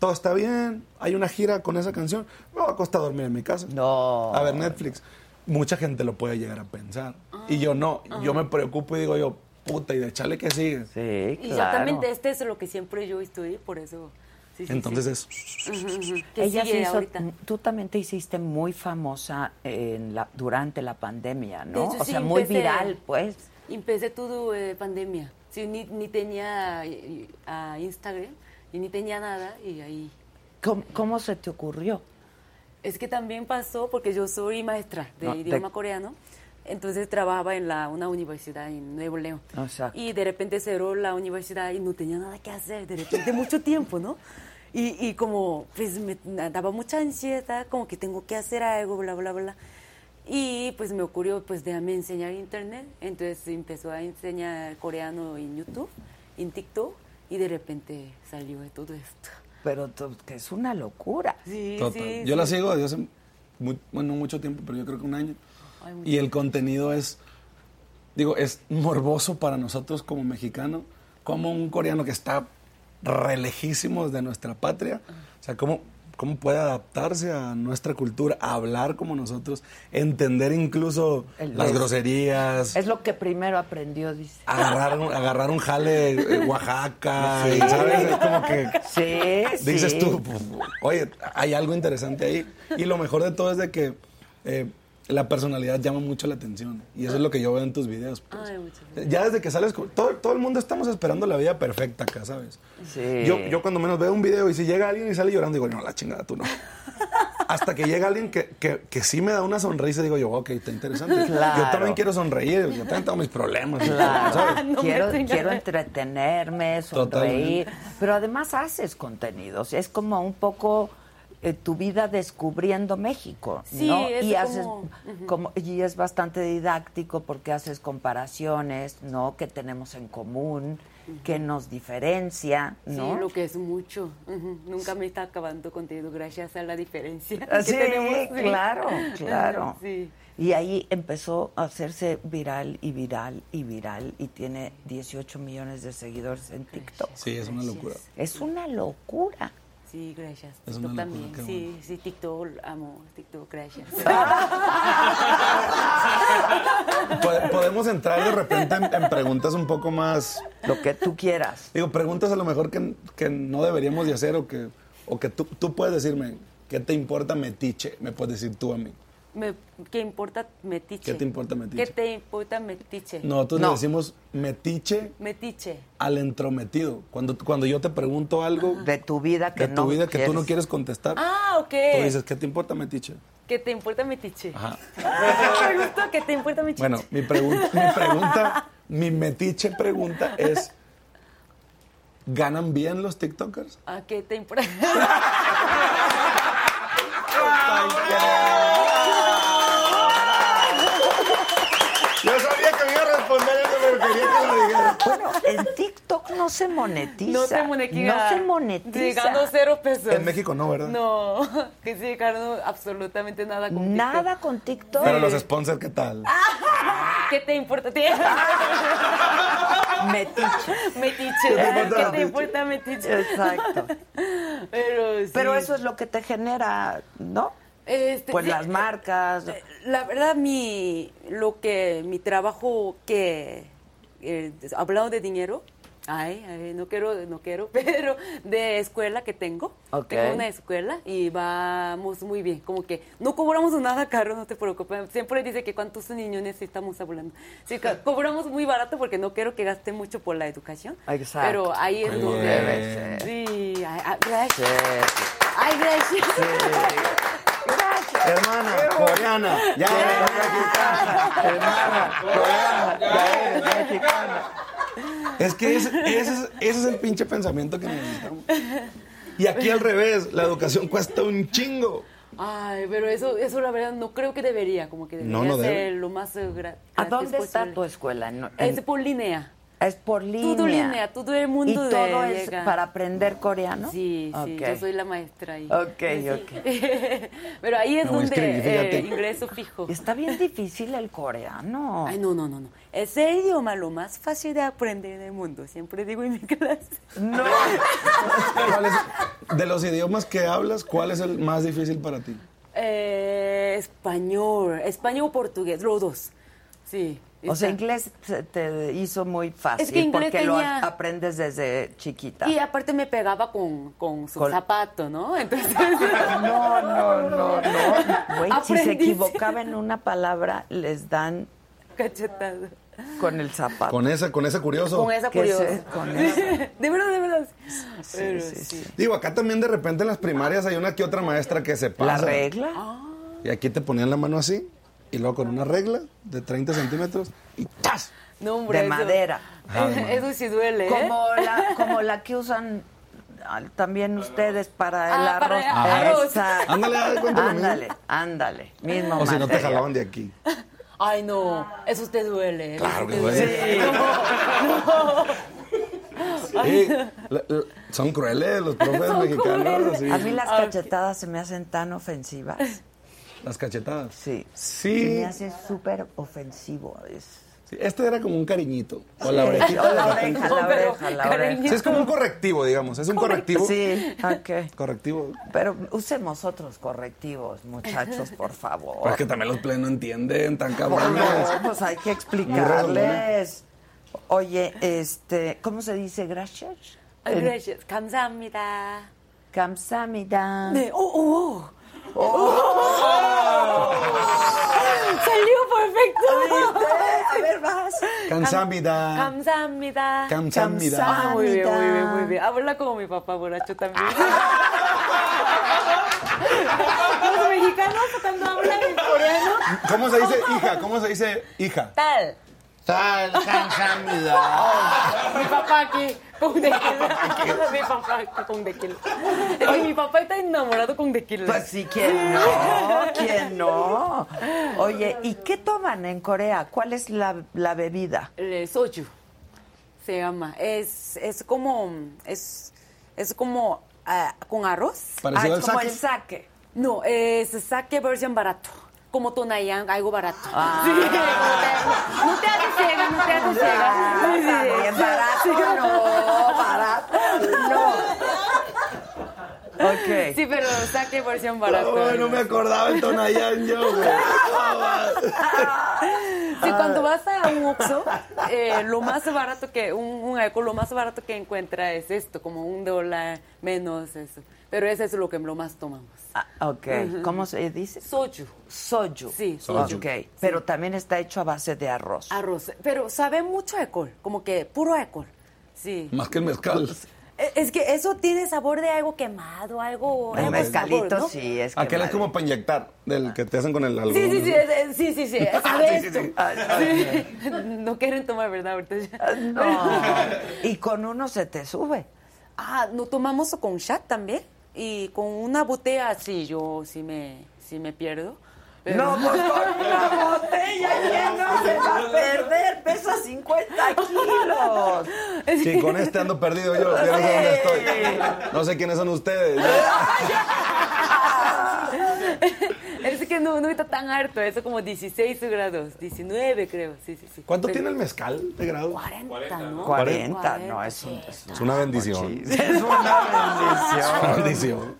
todo está bien, hay una gira con esa canción, me va a costar dormir en mi casa.
No.
A ver, Netflix. Mucha gente lo puede llegar a pensar. Y yo no, yo me preocupo y digo yo, puta, y de Chale, ¿qué sigue?
Sí,
Y
claro.
exactamente este es lo que siempre yo estudié, por eso. Sí, sí,
Entonces
sí.
es...
Ujú, ujú. ¿Qué
Ella se
sigue
hizo-
ahorita?
tú también te hiciste muy famosa en la, durante la pandemia,
De
¿no?
hecho,
o
sí,
sea, muy
empecé-
viral, pues.
Empecé todo eh, pandemia. Sí, ni, ni tenía eh, a Instagram y ni tenía nada y ahí.
¿Cómo, cómo se te ocurrió?
Es que también pasó porque yo soy maestra de
No, te-
idioma coreano, entonces trabajaba en la, una universidad en Nuevo León.
Exacto.
Y de repente cerró la universidad y no tenía nada que hacer, de repente mucho tiempo, ¿no? Y, y como, pues me daba mucha ansiedad, como que tengo que hacer algo, bla, bla, bla. Y pues me ocurrió, pues déjame enseñar internet. Entonces empezó a enseñar coreano en YouTube, en TikTok, y de repente salió de todo esto.
Pero tú- que es una locura.
Sí,
Total.
sí,
yo la
sí.
sigo desde hace, mu- bueno, no mucho tiempo, pero yo creo que un año.
Ay, muy
y el contenido es, digo, es morboso para nosotros como mexicano, como un coreano que está relejísimo de nuestra patria. O sea, cómo, cómo puede adaptarse a nuestra cultura, hablar como nosotros, entender incluso
El-
las groserías.
Es lo que primero aprendió, dice.
Agarrar, un- agarrar un jale eh, Oaxaca, y, ¿sabes? Es como que
Sí, sí.
Dices tú, oye, hay algo interesante ahí. Y lo mejor de todo es de que eh, la personalidad llama mucho la atención. Y eso es lo que yo veo en tus videos. pues.
Ay, muchas
ya desde que sales, con- todo, todo el mundo estamos esperando la vida perfecta acá, ¿sabes?
Sí.
Yo, yo cuando menos veo un video y si llega alguien y sale llorando, digo, no, la chingada, tú no. Hasta que llega alguien que, que, que sí me da una sonrisa, digo yo, ok, está interesante.
Claro.
Yo también quiero sonreír, yo también tengo mis problemas.
Claro,
¿sabes?
No me
quiero,
tengas-
quiero entretenerme, sonreír,
Totalmente.
pero además haces contenidos, es como un poco eh, tu vida descubriendo México,
Sí,
¿no?
es
y haces como-
como-
y es bastante didáctico porque haces comparaciones, ¿no? Que tenemos en común, que nos diferencia, ¿no?
Sí, lo que es mucho. Ujú. Nunca me está acabando contigo gracias a la diferencia
Ah,
que
sí,
tenemos. sí.
claro, claro.
Sí.
Y ahí empezó a hacerse viral y viral y viral y tiene 18 millones de seguidores en TikTok.
Sí, es una locura.
Es una locura.
Sí, gracias.
Es
TikTok
una locura,
también.
qué
sí, sí, TikTok, amo TikTok, gracias.
Pod- Podemos entrar de repente en- en preguntas un poco más
Lo que tú quieras.
Digo, preguntas a lo mejor que, que no deberíamos de hacer o que, o que tú, tú puedes decirme, ¿qué te importa metiche? Me puedes decir tú a mí.
Me- ¿Qué importa metiche?
¿Qué te importa metiche?
¿Qué te importa metiche?
Nosotros
No.
le decimos metiche
Metiche.
al entrometido. Cuando, cuando yo te pregunto algo
De tu vida que
de
no
tu vida que tú no
quieres. eh.
quieres contestar,
Ah, ok.
tú dices, ¿qué te importa metiche?
¿Qué te importa metiche?
Ajá.
Me gustó, ¿qué te importa metiche?
Bueno, mi, pregun- mi pregunta, mi metiche pregunta es, ¿ganan bien los TikTokers?
¿A Ah, qué te importa?
Yo sabía que me iba a responder eso, pero quería que lo dijera.
Bueno, en TikTok no se monetiza.
No te monetiza.
No se monetiza.
Llegando cero pesos.
En México no, ¿verdad?
No, que sí llegaron absolutamente nada con
Nada
TikTok.
con TikTok.
Pero los sponsors, ¿qué tal?
¿Qué te importa?
Metiche.
metiche.
te
Ay,
importa
¿Qué te
metiche?
importa metiche?
Exacto.
Pero, sí.
Pero eso es lo que te genera, ¿no?
Este,
Pues
sí,
las marcas.
eh, La verdad, mi, lo que, mi trabajo que, eh, hablando de dinero, Ay, ay, no quiero, no quiero, pero de escuela que tengo.
Ok.
Tengo una escuela y vamos muy bien. Como que no cobramos nada caro, no te preocupes. Siempre dice que cuántos niños necesitamos hablando. Sí, co- cobramos muy barato porque no quiero que gaste mucho por la educación.
Exacto.
Pero ahí es
Como
donde.
debe ser.
Sí, ay, ay, gracias.
Sí.
Ay, gracias.
Gracias.
Hermana, coreana, ya eres mexicana. Hermana, coreana, ya eres mexicana.
Es que ese, ese es, ese es el pinche pensamiento que necesitamos. Y aquí al revés, la educación cuesta un chingo.
Ay, pero eso, eso la verdad no creo que debería, como que debería
No, no
ser
debe.
lo más eh, gra-
¿A
gratis
dónde está
posible.
tu escuela? No, en-
Es por línea.
es por línea.
Todo línea, todo el mundo
¿Y
de-
todo es
llega.
para aprender coreano?
Sí, sí,
Ok.
yo soy la maestra ahí.
Ok,
Sí.
ok.
Pero ahí es
Me voy a inscribir,
donde
fíjate.
eh, ingreso fijo.
Está bien difícil el coreano.
Ay, no, no, no, no. Ese idioma lo más fácil de aprender del mundo, siempre digo en mi clase.
No.
¿Cuál es- de los idiomas que hablas, ¿cuál es el más difícil para ti?
Eh, español, español portugués, los dos. Sí.
O sea,
está.
inglés se te hizo muy fácil
Es que inglés
porque lo
tenía-
a- aprendes desde chiquita.
Y aparte me pegaba con, con su
Con-
zapato, ¿no? Entonces...
No, no, no, no. Güey, si se
Aprendí.
equivocaba en una palabra, les dan
Cachetada.
con el zapato.
Con esa, con esa curioso.
Con esa
¿Qué
curiosidad.
se- con esa?
De verdad, de verdad. Pero
sí, sí.
Digo, acá también de repente en las primarias hay una que otra maestra que se
¿La
pasa.
regla?
Y aquí te ponían la mano así, y luego con una regla de 30 centímetros, y ¡tas!
No, hombre,
De
eso-
madera.
Ajá, de
Eso sí duele. ¿eh?
Como la, como la que usan ah, también ustedes para el
Ah, para
arroz.
el arroz.
Exacto.
Ándale, haz de cuenta lo mismo.
ándale, ándale. Mismo
O si no te
material.
jalaban de aquí.
Ay, no, eso te duele.
Claro
eso
que
te
duele.
No,
Sí, la- la- son crueles los profes
Son
mexicanos.
crueles.
sí.
A mí las
Ah, ok.
cachetadas se me hacen tan ofensivas.
Las cachetadas.
Sí. Se
Sí.
me hace súper ofensivo. Es...
Sí, Este era como un cariñito. O la
Sí, o
orejita.
la oreja, la
No, pero,
oreja, la
cariño.
oreja.
Sí, es como un correctivo, digamos. Es un correctivo.
Sí, ok.
Correctivo.
Pero usemos otros correctivos, muchachos, por favor.
Pero es que también los play no entienden tan
Por
cabrones.
favor, pues hay que explicarles.
redondona.
Oye, este, ¿cómo se dice gracias?
Ay,
En-
gracias. 감사합니다.
Kamsamida.
네, 오, 오, 오. 살리오 퍼펙트.
A ver, vas.
Cansambida.
감사합니다.
Cansambida.
Cansa-
Ah, muy bien, muy bien, muy bien. Habla como mi papá borracho también. Los mexicanos cuando hablan en coreano,
¿Cómo se dice hija? ¿Cómo se dice hija?
tal.
Tal, cansamida.
Mi papá aquí con tequila. mi papá aquí con tequila. Es que mi papá está enamorado con tequila.
Pues sí, ¿quién no? ¿Quién no? Oye, ¿y qué toman en Corea? ¿Cuál es la, la bebida?
El soju se llama. Es, es como, es, es como ah, con arroz.
Parecido
Ah,
al
es como
sake.
el saque.
No, es sake versión barato. Como Tonayán, algo barato.
Ah.
Sí, como te- no te hagas ciega, no te hagas ciega. Sí, sí, sí.
Bien barato, no, barato, no. Ok.
Sí, pero saque versión barata.
Ay, no me acordaba el Tonayán yo, güey.
Sí, cuando vas a un Oxxo, eh, lo más barato que, un, un alcohol, lo más barato que encuentra es esto, como un dólar menos eso. Pero ese es lo que lo más tomamos.
Ah, ok, ¿cómo se dice?
Soju,
Soju.
Sí,
soju.
Ok, pero también está hecho a base de arroz.
arroz. Pero sabe mucho a alcohol, como que puro alcohol. Sí.
Más que el mezcal.
E- Es que eso tiene sabor de algo quemado, algo...
El
algo
mezcalito
sabor, pues, ¿no?
sí es que
Aquel
madre.
es Ah, como para inyectar, del que te hacen con el algodón.
Sí, sí, sí, es- es- sí, sí, sí, es- sabe esto.
Ah,
Sí. No quieren tomar, ¿verdad? Ahorita ya.
No. Y con uno se te sube.
Ah, no tomamos con chat también y con una botella sí yo sí me sí me pierdo. Pero
No, pues con una botella llena se va a perder. Pesa 50 kilos.
Sí, con este ando perdido yo. Yo no sé dónde estoy. No sé quiénes son ustedes.
es que no no está tan harto, eso como 16 grados, 19 creo. Sí, sí, sí.
¿Cuánto
Pero-
tiene el mezcal de grado?
40, ¿no?
40, no, es un... Es
Es una bendición.
es una bendición.
Una bendición.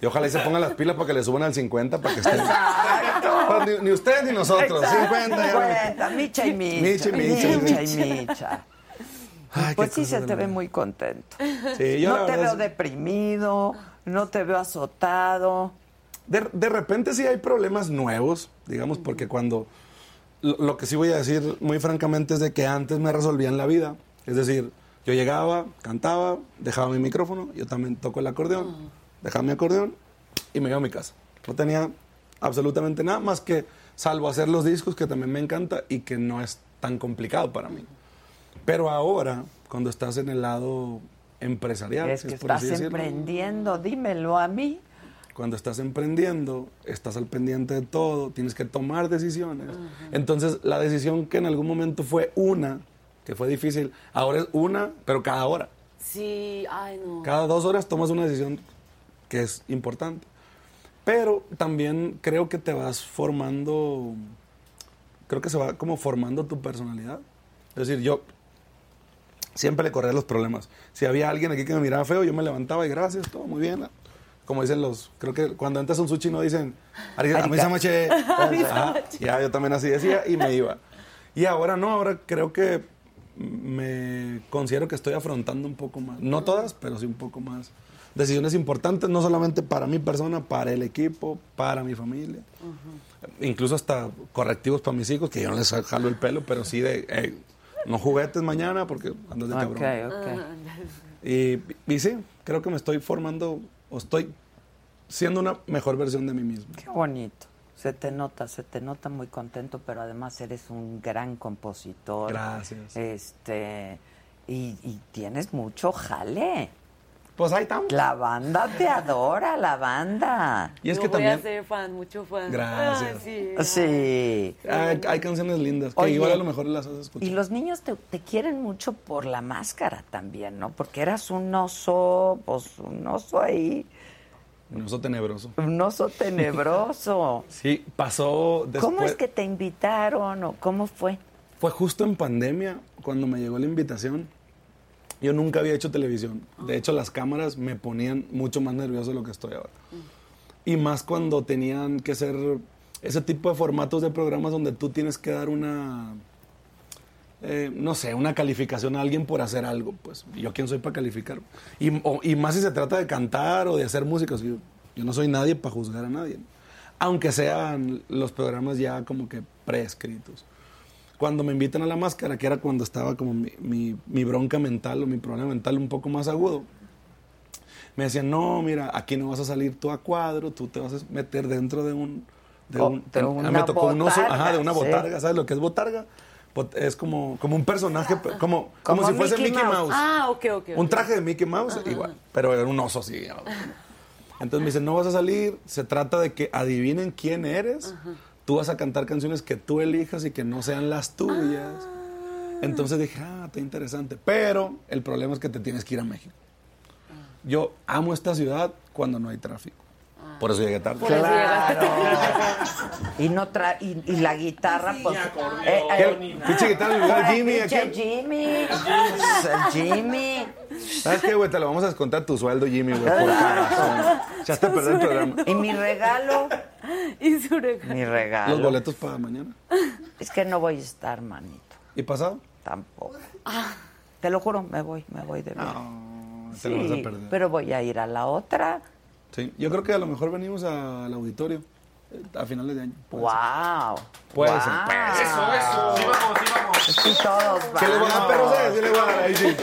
Y ojalá y se pongan las pilas para que le suban al 50 para que estén. Pues ni, ni ustedes ni nosotros. 50 ya.
50, micha y micha.
Micha y micha.
y micha.
Ay, qué
pues sí
cosas
se
de
te
la
ve
vida.
muy contento.
Sí, yo
no
la
te
verdad
veo
es-
deprimido, no te veo azotado.
De, de repente sí hay problemas nuevos, digamos, porque cuando... Lo, lo que sí voy a decir muy francamente es de que antes me resolvían la vida. Es decir, yo llegaba, cantaba, dejaba mi micrófono, yo también toco el acordeón, dejaba mi acordeón y me iba a mi casa. No tenía absolutamente nada más que, salvo hacer los discos, que también me encanta y que no es tan complicado para mí. Pero ahora, cuando estás en el lado empresarial,
Es que
pues, por
estás
así decirlo,
emprendiendo, dímelo a mí.
cuando estás emprendiendo, estás al pendiente de todo, tienes que tomar decisiones. Entonces, la decisión que en algún momento fue una, que fue difícil, ahora es una, pero cada hora.
Sí, ay no.
Cada dos horas tomas una decisión que es importante. Pero también creo que te vas formando, creo que se va como formando tu personalidad. Es decir, yo siempre le corría los problemas. Si había alguien aquí que me miraba feo, yo me levantaba y gracias, todo muy bien. Como dicen los, creo que cuando entras a un sushi no dicen, "Arigato, amisamache". Ajá, Ya, yo también así decía y me iba. Y ahora no, ahora creo que me considero que estoy afrontando un poco más, no todas, pero sí un poco más. Decisiones importantes, no solamente para mi persona, para el equipo, para mi familia. Incluso hasta correctivos para mis hijos, que yo no les jalo el pelo, pero sí de, "Ey, no juguetes mañana porque andas de
Ok,
cabrón.
ok.
Y, y sí, creo que me estoy formando o estoy siendo una mejor versión de mí mismo.
Qué bonito. Se te nota, se te nota muy contento, pero además eres un gran compositor.
Gracias.
Este, y, y tienes mucho jale.
Pues ahí estamos.
La banda te adora, la banda.
Y es
Yo
que
voy
también
a ser fan, mucho fan.
Gracias.
Ah, sí.
Sí.
hay, hay canciones lindas que
Oye,
igual a lo mejor las has
Y
escuchado.
los niños te, te quieren mucho por la máscara también, ¿no? Porque eras un oso, pues un oso ahí,
Un oso tenebroso.
un oso tenebroso.
Sí, pasó después.
¿Cómo es que te invitaron o cómo fue?
Fue justo en pandemia cuando me llegó la invitación. Yo nunca había hecho televisión. De hecho, las cámaras me ponían mucho más nervioso de lo que estoy ahora. Y más cuando tenían que ser ese tipo de formatos de programas donde tú tienes que dar una, eh, no sé, una calificación a alguien por hacer algo. Pues ¿y yo quién soy para calificar. Y, o- y más si se trata de cantar o de hacer música. o sea, yo, yo no soy nadie para juzgar a nadie. Aunque sean los programas ya como que preescritos cuando me invitan a la máscara, que era cuando estaba como mi, mi- mi bronca mental o mi problema mental un poco más agudo, me decían, no, mira, aquí no vas a salir tú a cuadro, tú te vas a meter dentro de un... De
Oh,
un
de
a mí
una
me tocó un oso,
botarga,
ajá, de una
sí.
botarga, ¿sabes lo que es botarga? Bot- Es como, como un personaje, pe- como, como,
Como
si fuese
Mickey
Mickey,
Mouse.
Mouse.
Ah, ok, ok.
Un
ok.
traje de Mickey Mouse, igual, pero era un oso así. ya. Entonces me dicen, no vas a salir, se trata de que adivinen quién eres, tú vas a cantar canciones que tú elijas y que no sean las tuyas. Entonces dije, ah, está interesante, pero el problema es que te tienes que ir a México. Yo amo esta ciudad cuando no hay tráfico. Por eso llegué tarde.
Por eso llegaste.
y no tra y, y la guitarra, pues. eh,
ni acordeón, ni
¿Qué? Pinche guitarra, el lugar Jimmy
pinche
aquí.
Jimmy. El Jimmy.
¿Sabes qué, güey? Te lo vamos a descontar tu sueldo, Jimmy, güey. por favor. Ya está perdiendo el programa.
Y mi regalo.
Y su regalo.
Mi regalo.
Los boletos para mañana.
Es que no voy a estar, manito.
¿Y pasado?
Tampoco. Te lo juro, me voy, me voy de viaje.
No, te
Sí,
lo vas a perder.
pero voy a ir a la otra.
Sí, yo creo que a lo mejor venimos al auditorio eh, a finales de año. puede ser.
¡Wow!
Puede
¡Wow!
ser, puede
Eso, eso. Sí, vamos, sí, vamos.
Sí, todos vamos.
Sí le voy a dar, pero sí, sí le voy a dar, ahí sí.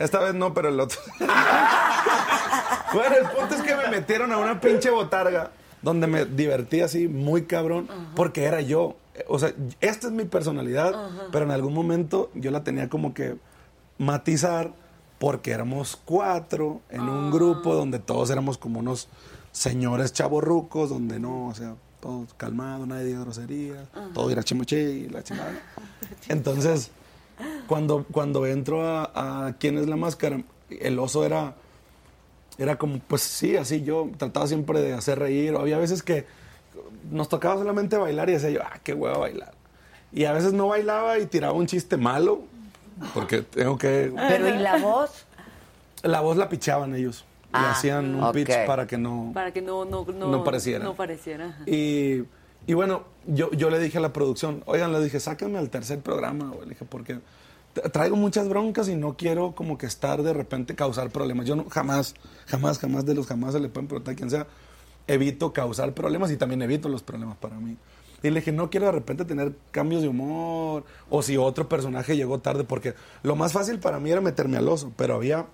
Esta vez no, pero el otro. bueno, el punto es que me metieron a una pinche botarga donde me divertí así muy cabrón porque era yo. Eh, O sea, esta es mi personalidad, pero en algún momento yo la tenía como que matizar porque éramos cuatro en un grupo donde todos éramos como unos señores chavorrucos, donde no, o sea, todos calmados, nadie diga grosería, todo era chimoche y la chingada. Entonces, cuando, cuando entro a, a quién es la máscara, el oso era, era como, pues sí, así yo trataba siempre de hacer reír. O había veces que nos tocaba solamente bailar y decía yo, ah, qué huevo bailar. Y a veces no bailaba y tiraba un chiste malo, porque tengo que...
Pero ¿y la voz?
La voz la pichaban ellos.
Ah,
y hacían un
ok.
pitch para que no...
Para que no, no, no,
No pareciera.
No pareciera. ajá.
Y, y bueno, yo, yo le dije a la producción, oigan, le dije, sáquenme al tercer programa, güey. Le dije, porque t- traigo muchas broncas y no quiero como que estar de repente causar problemas. Yo no, jamás, jamás, jamás de los jamás se le pueden preguntar a quien sea, evito causar problemas y también evito los problemas para mí. Y le dije, no quiero de repente tener cambios de humor o si otro personaje llegó tarde, porque lo más fácil para mí era meterme al oso, pero había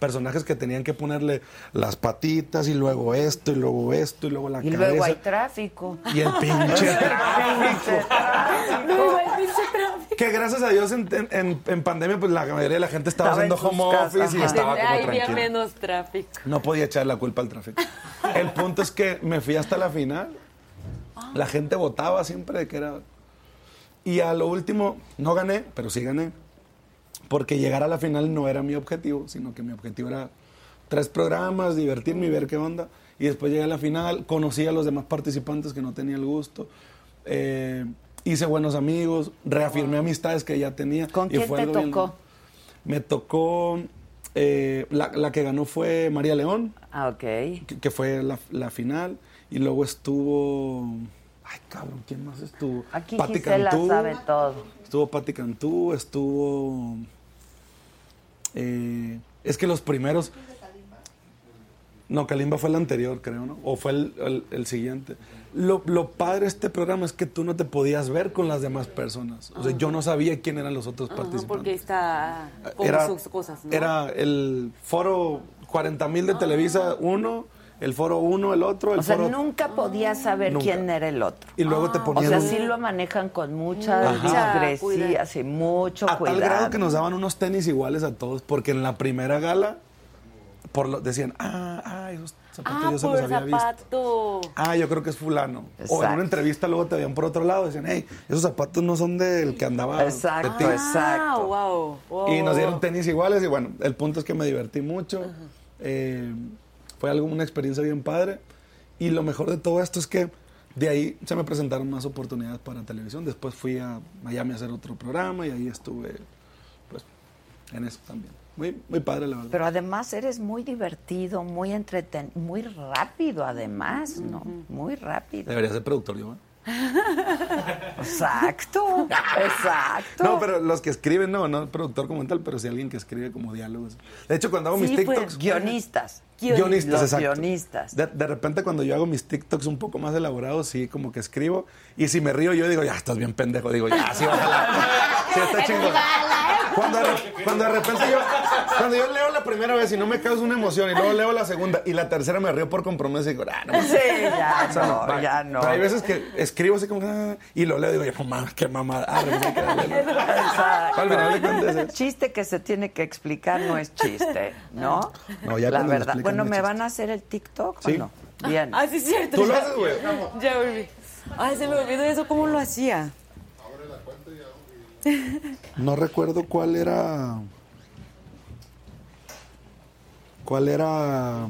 personajes que tenían que ponerle las patitas y luego esto y luego esto y luego la
Y
cabeza.
luego hay tráfico.
Y el pinche tráfico.
No, igual dice tráfico.
Que gracias a Dios en, en- en pandemia, pues la mayoría de la gente estaba,
Estaba en
haciendo
sus
home
casas,
office y
ajá.
estaba como
Ay, había
tranquila.
menos tráfico.
No podía echar la culpa al tráfico. El punto es que me fui hasta la final.
Ah.
La gente votaba siempre de que era. Y a lo último, no gané, pero sí gané. Porque llegar a la final no era mi objetivo, sino que mi objetivo era tres programas, divertirme y ver qué onda. Y después llegué a la final, conocí a los demás participantes que no tenía el gusto. eh, hice buenos amigos, reafirmé amistades que ya tenía.
¿Con
y
quién
fue
te
algo bien-
tocó?
me tocó. eh, la, la que ganó fue María León,
Ah, ok.
que, que fue la, la final. Y luego estuvo. Ay, cabrón, ¿quién más estuvo?
Aquí
Pati
Gisela
Cantú.
sabe todo.
Estuvo Pati Cantú, estuvo. eh, es que los primeros. No, Kalimba fue el anterior, creo, ¿no? O fue el, el- el siguiente. Lo, lo padre de este programa es que tú no te podías ver con las demás personas. O sea, yo no sabía quién eran los otros
Ajá,
participantes
porque está con sus cosas, ¿no?
Ah, era el foro 40.000 de Televisa uno, el foro uno, el otro, el
Ah. O sea,
foro...
nunca podías saber
Nunca.
quién era el otro.
Y luego te
O
ponían...
sea,
un-
sí lo manejan con mucha
Ajá.
discrecía, sí, mucho
a
cuidado.
tal grado que nos daban unos tenis iguales a todos, porque en la primera gala por lo, decían, ah, ah, esos zapatos
Ah,
yo se
por
los
el
había visto.
zapato.
Ah, yo creo que es fulano. O en
Exacto.
una entrevista luego te veían por otro lado, decían, hey, esos zapatos no son del que andaba.
Exacto,
de ti".
Ah,
exacto.
wow, wow.
Y nos dieron tenis iguales y bueno, el punto es que me divertí mucho. Eh, fue algo, una experiencia bien padre. Y lo mejor de todo esto es que de ahí se me presentaron más oportunidades para televisión. Después fui a Miami a hacer otro programa y ahí estuve pues en eso también. Muy, muy padre, la verdad.
Pero además eres muy divertido, muy entretenido, muy rápido además, ¿no? Muy rápido.
Debería ser productor yo. ¿eh?
Exacto, exacto.
No, pero los que escriben, no, no productor como tal, pero sí alguien que escribe como diálogos. De hecho, cuando hago mis
Sí, pues,
TikToks.
Guionistas.
Guionistas,
Los
exacto.
guionistas.
De, de repente cuando yo hago mis TikToks un poco más elaborados, sí, como que escribo. Y si me río yo digo, ya, estás bien pendejo. Digo, ya, sí, ojalá. Sí, está chingón.
¿eh?
Cuando, de re- cuando de repente yo, cuando yo leo la primera vez y no me causa una emoción, y luego leo la segunda, y la tercera me río por compromiso y digo, ah, no. mames".
Sí, ya
O sea,
no,
va.
ya no.
Pero hay veces que escribo así como, ah, y lo leo y digo, ya, no mames, qué mamada. Ah, pues hay que darle, ¿no?
Exacto.
Al final de cuentas es-
Chiste que se tiene que explicar no es chiste, ¿no?
No, ya
La
cuando lo
verdad.
explican
Bueno,
no es
¿me
chiste.
van a hacer el TikTok
Sí.
o no? Bien.
Ah, sí, es cierto.
Tú lo
ya-
haces, güey.
Ya volví. Ay, se me olvidó eso. ¿Cómo lo hacía?
Ah, No recuerdo cuál era. ¿Cuál era?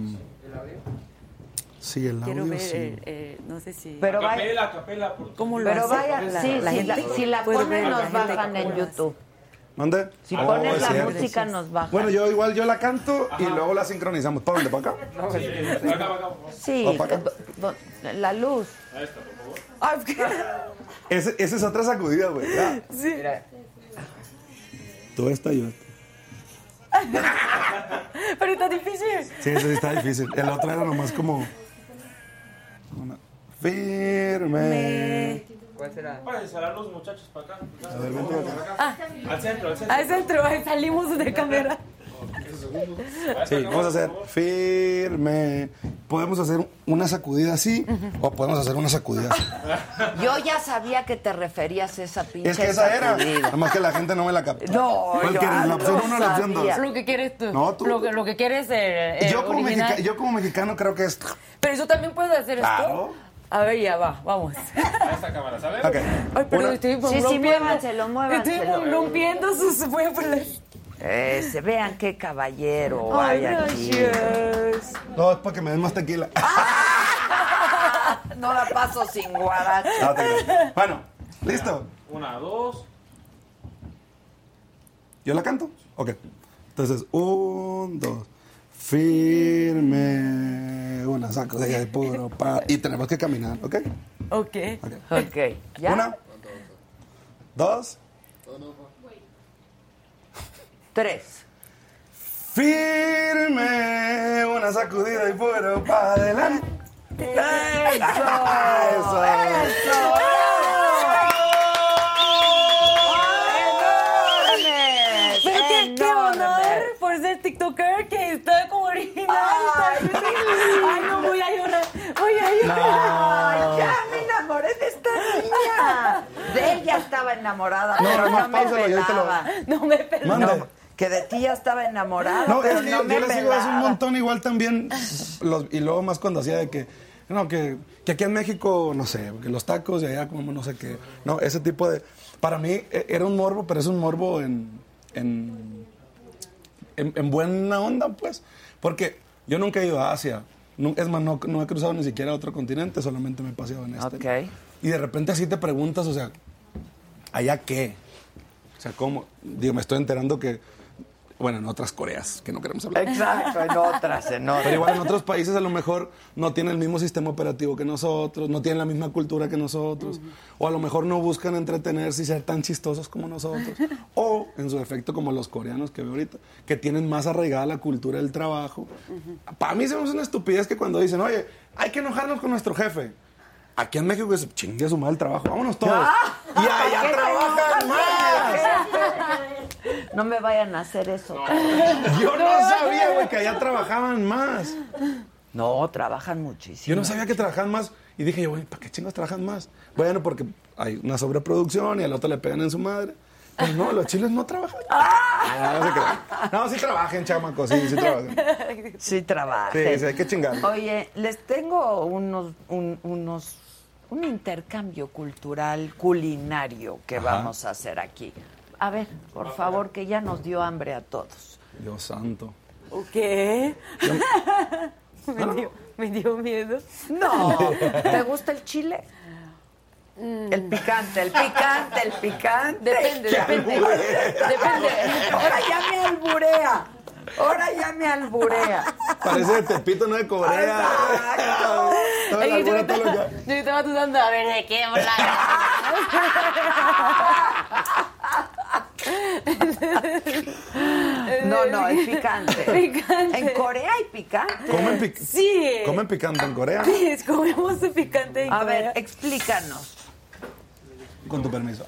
Sí, el
Quiero
audio,
ver,
sí.
eh, eh, no sé si...
Pero vaya,
Capela, capela. por-
¿Cómo lo
pero
hace?
vaya, sí,
la
si, la,
gente-
si la
Puedo
ponen
ver la
nos
gente
bajan
cómo
en
lo hace.
YouTube.
¿Mande?
Si
Oh,
pones
es
la
cierto.
música nos bajan.
Bueno, yo igual yo la canto y luego la sincronizamos. ¿Para dónde? ¿Para acá?
Acá, acá.
sí,
Opa, acá.
do- do- la luz.
Ay, qué-
Ese- Esa es otra sacudida, güey. ya. Tú esta y yo esta.
Pero está difícil.
Sí, eso sí está difícil. El otro era nomás como. una- Firme.
Para salar los muchachos para acá.
A ver, vente para acá.
Al centro, al centro.
Ahí centro, ahí salimos de cámara.
Sí, vamos a hacer firme. Podemos hacer una sacudida así o podemos hacer una sacudida así.
Yo ya sabía que te referías a esa pinche
Es que esa era.
sacudida.
Nada más que la gente no me la captó.
No,
¿Cuál
yo
quieres? ¿La
algo
opción uno o la opción dos?
sabía.
Lo que quieres tú.
No, tú.
Lo que, lo que quieres el, el
Yo como,
original.
mexica- yo como mexicano creo que es.
Pero yo también puedo hacer
Claro.
esto. A ver, ya va, vamos.
A esta cámara, ¿sabes?
Ok.
Ay, pero
Una-
estoy
Sí, sí,
rompiendo-
muévanselo, muévanselo.
Estoy rompiendo sus muebles.
Eh, se vean qué caballero
Ay,
hay aquí.
gracias.
No, es para que me den más tequila.
No la paso sin guaracha.
No, te creo. bueno, listo.
Una, dos.
¿Yo la canto? Ok. Entonces, un, dos. Firme. Una sacudida de puro pa. Y tenemos que caminar, ¿ok?
Ok.
Ok.
Ok, ¿ya?
Una. Dos.
Tres.
Firme, una sacudida y fuera para adelante. Ah,
¡Eso! ¡Eso! ¡Enormes!
Pero qué, qué honor
¡Enormes!
por ser TikToker que está como original.
Ay,
Ay, no voy a llorar. Voy a llorar.
Ay, ya me enamoré de esta niña. De ella estaba enamorada,
No,
pero no
nada más
me
páusalo y ahorita lo-
pelaba.
No, me perdí.
Mande.
No, que de ti ya estaba enamorada,
No,
pero
es que
no
yo,
me
yo le sigo hace un
pelaba.
montón igual también. los- y luego más cuando hacía de que, no, que, que aquí en México, no sé, que los tacos y allá como no sé qué. No, ese tipo de... Para mí e- era un morbo, pero es un morbo en, en, en, en buena onda, pues. Porque yo nunca he ido a Asia. Nu- Es más, no, no he cruzado ni siquiera a otro continente, solamente me he paseado en este.
Ok.
Y de repente así te preguntas, o sea, ¿allá qué? O sea, ¿cómo? Digo, me estoy enterando que, bueno, en otras Coreas, que no queremos hablar.
Exacto, en otras, en otras.
Pero igual en otros países a lo mejor no tienen el mismo sistema operativo que nosotros, no tienen la misma cultura que nosotros, o a lo mejor no buscan entretenerse y ser tan chistosos como nosotros, o en su defecto como los coreanos que veo ahorita, que tienen más arraigada la cultura del trabajo. Para mí se me hace una estupidez que cuando dicen, oye, hay que enojarnos con nuestro jefe. Aquí en México es chingue su madre el trabajo, vámonos todos. Y allá trabajan más.
No me vayan a hacer eso.
Yo no sabía, güey, que allá trabajaban más.
No, trabajan muchísimo.
Yo no sabía que trabajaban más. Y dije yo, güey, ¿para qué chingos trabajan más? Bueno, porque hay una sobreproducción y al otro le pegan en su madre. Pues no, los chiles no trabajan. Ah, no, se crean. no, sí trabajen, chamacos, sí, sí trabajan.
Sí trabajan.
Sí, sí, hay que chingar.
Oye, les tengo unos, un, unos, un intercambio cultural, culinario que
Ajá.
vamos a hacer aquí. A ver, por favor, que ya nos dio hambre a todos.
Dios santo.
¿O ¿Qué? me, dio, me dio miedo.
No, ¿te gusta el chile? El picante, el picante, el picante.
Mm. Depende, depende. Depende.
Ahora ya me alburea. Ahora ya me alburea.
Parece de Tepito, no de Corea.
Exacto.
Todo el
Ay, yo,
albur, todo lo
estaba,
que-
yo estaba dudando a ver de qué hablar.
No, no, el picante.
Picante.
En Corea hay picante.
¿Comen, pic-
Sí.
¿Comen picante en Corea?
Sí, es comemos su picante. en
A ver, eh,
Corea.
explícanos.
Con tu permiso.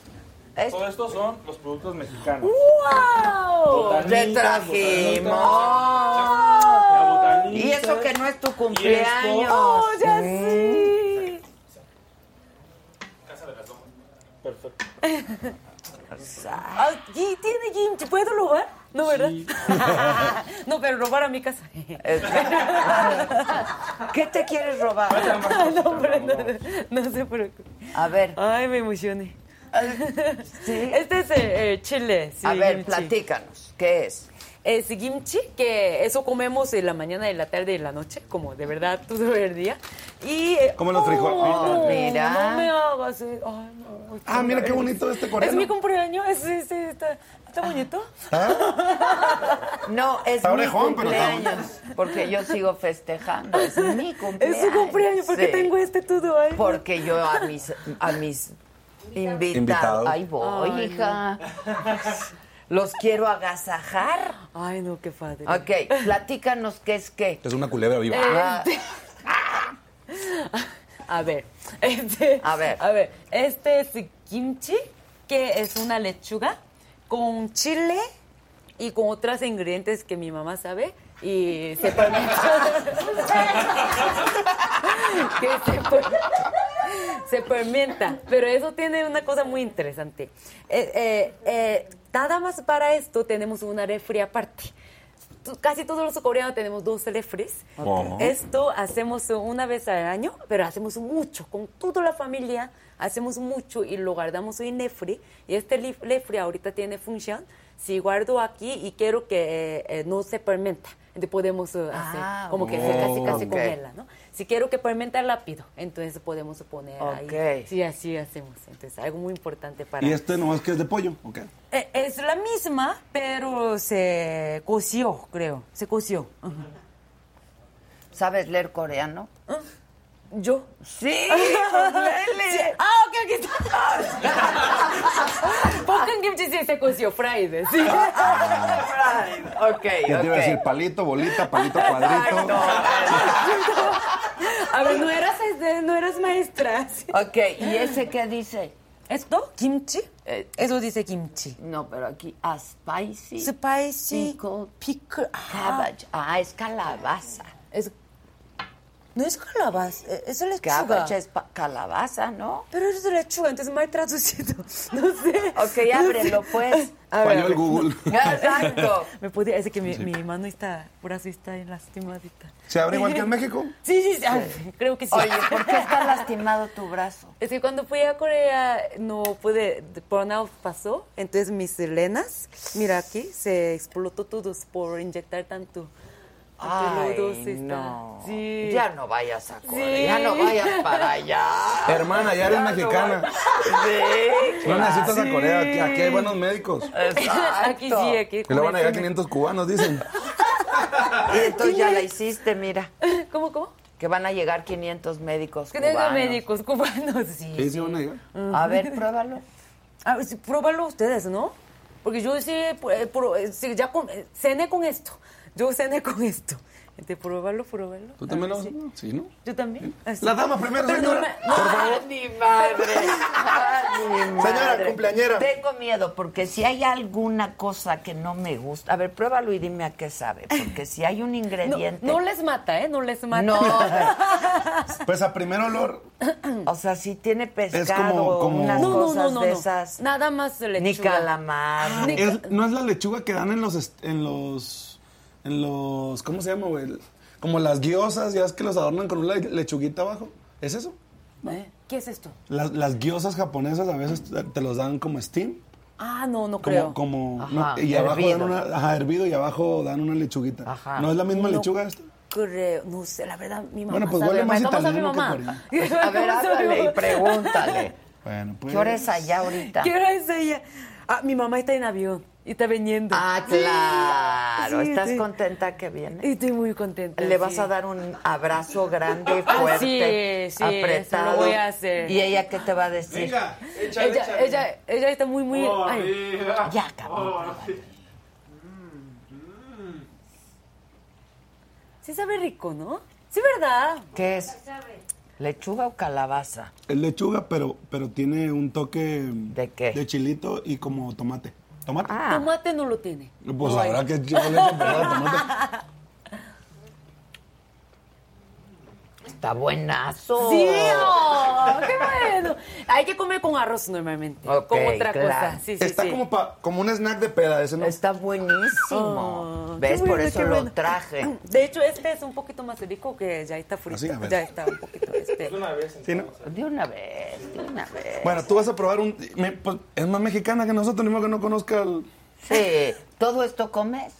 Es-
Todo esto son los productos
Uh,
mexicanos.
¡Wow!
Botanitas,
Te
botanitas,
trajimos.
la botanita.
Y eso que no es tu
Y
cumpleaños.
esto.
¡Oh, ya sí!
Casa de las Lomas. Perfecto.
Aquí Ah, tiene kimchi. ¿Puedo robar? No, ¿verdad? no, pero robar a mi casa.
¿Qué te quieres robar?
Faltan más cosas,
Ah, no, pero
pero
no, no
vamos.
se preocupe.
A ver,
Ay, me emocioné.
¿sí?
Este es eh, eh, chile. sí,
A ver,
kimchi.
platícanos. ¿Qué es?
Es Eh, kimchi, que eso comemos en la mañana, en la tarde y en la noche, como de verdad todo el día. Y, eh,
Como los frijoles.
no,
Mira.
No me hagas. eh, Ay, no,
Ah, mira qué bonito este
Es mi
coreano.
cumpleaños, es, es- es- está, está bonito.
¿Ah?
No, es
Está
mi
orejón, pero está
cumpleaños. Porque yo sigo festejando. Es mi cumpleaños.
Es su cumpleaños, ¿por qué
Sí.
tengo este todo ahí?
Porque yo a mis, a mis invitados.
Invitados.
Ahí voy,
Ay,
hija. Los quiero agasajar.
Ay, no, qué padre.
Ah,
Ok, platícanos qué es qué.
Es una culebra viva.
Ah,
A ver, este,
A ver.
a ver, este es kimchi, que es una lechuga con chile y con otros ingredientes que mi mamá sabe y se fermenta. que se, fer- se fermenta. Pero eso tiene una cosa muy interesante. Eh, eh, eh, nada más para esto tenemos una refri aparte. Tú- Casi todos los coreanos tenemos dos refres.
Wow.
Esto hacemos una vez al año, pero hacemos mucho, con toda la familia hacemos mucho y lo guardamos en refri. Y este lif- refri ahorita tiene función. Si guardo aquí y quiero que eh, eh, no se fermenta, entonces podemos eh, hacer
Ah,
como que se casi casi
ok.
congela, ¿no? Si quiero que fermenta rápido, entonces podemos poner ahí.
Ok.
Sí, así hacemos. Entonces, algo muy importante para
Y este nomás que es de pollo, ¿ok?
eh, Es la misma, pero se coció, creo. Se coció. Ujú.
¿Sabes leer coreano?
Yo. Ah,
Sí, con Lele.
아, 오케이, 오케이. 볶음김치 세코시오 프라이드. 씨.
ok,
Yo te iba a decir
ok.
palito, bolita, palito, cuadrito.
아, ver, no eras, este, no eras maestra. Sí.
Ok, ¿y ese qué dice?
¿Esto? ¿Kimchi? Eh, Eso dice kimchi.
No, pero aquí, a spicy
Spicy.
Pickle.
Pickle. Ah,
cabbage. Ah, es calabaza.
es, no es calabaza, eh, es lechuga.
Cabbage es pa- calabaza, ¿no?
Pero es lechuga, entonces mal traducido. No sé.
Ok, ábrelo, pues.
A ver,
Falló
a
el
ver.
Google.
Exacto.
Me podía, es que mi, mi mano está, brazo está lastimadita.
¿Se abre igual que en México?
Sí, sí, sí. ah, creo que sí.
Oye, ¿por qué está lastimado tu brazo?
Es que cuando fui a Corea no pude, burnout pasó, entonces mis lenas, mira aquí, se explotó todos por inyectar tanto.
Ay,
Entonces, los dos está-
no.
Sí.
Ya no vayas a Corea,
Sí.
ya no vayas para allá.
Hermana, ya eres mexicana.
Sí,
No necesitas a Corea, aquí, aquí hay buenos médicos.
aquí sí, eh, aquí.
Y luego van a llegar 500 cubanos, dicen.
Y Ah, entonces ya la hiciste, mira.
¿Cómo, cómo?
Que van a llegar 500 médicos
Que tengo
cubanos.
médicos cubanos, sí.
Sí, sí van a llegar.
A ver, pruébalo.
A ver, Ah, sí, pruébalo ustedes, ¿no? Porque yo sí, eh, pro- eh, sí, ya con- eh, cené con esto, yo cené con esto. Entonces, pruébalo, pruébalo.
¿Tú también
Ah,
lo vas a
sí.
Sí, ¿no?
Yo también. Este, Así.
La dama primero,
Perdona.
señora.
¡Ah, ni madre! ¡Ah, ni madre!
cumpleañera.
Tengo miedo, porque si hay alguna cosa que no me gusta... A ver, pruébalo y dime a qué sabe, porque si hay un
No,
ingrediente...
no les mata, ¿eh? No les mata.
Pues a primer olor,
o sea, si tiene pescado
como-
unas
no, no,
cosas
no, no,
de
no.
esas...
Nada más lechuga. Ah.
Ni calamar.
Ni-
Es- no es la lechuga que dan en los est- en los en los ¿cómo se llama, güey? Como las guiosas, ya es que los adornan con una le- lechuguita abajo. ¿Es eso?
¿Eh? ¿Qué es esto?
Las, las guiosas japonesas a veces te te los dan como steam,
Ah, no, no creo.
como, como
Ajá,
no, y abajo dan
hervido.
una ajá, hervido y abajo dan una lechuguita.
Ajá.
No es la misma
No
lechuga esta.
Creo, no sé, la verdad, mi mamá.
Bueno, pues
sabe
huele más
¿Cómo sabe
italiano
mamá?
que
A ver, háblale y pregúntale.
Bueno, pues
¿Qué hora es allá ahorita?
¿Qué hora es ella? Ah, mi mamá está en avión y está viniendo.
Ah, claro.
Sí,
¿Estás
sí.
contenta que viene?
Y estoy muy contenta.
Le
sí.
vas a dar un abrazo grande,
Ah,
fuerte,
sí, sí,
apretado.
se lo voy a hacer.
¿Y ella qué te va a decir?
échale, Oh,
Ella, ella, ella está muy, muy.
Oh,
ay,
Ya, cabrón.
sí sabe rico, ¿no? Sí, ¿verdad?
¿Qué es? ¿Lechuga o calabaza?
Es lechuga, pero pero tiene un toque
¿De qué?
De chilito y como tomate. Tomate.
Ah,
Tomate no lo tiene.
Pues ahora que yo le echo perdón al tomate.
está buenazo.
Sí, oh, qué bueno. Hay que comer con arroz normalmente.
Ok,
con otra
claro.
cosa. Sí, sí,
Está
sí.
como pa- como un snack de peda ese, ¿no?
Está buenísimo.
Ah,
¿Ves?
qué
Por
bueno,
eso
qué
lo
bueno.
traje.
De hecho, este es un poquito más rico que ya está frito.
Así, a ver.
ya está un poquito este.
Una vez.
Sí, ¿no?
De una vez, de una vez.
Bueno, tú vas a probar un. me- pues, es más mexicana que nosotros, ni modo que no conozca el.
Sí. ¿Todo esto comes?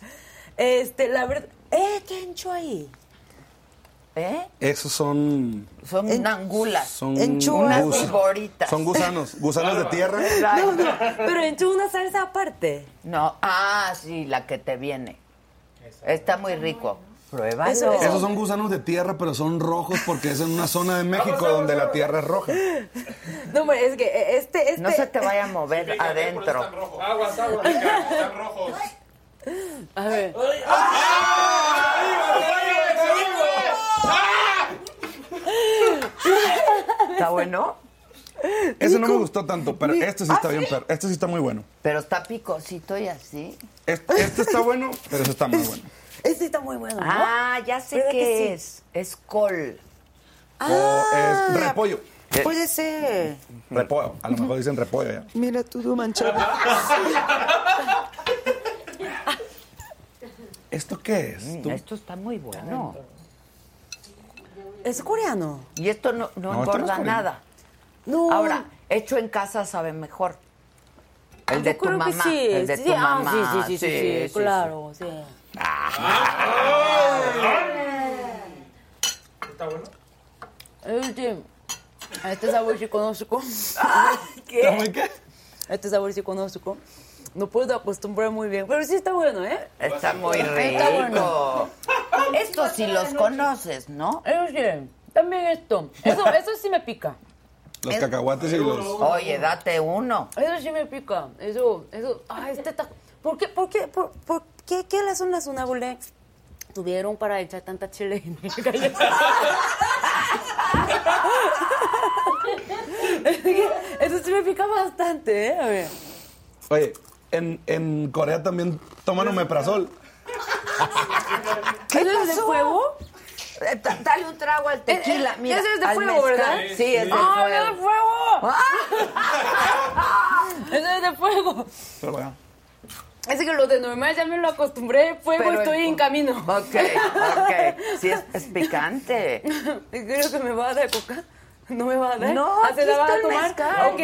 Este, la verdad. Eh, ¿qué han hecho ahí?
¿Eh?
Esos son.
Son angulas.
Son.
Enchugas.
gus-
Unas viboritas.
Son gusanos. Gusanos de tierra.
Claro.
Pero he hecho una salsa aparte.
No, ah, sí, la que te viene. Está muy rico. Pruébalo.
Eso- eso-
Esos son gusanos de tierra, pero son rojos porque es en una zona de México donde la tierra es roja.
No, hombre, es que eh, este, este.
No se te vaya a mover
Están
adentro.
rojos. Aguas, aguas. venga, Están rojos.
A ver.
¿Está bueno?
Ese no me gustó tanto, pero este sí
¿Ah,
está bien, perro. Este sí está muy bueno.
Pero está picosito y así.
Este, este está bueno, pero ese está muy bueno.
Este está muy bueno, ¿no?
Ah, ya sé
¿Verdad
qué
que sí?
es. Es col.
O es repollo.
Puede ser.
Repollo. A lo mejor dicen repollo ya.
Mira tú, todo manchado.
¿Esto qué es? Tú-
Esto está muy bueno.
Es coreano.
Y esto no, no
No, esto no es
engorda
coreano.
nada.
No.
Ahora, hecho en casa sabe mejor. El
yo
de tu
creo que
mamá.
sí.
El de
sí,
tu
ah,
mamá.
sí, sí, sí, sí, sí, claro, sí.
¿Está bueno?
Este, este sabor sí conozco.
¿Está muy qué?
Este sabor sí conozco. No puedo acostumbrar muy bien, pero sí está bueno, ¿eh?
Está muy rico.
Está bueno.
Estos sí los conoces, ¿no?
Eso sí.
También esto. Eso, eso sí me pica.
Los cacahuates y los.
Oye, date uno.
Eso sí me pica. Eso, eso. Ay, este taco.
¿Por qué, por qué, por, por qué, qué razón las unabule tuvieron para echar tanta chile en el gallego? Es que Eso sí me pica bastante, ¿eh? A ver.
Oye, en, en Corea también toman omeprazol.
¿Qué
¿Eso es de
pasó?
fuego?
Eh, ta- Dale un trago al tequila,
Eh, eh,
mira.
ese es de
al
fuego,
mezcal.
¿verdad?
Sí, es de
¡Ah, es
fuego.
de fuego! Eso es de fuego.
Pero bueno.
Es que lo de normal ya me lo acostumbré. Fuego,
Pero
estoy
el-
en camino.
Ok, ok. Sí, es, es picante.
Y Creo que me va a dar coca. No me va a dar.
No,
¿Ah, se
aquí
la va
está
a
el
tomar.
mezcal.
Ok.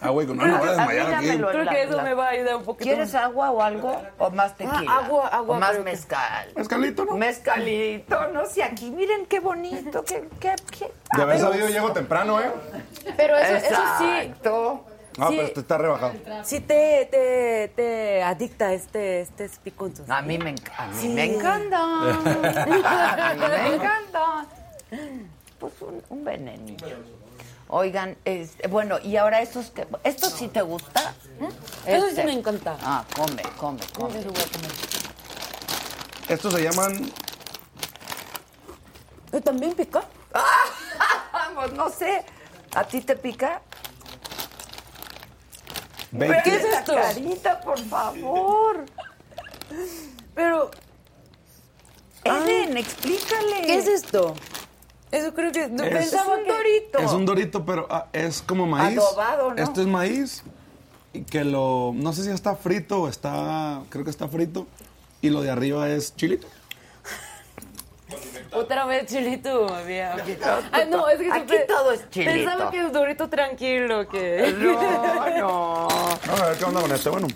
Ah, güey, con una me voy
A
a
mí
desmayar aquí.
dámelo.
Creo que eso
La-
me va a ayudar un poquito.
¿Quieres agua o algo? ¿O más tequila?
Ah, agua, agua,
¿O más
pero que-
mezcal?
Mezcalito, ¿no?
Mezcalito, no sé, aquí miren qué bonito, qué... qué, qué-
De haber sabido, llego temprano, ¿eh?
Pero eso, eso sí.
Exacto.
Ah,
Sí.
pero este está rebajado.
Sí te, te, te adicta este, este piconzo.
Ah,
A mí me, enc- a mí me encanta. A mí me encanta. Pues un, un venenillo. Oigan, este, bueno, y ahora estos que... ¿Estos sí te gusta?
Eso sí
Este.
me encanta.
Ah, come, come, come.
Eso voy a comer.
Estos se llaman.
¿Pero también pica?
Vamos, no sé. ¿A ti te pica?
bacon.
¿Qué es
Esta
esto?
Carita, por favor.
Pero,
Eden, explícale.
¿qué es esto? Eso creo que. No
Es-
pensaba
Es un
que.
dorito.
Es un dorito, pero ah, es como maíz.
Adobado, ¿no?
Esto es maíz y que lo no sé si está frito o está, creo que está frito y lo de arriba es chilito.
Otra vez chilito, había. Ah, no, es que
Aquí
siempre-
todo es chilito.
Pensaba que es dorito tranquilo, que.
No, no.
Vamos a ver qué onda con este, bueno.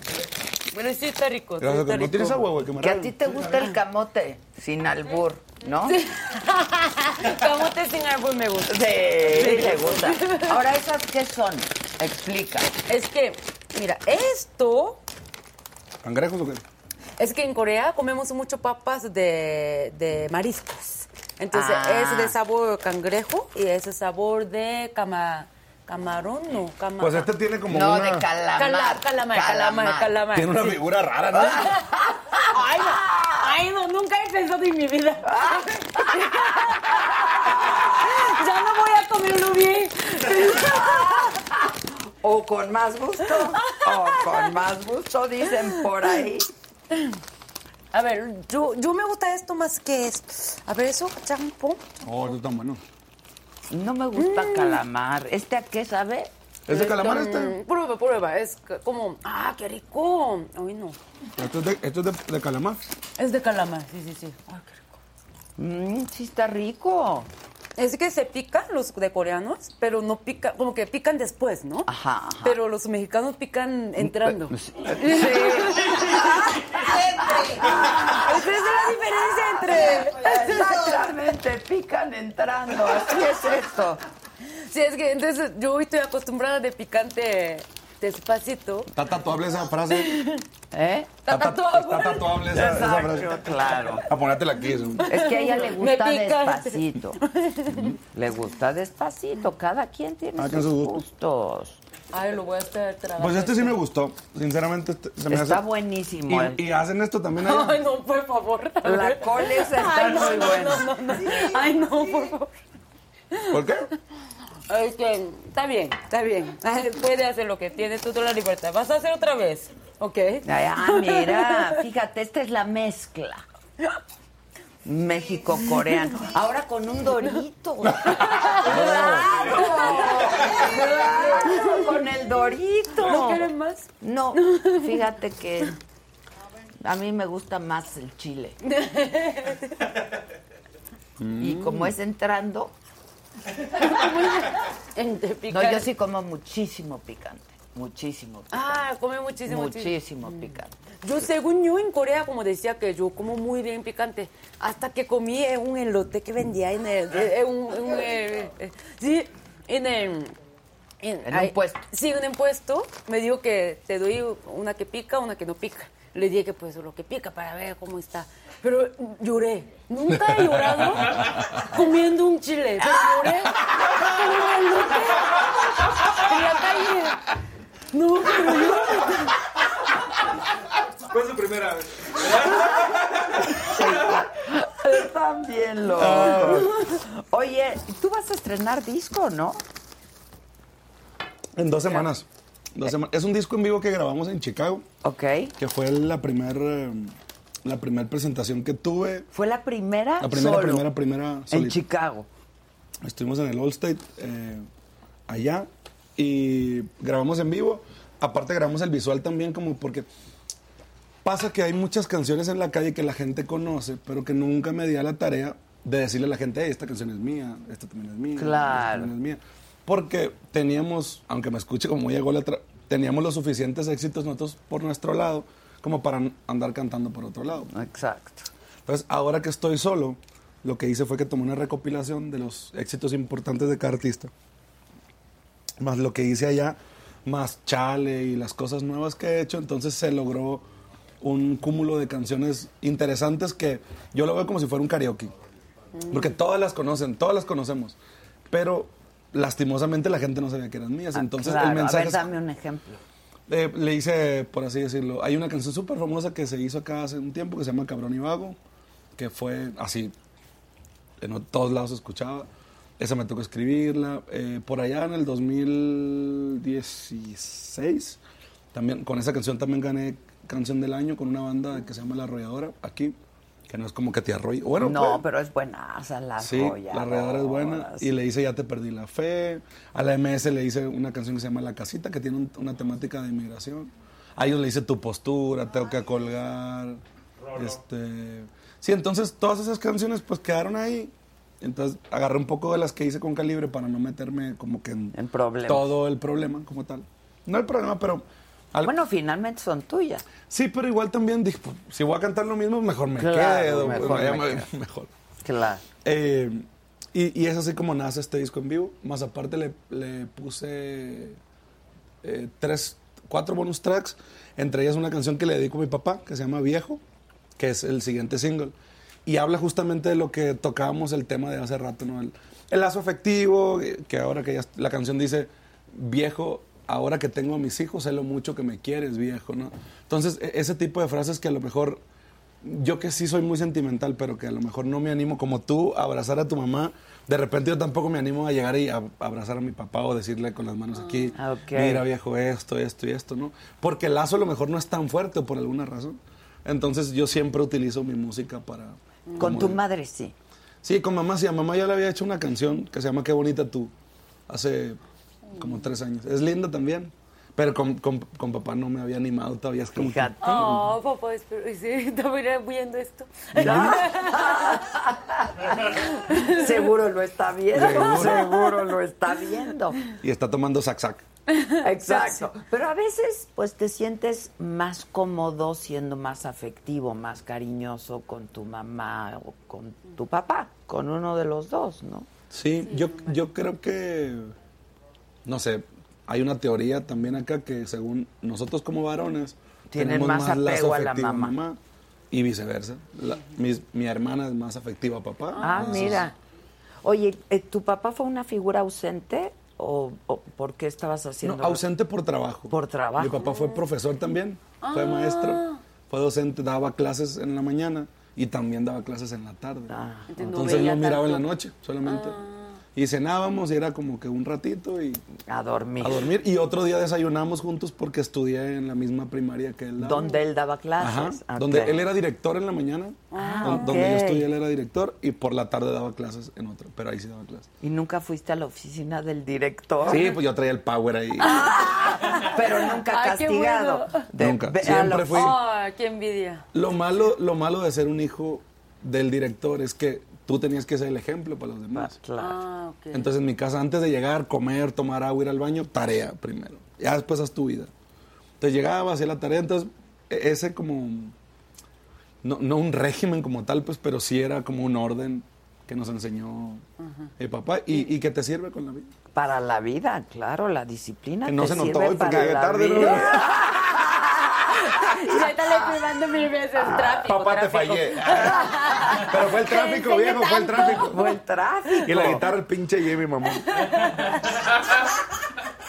Pero sí está rico. sí
Gracias,
está
que- ¿No
rico.
tienes agua, güey? Que me
Que a
regalen.
ti te gusta el camote sin albur, ¿no? Sí,
Camote sin árbol me gusta.
te gusta. Ahora, ¿esas qué son? Explica.
Es que, mira, esto.
¿Cangrejos o qué?
Es que en Corea comemos mucho papas de, de mariscos. Entonces
Ah.
es de sabor cangrejo y es de sabor de cama, camarón, no, cama-
Pues este tiene como
No,
una
de calamar.
Calamar, calamar, calamar, calamar.
tiene una figura rara,
Ah.
¿no?
Ay, no, ay, no, nunca he pensado en mi vida. ya no voy a comerlo bien.
O con más gusto. O con más gusto, dicen por ahí.
A ver, yo, yo me gusta esto más que esto. A ver, eso, champo.
Oh, esto está bueno.
No me gusta calamar. ¿Este a qué sabe?
¿Es de calamar este?
Mm, Prueba, prueba. Es c- como, ah, qué rico. Uy, no.
Esto es de, esto es de- de calamar.
Es de calamar, sí, sí, sí.
Mm, sí está rico.
Es que se pican los de coreanos, pero no pican, como que pican después, ¿no?
Ajá, ajá.
Pero los mexicanos pican entrando.
Sí.
Esa es la diferencia entre...
Exactamente, pican entrando. Así es esto.
Sí, es que entonces yo hoy estoy acostumbrada de picante despacito.
Está tatuable esa frase.
¿Eh?
Está tatuable. Está tatuable esa, esa frase.
claro.
A ponértela aquí. Eso.
Es que a ella le
Me
gusta
pica.
despacito. Le gusta despacito. Cada quien tiene
Ah, que
sus
sus gustos.
gustos.
Ay, lo voy a estar tragando.
Pues este sí me gustó. Sinceramente, este- se me hace.
Está buenísimo.
Y,
el-
y hacen esto también allá.
Ay, no, por favor.
La coles está
Ay, no,
muy
no,
buena.
no, no, no. Ay, no, por favor.
¿Por qué?
Es que Este, está bien, está bien. Ay, Puede hacer lo que tiene tú toda la libertad. Vas a hacer otra vez, ¿ok?
Ay, ah, mira, fíjate, esta es la mezcla. México-coreano. Ahora con un dorito. ¡Claro! ¡Claro! Con el dorito.
¿No quieren más?
No, fíjate que a mí me gusta más el chile. Y
Mm.
como es entrando,
Entre
no,
picar.
yo sí como muchísimo picante, muchísimo,
Ah, come muchísimo, muchísimo.
muchísimo picante.
Yo, según yo, en Corea, como decía, que yo como muy bien picante, hasta que comí eh, un elote que vendía en el... eh, eh, un- un, eh, eh, sí, en el...
En un puesto.
Sí, en un puesto. Me dijo que te doy una que pica, una que no pica. Le dije que pues lo que pica para ver cómo está. Pero lloré. Nunca he llorado comiendo un chile. Pero lloré como una loca en la calle. No, pero yo...
Fue su primera vez.
Están bien
Ah.
locos. Oye, tú vas a estrenar disco, ¿no?
En dos semanas. Dos sema- Es un disco en vivo que grabamos en Chicago,
Ok.
que fue la primer, eh, la primer presentación que tuve.
Fue la primera.
La primera,
solo,
primera, primera
En
solita.
Chicago.
Estuvimos en el All State eh, allá y grabamos en vivo. Aparte grabamos el visual también como porque pasa que hay muchas canciones en la calle que la gente conoce, pero que nunca me di a la tarea de decirle a la gente, "Hey, esta canción es mía, esta también es mía, esta
Claro.
también es mía. Porque teníamos, aunque me escuche como llegó la otra, teníamos los suficientes éxitos nosotros por nuestro lado como para n- andar cantando por otro lado.
Exacto.
Entonces, ahora que estoy solo, lo que hice fue que tomé una recopilación de los éxitos importantes de cada artista. Más lo que hice allá, más Chale y las cosas nuevas que he hecho. Entonces se logró un cúmulo de canciones interesantes que yo lo veo como si fuera un karaoke.
Mm.
Porque todas las conocen, todas las conocemos. Pero lastimosamente la gente no sabía que eran mías. Entonces
Ah, Claro,
el
A
mensaje
ver,
es-
dame un ejemplo.
eh, le hice, por así decirlo, hay una canción súper famosa que se hizo acá hace un tiempo que se llama Cabrón y Vago, que fue así, en o- todos lados se escuchaba. Esa me tocó escribirla. Eh, por allá en el 2016, también, con esa canción también gané Canción del Año con una banda que se llama La Arrolladora, aquí, que no es como que te arrolle. Bueno,
no,
pues,
pero es buenaza la
Sí, la redadora es buena. Y le hice Ya te perdí la fe. A la MS le hice una canción que se llama La Casita, que tiene un- una temática de inmigración. A ellos le hice Tu postura, Tengo que colgar. Este... Sí, entonces todas esas canciones pues quedaron ahí. Entonces agarré un poco de las que hice con calibre para no meterme como que en,
En problemas.
todo el problema como tal. No el problema, pero... al-
Bueno, finalmente son tuyas.
sí, pero igual también dije, pues, si voy a cantar lo mismo, mejor me
Claro,
quedo.
mejor
ya
me
me-
quedo.
mejor.
Claro.
Eh, y, y es así como nace este disco en vivo. Más aparte le, le puse eh, tres, cuatro bonus tracks. Entre ellas una canción que le dedico a mi papá, que se llama Viejo, que es el siguiente single. Y habla justamente de lo que tocábamos el tema de hace rato, ¿no? El, el lazo afectivo, eh, que ahora que ya est- la canción dice, viejo, ahora que tengo a mis hijos, sé lo mucho que me quieres, viejo, ¿no? Entonces, e- ese tipo de frases que a lo mejor yo que sí soy muy sentimental, pero que a lo mejor no me animo como tú a abrazar a tu mamá. De repente yo tampoco me animo a llegar y a- a abrazar a mi papá o decirle con las manos aquí,
Ah, ok.
mira viejo esto, esto y esto, ¿no? Porque el lazo a lo mejor no es tan fuerte por alguna razón. Entonces yo siempre utilizo mi música para...
Con
como
tu
de-
madre sí.
Sí, con mamá sí. A mamá ya le había hecho una canción que se llama Qué bonita tú, hace
Mm.
como tres años. Es linda también, pero con, con- con papá no me había animado todavía. Es como que-
Fíjate.
Oh, papá, espero. y Sí, estaba viendo esto.
Seguro lo está viendo.
Seguro.
Seguro lo está viendo.
Y está tomando sac-sac.
Exacto. Pero a veces, pues te sientes más cómodo siendo más afectivo, más cariñoso con tu mamá o con tu papá, con uno de los dos, ¿no?
Sí, yo, yo creo que, no sé, hay una teoría también acá que según nosotros como varones
Tienen
tenemos
más apego a la
afectivo
mamá.
y viceversa. La- mis- mi, hermana es más afectiva a papá.
Ah,
entonces-
mira. Oye, eh, ¿tu papá fue una figura ausente o, o por qué estabas
No,
haciendo?
ausente por trabajo.
Por trabajo. Ah.
Mi papá fue profesor también, fue maestro, fue docente, daba clases en la mañana y también daba clases en la tarde.
Ah.
Entonces, no
Entonces
veía
no miraba en la
tanto.
noche, solamente. Y cenábamos y era como que un ratito y
A dormir.
A dormir. Y otro día desayunamos juntos porque estudié en la misma primaria que él. daba.
Donde él daba
Ajá,
clases. Ah, Ok.
Donde él era director en la mañana. don- Donde yo
ok.
estudié, él era director. Y por la tarde daba clases en otro. Pero ahí sí daba clases.
Y nunca fuiste a la oficina del director.
Sí, pues yo traía el power ahí.
Pero nunca
Ay, qué
castigado.
bueno.
De-
Nunca,
ve a
siempre
la-
fui.
Ay, Oh, qué envidia.
Lo malo, lo malo de ser un hijo del director es que tú tenías que ser el ejemplo para los demás.
Claro.
Ah, ok.
Entonces, en mi casa, antes de llegar, comer, tomar agua, ir al baño, tarea primero. Ya después haz tu vida. Entonces, llegaba, hacía la tarea. Entonces, e- ese como... No, no un régimen como tal, pues, pero sí era como un orden que nos enseñó el papá y, y que te sirve con la vida.
Para la vida, claro, la disciplina.
Que no
Ah, te
se notó
sirve
hoy porque
para
llegué
la
tarde, ¿no?
vida.
Ya está firmando mil veces tráfico.
Ah, Papá, te
tráfico.
fallé. Pero fue el tráfico,
enseñé
viejo, fue el
tanto.
tráfico.
Fue el tráfico.
Y la guitarra, el pinche Jimmy, mamón.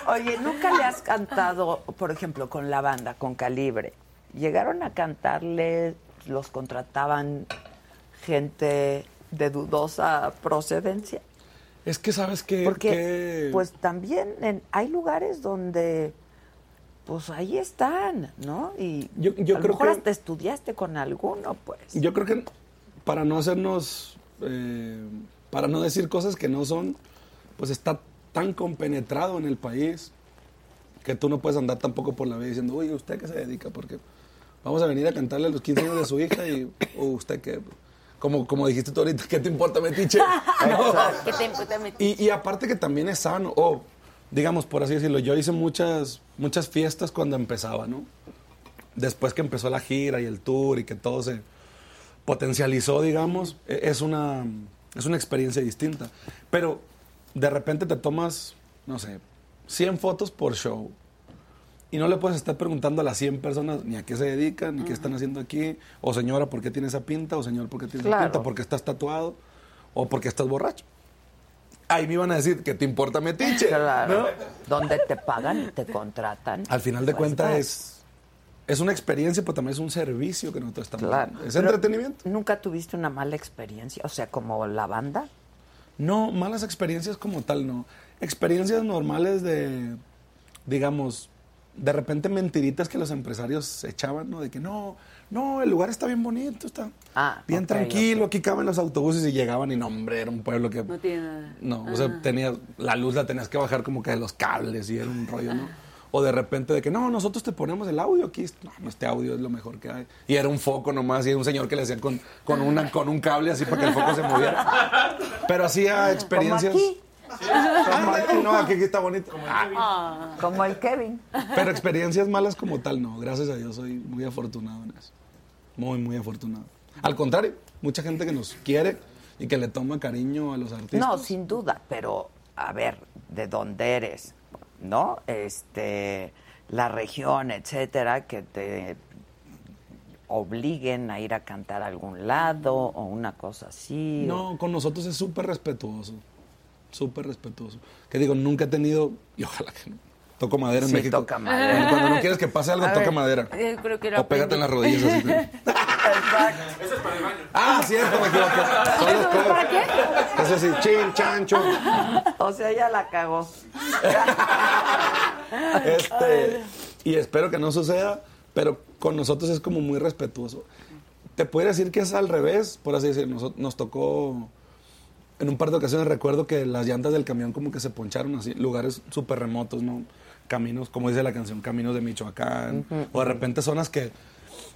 Oye, ¿nunca le has cantado, por ejemplo, con la banda, con Calibre? ¿Llegaron a cantarle, los contrataban gente de dudosa procedencia?
Es que, ¿sabes qué?
Porque,
qué?
pues también en- hay lugares donde, pues ahí están, ¿no? Y
Yo- yo
a lo
creo
mejor
que-
hasta estudiaste con alguno, pues.
Yo creo que para no hacernos, eh, para no decir cosas que no son, pues está tan compenetrado en el país que tú no puedes andar tampoco por la vida diciendo, oye, ¿usted qué se dedica? Porque vamos a venir a cantarle a los 15 años de su hija y, o ¿usted qué? Como, como dijiste tú ahorita, ¿qué te importa, metiche? No.
¿Qué te importa, me-
Y, y aparte que también es sano, o digamos por así decirlo, yo hice muchas, muchas fiestas cuando empezaba, ¿no? Después que empezó la gira y el tour y que todo se potencializó, digamos, e- es una, es una experiencia distinta. Pero de repente te tomas, no sé, 100 fotos por show. Y no le puedes estar preguntando a las 100 personas ni a qué se dedican, ni qué están haciendo aquí, o señora, ¿por qué tiene esa pinta? O señor, ¿por qué tiene
Claro.
esa pinta? ¿Por qué estás tatuado? ¿O por qué estás borracho? Ahí me iban a decir que te importa metiche.
Claro.
¿no?
Donde te pagan y te contratan.
Al final de
Pues,
cuentas
vas.
es, es una experiencia, pero también es un servicio que nosotros estamos
Claro.
dando. Es
Pero,
entretenimiento.
¿Nunca tuviste una mala experiencia? O sea, como la banda.
No, malas experiencias como tal, no. Experiencias normales de, digamos, de repente mentiritas que los empresarios se echaban, ¿no? De que no, no, el lugar está bien bonito, está
Ah,
bien
ok,
tranquilo, aquí caben los autobuses y llegaban y no, hombre, era un pueblo que...
No tiene nada.
No, o
Ah.
sea, tenías, la luz la tenías que bajar como que de los cables y era un rollo, ¿no?
Ah.
O de repente de que, no, nosotros te ponemos el audio aquí, no, este audio es lo mejor que hay. Y era un foco nomás, y era un señor que le hacían con, con, una, con un cable así para que el foco se moviera. Pero hacía
Como
experiencias...
aquí,
Ah, no, aquí, aquí está bonito. Ah,
como el Kevin.
pero experiencias malas como tal, no. Gracias a Dios soy muy afortunado en eso. Muy, muy afortunado. Al contrario, mucha gente que nos quiere y que le toma cariño a los artistas.
No, sin duda, pero a ver, de dónde eres, ¿no? Este, la región, etcétera, que te obliguen a ir a cantar a algún lado o una cosa así. o-
No, con nosotros es súper respetuoso. Súper respetuoso. Que digo, nunca he tenido, y ojalá que no. Toco madera en
Sí,
México.
toca madera.
Cuando no quieres que pase algo, toca madera.
eh, creo que lo
o pégate en las rodillas. Así, ¿no?
Exacto.
Ese es para el baño.
ah, cierto, me equivoqué. Son los peores.
¿Para qué?
Es así, chin, chancho.
O sea, ya la cagó.
Este, y espero que no suceda, pero con nosotros es como muy respetuoso. Te puedo decir que es al revés, por así decir, nos, nos tocó en un par de ocasiones recuerdo que las llantas del camión como que se poncharon así, lugares súper remotos, ¿no? Caminos, como dice la canción, caminos de Michoacán, o de repente zonas que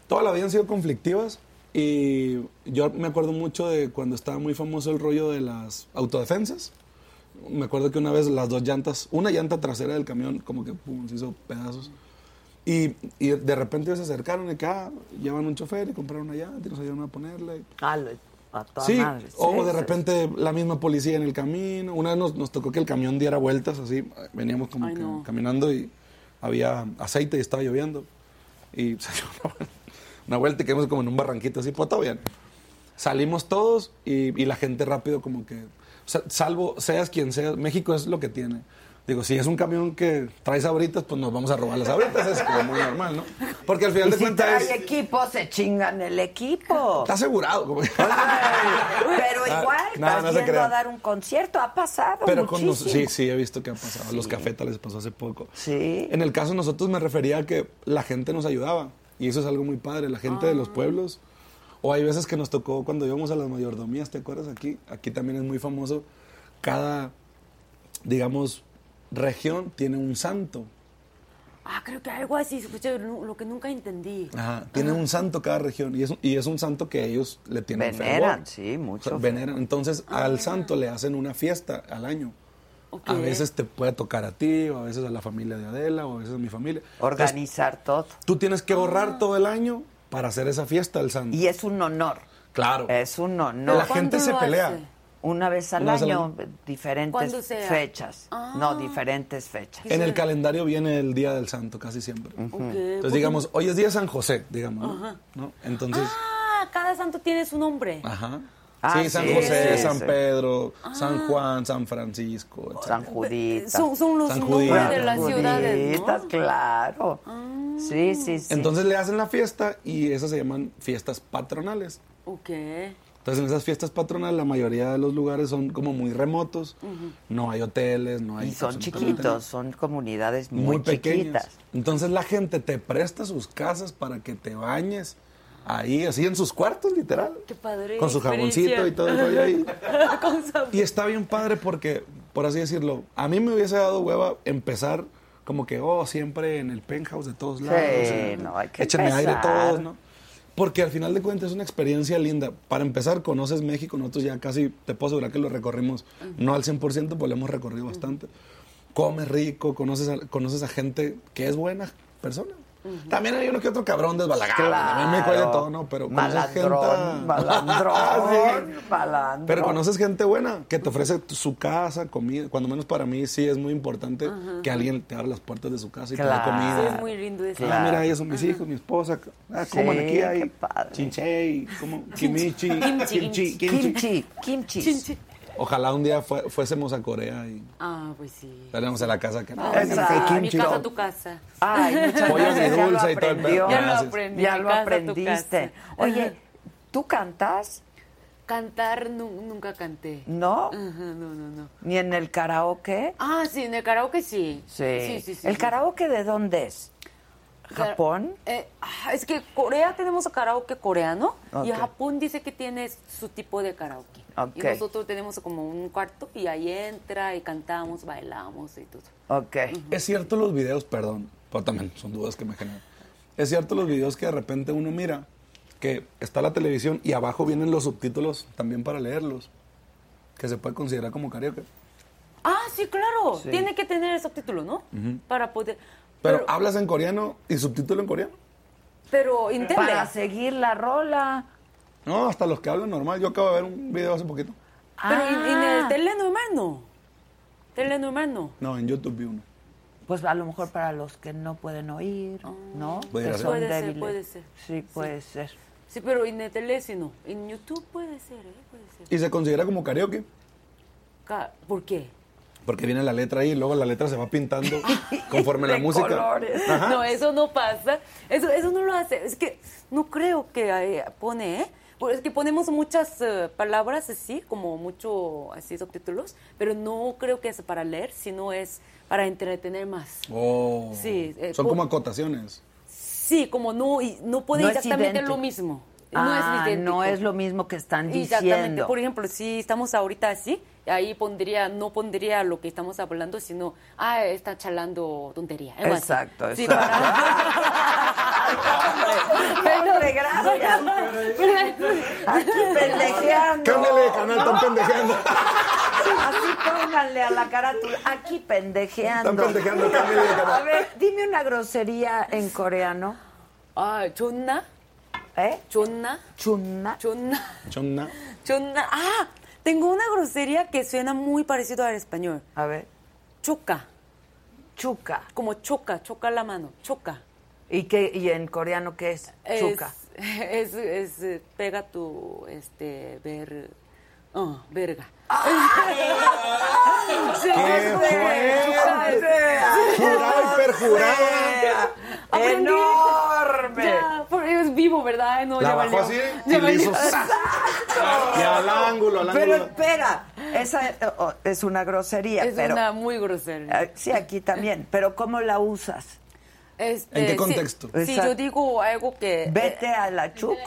toda la vida han sido conflictivas. Y yo me acuerdo mucho de cuando estaba muy famoso el rollo de las autodefensas. Me acuerdo que una vez las dos llantas, una llanta trasera del camión, como que pum, se hizo pedazos. Y, y de repente ellos se acercaron y que, ah, llevan un chofer y compraron una llanta y nos ayudaron a ponerla. y-
A, lo- a toda
Sí,
madre.
o
Sí,
de
sí.
repente la misma policía en el camino. Una vez nos, nos tocó que el camión diera vueltas así. Veníamos como que caminando y había aceite y estaba lloviendo. Y salió una, vuel- una vuelta y quedamos como en un barranquito así, pues todo bien. Salimos todos y, y la gente rápido como que... sa- Salvo seas quien seas, México es lo que tiene. Digo, si es un camión que trae sabritas, pues nos vamos a robar las sabritas. Es como muy normal, ¿no? Porque al
Y
final de
si
cuentas
trae
es...
equipo, se chingan el equipo.
Está asegurado. como que-
Pero
Ah,
igual,
no,
estás
no se
yendo a
crean.
dar un concierto. Ha pasado
Pero con
muchísimo.
los, sí, sí, he visto que ha pasado. A Los cafetas les pasó hace poco.
Sí.
En el caso de nosotros me refería a que la gente nos ayudaba. Y eso es algo muy padre. La gente de los
Ah.
pueblos. O hay veces que nos tocó cuando íbamos a las mayordomías, ¿te acuerdas? Aquí, aquí también es muy famoso. Cada, digamos, región tiene un santo.
Ah, creo que algo así, escuché, no, lo que nunca entendí.
Ajá, tiene un santo cada región y es, y es un santo que ellos le tienen
Veneran,
fervor.
sí, mucho
O sea, veneran. Entonces, al santo le hacen una fiesta al año.
Ok.
A veces te puede tocar a ti, o a veces a la familia de Adela, o a veces a mi familia. Entonces,
Organizar todo.
tú tienes que ahorrar todo el año para hacer esa fiesta al santo.
Y es un honor.
claro.
Es un honor.
la gente
¿Cuándo
se
lo
pelea.
hace?
Una vez al
Una vez al
año,
año.
diferentes
Cuando sea. Ah.
fechas. No, diferentes fechas.
En el calendario viene el Día del Santo casi siempre. Entonces
porque-
digamos, hoy es Día de San José, digamos. ¿no? ¿No? Entonces,
Ah, cada santo tiene su nombre.
ajá.
Ah,
sí, San
sí,
José,
sí,
San
sí.
Pedro, San Juan, San Francisco, etc.
San Judita.
Eh, Son, son los
San
nombres
Judita.
de las
Juditas,
ciudades, ¿no? Ah.
claro. Sí, sí, sí.
Entonces le hacen la fiesta y esas se llaman fiestas patronales.
Ok.
Entonces en esas fiestas patronales la mayoría de los lugares son como muy remotos, no hay hoteles, no hay...
y son
absolutamente nada.
chiquitos, son comunidades muy,
muy
chiquitas.
pequeñas. Entonces la gente te presta sus casas para que te bañes ahí, así en sus cuartos, literal.
Qué padre
Con su
experiencia.
jaboncito y todo el rollo ahí.
Con sabor.
Y está bien padre porque, por así decirlo, a mí me hubiese dado hueva empezar como que, oh, siempre en el penthouse de todos lados. eh,
no, hay que
Échenme aire
empezar.
todos, ¿no? Porque al final de cuentas es una experiencia linda. Para empezar, conoces México, nosotros ya casi, te puedo asegurar que lo recorrimos, no al 100%, pues lo hemos recorrido bastante. Comes rico, conoces a, conoces a gente que es buena persona. También hay uno que otro cabrón desbalagado. También me de todo, ¿no? Pero conoces
malandrón,
gente- Ah,
malandrón,
Sí.
malandrón.
Pero conoces gente buena que te ofrece t- su casa, comida. Cuando menos para mí sí es muy importante que alguien te abra las puertas de su casa y te dé
Claro.
comida.
Sí, es muy lindo eso.
Ah,
Claro.
mira, ellos son mis hijos, mi esposa. Ah,
Sí,
coman aquí
qué
hay
padre.
chinche y como kimichi, kimchi, kimchi.
Kimchi, kimchi.
Ojalá un día fue- fuésemos a Corea y
Ah, pues sí.
saliéramos a la casa que no,
Ay,
mira, que hay
Ah, mi
kimchi.
casa, tu casa.
Ay, muchas
Pollo
gracias, ya lo
agridulce y todo el
aprendió.
pedo.
Ya lo
Gracias.
aprendí.
Ya
mi
lo
casa, tu
aprendiste.
casa.
Oye, ¿tú cantas?
Cantar nu- nunca canté.
¿No?
Ajá, no, no, no.
¿Ni en el karaoke?
Ah, sí, en el karaoke sí.
Sí.
sí, sí, sí,
¿El
sí.
karaoke de dónde es?
Claro.
¿Japón?
Eh, ah, es que Corea tenemos karaoke coreano y
Ok.
Japón dice que tiene su tipo de karaoke.
Ok.
Y nosotros tenemos como un cuarto y ahí entra y cantamos, bailamos y todo.
Ok.
Mm.
Es cierto los videos, perdón, pero también son dudas que me generan. Es cierto los videos que de repente uno mira, que está la televisión y abajo vienen los subtítulos también para leerlos, que se puede considerar como karaoke.
Ah, sí, claro.
Sí.
Tiene que tener el subtítulo, ¿no? Para poder.
Pero,
Pero,
hablas en coreano y subtítulo en coreano.
pero entiende.
Para seguir la rola.
No, hasta los que hablan normal. Yo acabo de ver un video hace poquito.
Pero en, en el
Ah.
telenormal no. Telenormal no.
No, en YouTube vi uno.
Pues a lo mejor para los que no pueden oír, ¿no?
Puede
que
ser.
son
Ah. Puede ser,
débiles.
puede ser.
Sí, puede ser.
Sí, pero en el tele sí no. En YouTube puede ser, ¿eh? Puede ser.
Y se considera como karaoke
Ca- ¿Por qué?
porque viene la letra ahí y luego la letra se va pintando conforme la
De
música.
colores.
Ajá.
No, eso no pasa. Eso, eso no lo hace. Es que no creo que eh, pone, ¿eh? Pues Es que ponemos muchas eh, palabras así, como mucho así subtítulos, pero no creo que es para leer, sino es para entretener más.
Oh.
Sí, eh,
Son
po-
como acotaciones.
Sí, como no, y no puede
No es
exactamente
idéntico.
lo mismo.
Ah,
no es idéntico.
no es lo mismo que están
Exactamente.
diciendo.
Por ejemplo, si estamos ahorita así, ahí pondría, no pondría lo que estamos hablando, sino, ah, está charlando tontería. algo así.
Exacto,
Sí,
exacto.
para-
Ay, hombre, gracias. Aquí pendejeando.
Cámbiale de canal, están pendejeando.
Así pónganle a la carátula. Aquí pendejeando.
Están pendejeando, cámbiale de canal.
A ver, dime una grosería en coreano.
아, 존나?
¿Eh?
존나?
Chunna.
존나?
Chonna.
존나? Ah, tengo una grosería que suena muy parecido al español.
A ver.
Choca,
Chuka.
como choca, choca la mano, choca.
¿Y, qué, y en coreano qué es?
Es-
Chuka.
Es, es, eh, pega tu, este, ver, oh, verga. Sí,
¡Qué
sí,
fuerte! Jurada y perjurada.
Aprendí.
¡Enorme!
Ya, por- es vivo, ¿verdad? Ay, No,
La
ya
bajó
valió.
así y
Ya
le
valió.
hizo ¡zas! Y al ángulo, al
Pero
ángulo.
espera, esa eh, oh, es una grosería,
Es
pero
una muy grosera.
eh, sí aquí también. Pero cómo la usas?
Este,
¿En qué
sí,
contexto?
Si,
Exacto.
yo digo algo que... eh,
Vete a la chuc.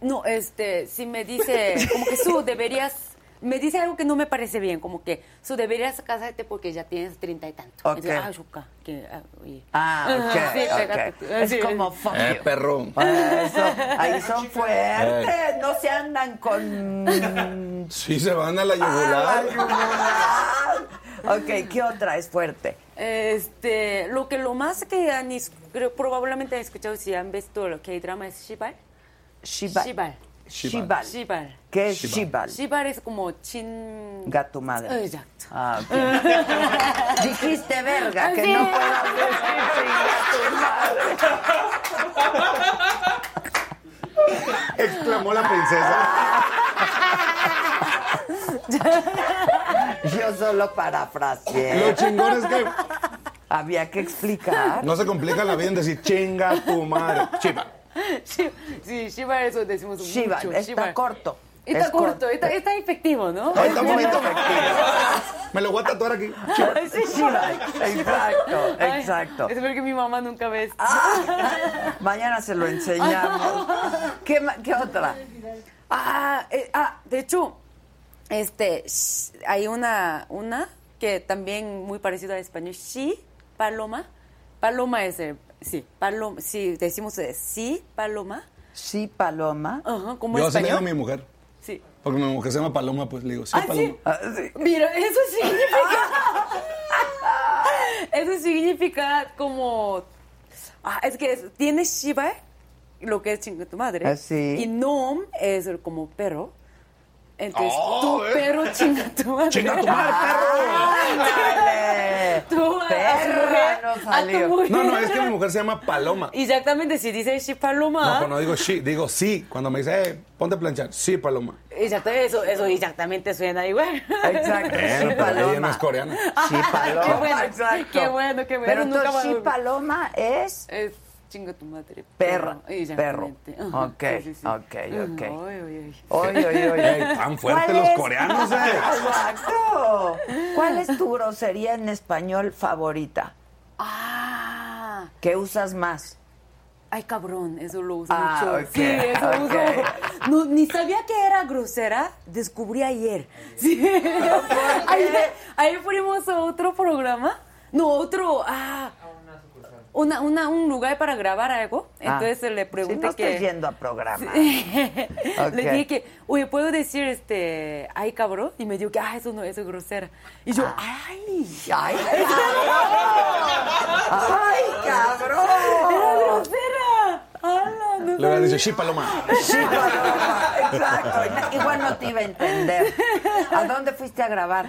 No, este, si me dice, como que su deberías, me dice algo que no me parece bien, como que su deberías casarte porque ya tienes treinta y tanto.
Ok.
Entonces, ah, yuca, que, ah, oye.
Ah, ok,
Ajá, sí,
ok.
pégate.
Es
Sí.
como fuck
Eh,
you.
perro.
Eso, ahí son fuertes, no se andan con...
Sí, se van a la
Ah,
yugular.
ok, ¿qué otra es fuerte?
Este, lo que lo más que han, es- creo, probablemente han escuchado si han visto el K-drama es Shibal.
Shiba.
Shibal.
Shibal.
Shibal.
Shibal.
¿Qué es Shibal?
Shibal es como chin...
Gato madre.
Exacto.
Ah, ok. Dijiste verga, que
Sí.
no puedas decir chinga
Exclamó la princesa.
tu madre. Yo solo
Eh.
parafraseé.
Lo chingón es que
Había que explicar.
no se complica la vida en decir chinga tu madre. Chipa.
Sí, sí, Shibal eso decimos
Shibal,
mucho.
está
Shibal.
corto.
Está
Es
corto,
corto.
Está, está efectivo, ¿no?
Ay, está bonito. Me lo voy a tatuar aquí. Shibal.
Sí,
Shibal, exacto,
Ay,
exacto. Ah.
Es porque mi mamá nunca ve esto.
Mañana se lo enseñamos. ¿Qué, ma- qué otra?
Ah, eh, ah, de hecho, este, sh- hay una, una que también muy parecida al español, sí, paloma. Paloma es, el- sí, paloma, sí, decimos eh, sí, paloma.
Sí, paloma.
Ajá, como
Yo así le digo a
español.
mi mujer.
Sí.
Porque mi mujer se llama Paloma, pues le digo, sí,
Ah,
Paloma.
sí.
Ah, sí.
Mira, eso significa. eso significa como. Ah, es que es- tiene Shiba, lo que es chinga tu madre.
Ah, sí.
Y Nom es el como perro. Entonces,
Oh,
tu
eh.
perro chinga tu madre.
¡Chinga tu madre, perro!
¡Ándale!
Tú, a- a tu
Perra,
mujer,
no
a tu
salió.
mujer.
No, no, es que mi mujer se llama Paloma.
Exactamente, si dice Shi
No,
Paloma.
pues no digo sí, digo sí. Cuando me dice, eh, ponte a planchar. Sí, Paloma.
Exactamente, eso, eso exactamente suena igual.
Exacto,
Bueno,
sí,
pero
paloma.
ella no es coreana.
Sí, paloma.
Qué bueno,
exacto.
qué bueno, qué bueno,
Pero
nunca
entonces,
va a-
sí, paloma es.
Es chinga tu madre.
Perra,
Exactamente.
perro.
Ajá,
Ok,
sí, sí, sí.
ok,
Ujú.
ok.
Ay, ay, ay.
Oye, oye, oye.
Ey, tan fuertes los coreanos, eh.
Exacto. ¿Cuál es tu grosería en español favorita?
Ah,
¿Qué usas más?
ay cabrón, eso lo uso
Ah,
mucho.
ok,
Sí, eso lo uso.
ok.
No, ni sabía que era grosera, descubrí ayer. Sí. Ayer, ayer fuimos a otro programa. No, otro. Ah, una, una, un lugar para grabar algo. Entonces le pregunté
preguntas
que.
Ah. estoy yendo a programa.
Le dije que, oye, ¿puedo decir este, ay cabrón? Y me dijo que, ah, eso no, eso es grosera. Y yo,
Ah.
ay,
¡Ay, cabrón! ¡Ay,
era
cabrón!
grosera. Ala, no
Le hubiera
sabía.
dicho, sí, Paloma.
Sí, paloma, exacto. Igual no te iba a entender. ¿A dónde fuiste a grabar?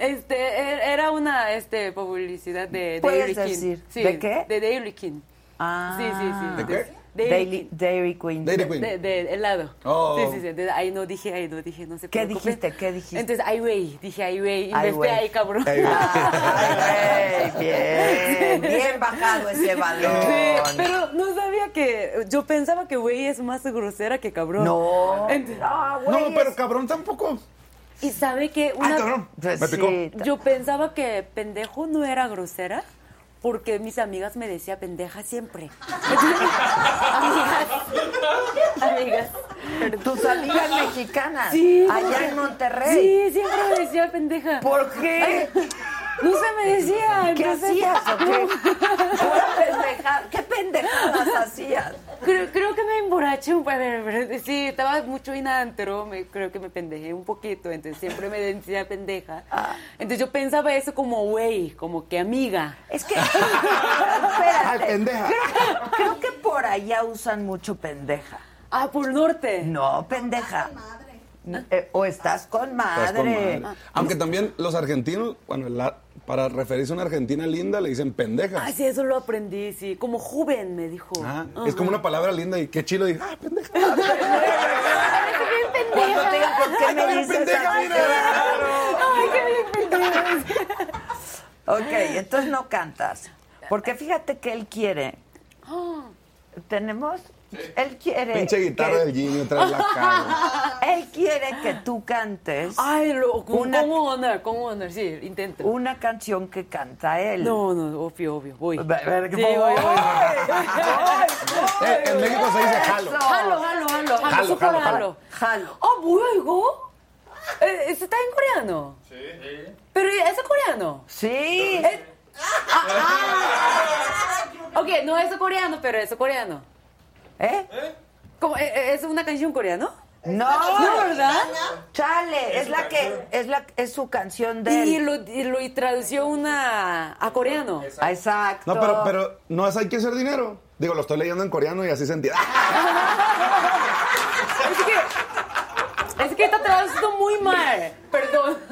Este, er- era una este, publicidad de
Puedes
Dairy King.
decir, ¿de qué?
De Dairy King.
Ah.
Sí, sí, sí.
¿De qué?
Dairy,
Dairy
Dairy Queen.
Dairy
King.
Queen.
De, de helado.
Oh.
Sí, sí, sí. De- ahí no dije, ahí no dije, no sé.
¿Qué dijiste? ¿Qué dijiste?
Entonces, ay, güey. Dije, ay, güey.
Ay,
Inventé,
güey.
ay, cabrón.
Ahí ve.
Ay, güey, bien, bien bajado ese
Sí,
balón.
pero no sabía que. Yo pensaba que güey es más grosera que cabrón.
No,
Ent-
no, güey.
No, pero cabrón tampoco.
Y sabe que una.
Ay, cabrón.
Pues
Me picó.
sí.
Yo pensaba que pendejo no era grosera porque mis amigas me decía pendeja siempre. amigas. Amigas.
Tus amigas mexicanas.
Sí.
Allá en Monterrey.
Sí, siempre me decía pendeja.
¿Por qué?
No se me decía.
¿Qué
entonces-
hacías o qué? Pura pendeja- ¿Qué pendejadas hacías?
Creo, creo que me emborraché un par de veces. Sí, estaba mucho inantero, me, creo que me pendejé un poquito, entonces siempre me decía pendeja. Entonces yo pensaba eso como güey, como que amiga.
Es que. Espérate.
Ay, Ah, pendeja.
Creo, creo que por allá usan mucho pendeja.
Ah, por norte.
No, pendeja. No, eh, o estás con
Estás con madre.
madre.
Aunque también los argentinos, bueno, la- para referirse a una argentina linda le dicen pendeja.
Ah, sí, eso lo aprendí, sí. Como joven, me dijo.
Ah, Es como una palabra linda y qué chilo. Dije, ah, pendeja.
Cuando te digan, ¿por qué me
Ay,
dices
pendeja,
así?
mira.
Ay, qué bien pendeja.
Ok, entonces no cantas. Porque fíjate que él quiere. ¿Tenemos? Él quiere.
Pinche guitarra
que-
del Jimmy otra vez la cago.
Él quiere que tú cantes
Ay, lo, con,
Una-
con honor, con honor, sí, intento.
una canción que canta él.
No, no, obvio, obvio, voy.
Ve- ve-
Sí,
voy,
voy, voy, voy.
Eh, en México se dice jalo.
Eso.
Jalo, jalo, jalo,
Jalo,
jalo, súper
jalo,
jalo.
Jalo.
Ah, luego. Eh, ¿Está en coreano?
Sí.
Pero es coreano.
Sí.
Es- Ok, no es coreano, pero es coreano.
¿Eh?
¿Cómo, eh, eh, ¿Es una canción coreano?
No.
No, ¿verdad?
Chale, es la que es la es su canción de
Y
él.
lo, y lo y tradució una a coreano.
Ah, Exacto.
No, pero, pero no es hay que hacer dinero. Digo, lo estoy leyendo en coreano y así se entiende.
que. Es que está traducido muy mal. Perdón.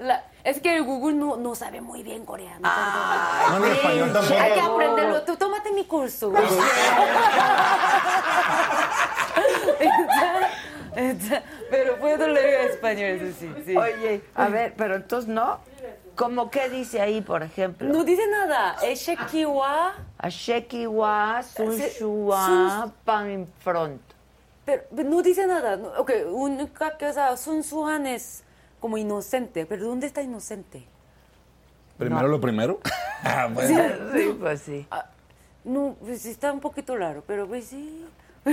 La- es que el Google no, no sabe muy bien coreano.
Ah,
Ah, No, en español
perdón. Hay que
tampoco.
aprenderlo. Tú tómate mi curso. Pero puedo leer español, eso sí. sí.
Oye, a ver, pero entonces no. ¿Cómo qué dice ahí, por ejemplo?
No dice nada. Es Shekiwa.
A sheki wa,
Sus-
sushua, pan in front.
Pero, pero no dice nada. No, Ok, única cosa, Sun Suhan es como inocente. Pero ¿dónde está inocente?
Primero lo primero. Ah, bueno.
Sí, pues sí.
Ah, no, pues sí está un poquito raro, pero pues sí.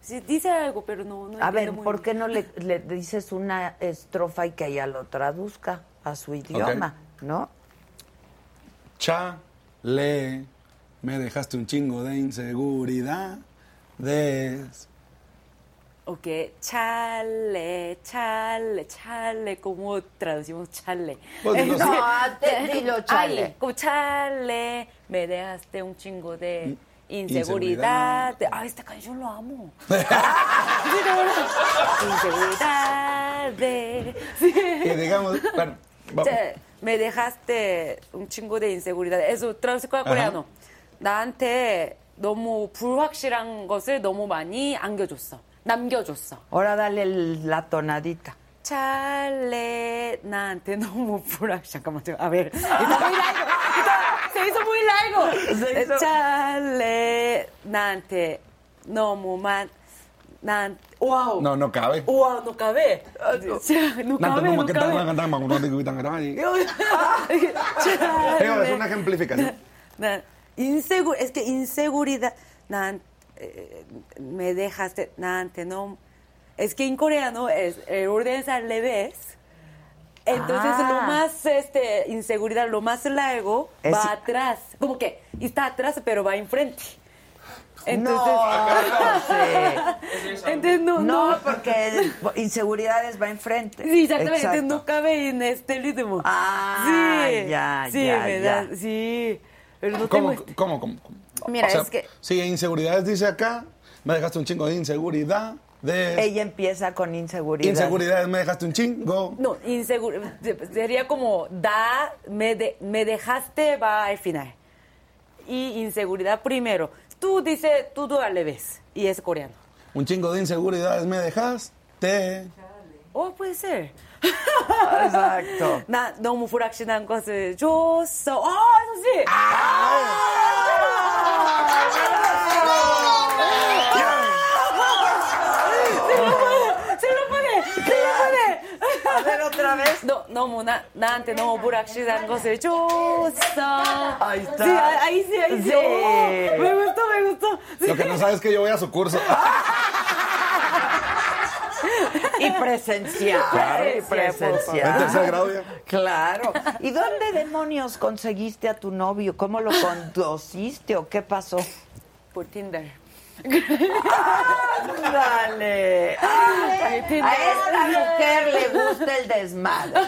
sí dice algo, pero no. no
A ver,
entiendo muy
¿por
bien.
qué no le, le dices una estrofa y que ella lo traduzca a su idioma, no?
Cha, le, me dejaste un chingo de Pues, inseguridad. Des.
Ok, chale, chale, chale. ¿Cómo traducimos chale?
Pues,
Eh,
no sé.
No, te- dilo, chale.
Ay, como chale, me dejaste un chingo de
inseguridad.
inseguridad. de- Ay, esta canción lo amo. Sí, de verdad. inseguridad. de- sí.
Y digamos, bueno, vamos.
Che, me dejaste un chingo de inseguridad. eso 트라우스가 코리아노. 나한테 너무 불확실한 것을 너무 많이 안겨줬어. 남겨줬어.
Ahora dale el- la tonadita.
찰레 나한테 너무 불확 잠깐만요. 아 왜? 이거 muy largo. 이거 se hizo muy largo.
Se hizo-
찰레 나한테 너무만 난 와우.
No, no cabe.
와우 너 cabe. 자, 너
pues, No,
cabe.
tenemos
너
que
cabe.
cantar, cantamos, no te quitan, cantamos. Digo, es una
찰레
ejemplificación.
나 인세구 에스케 인세구리다 난 eh, me dejaste 나한테 no es que en coreano es el orden es al revés entonces
Ah.
lo más este inseguridad lo más largo
Es-
va atrás como que está atrás pero va enfrente entonces
No, sí.
entonces no no,
no, porque inseguridades va enfrente.
Sí, exactamente,
Exacto.
no cabe en este ritmo.
Ah, ya,
sí,
ya,
¿verdad?
ya.
Sí, pero no
¿Cómo,
tengo este-
cómo, cómo, cómo?
Mira, es que-
Sí, inseguridades dice acá. Me dejaste un chingo de inseguridad. De
Ella empieza con inseguridad.
inseguridades, me dejaste un chingo.
No, inseguro. Sería como da, me, de- me dejaste, va al final. Y inseguridad primero. Tú dices todo al revés. Y es coreano.
Un chingo de inseguridades, me dejaste.
Oh, puede ser.
Exacto.
나 너무 불확실한 것을 줬어. 아, 선지. 셀로폰에, 셀로폰에.
A ver otra vez.
No, no, na, 나한테 너무 불확실한 것을 줬어.
Ahí está.
Sí, ahí sí, ahí sí.
Sí.
Oh, me gustó, me gustó. Sí.
Lo que no sabes es que yo voy a su curso.
Y presencial.
Claro.
Y presencial.
En tercer grado ya.
Claro. ¿Y dónde demonios conseguiste a tu novio? ¿Cómo lo conduciste o qué pasó?
Por Tinder.
Dale.
Ay, Tinder.
A esta mujer le gusta el desmadre.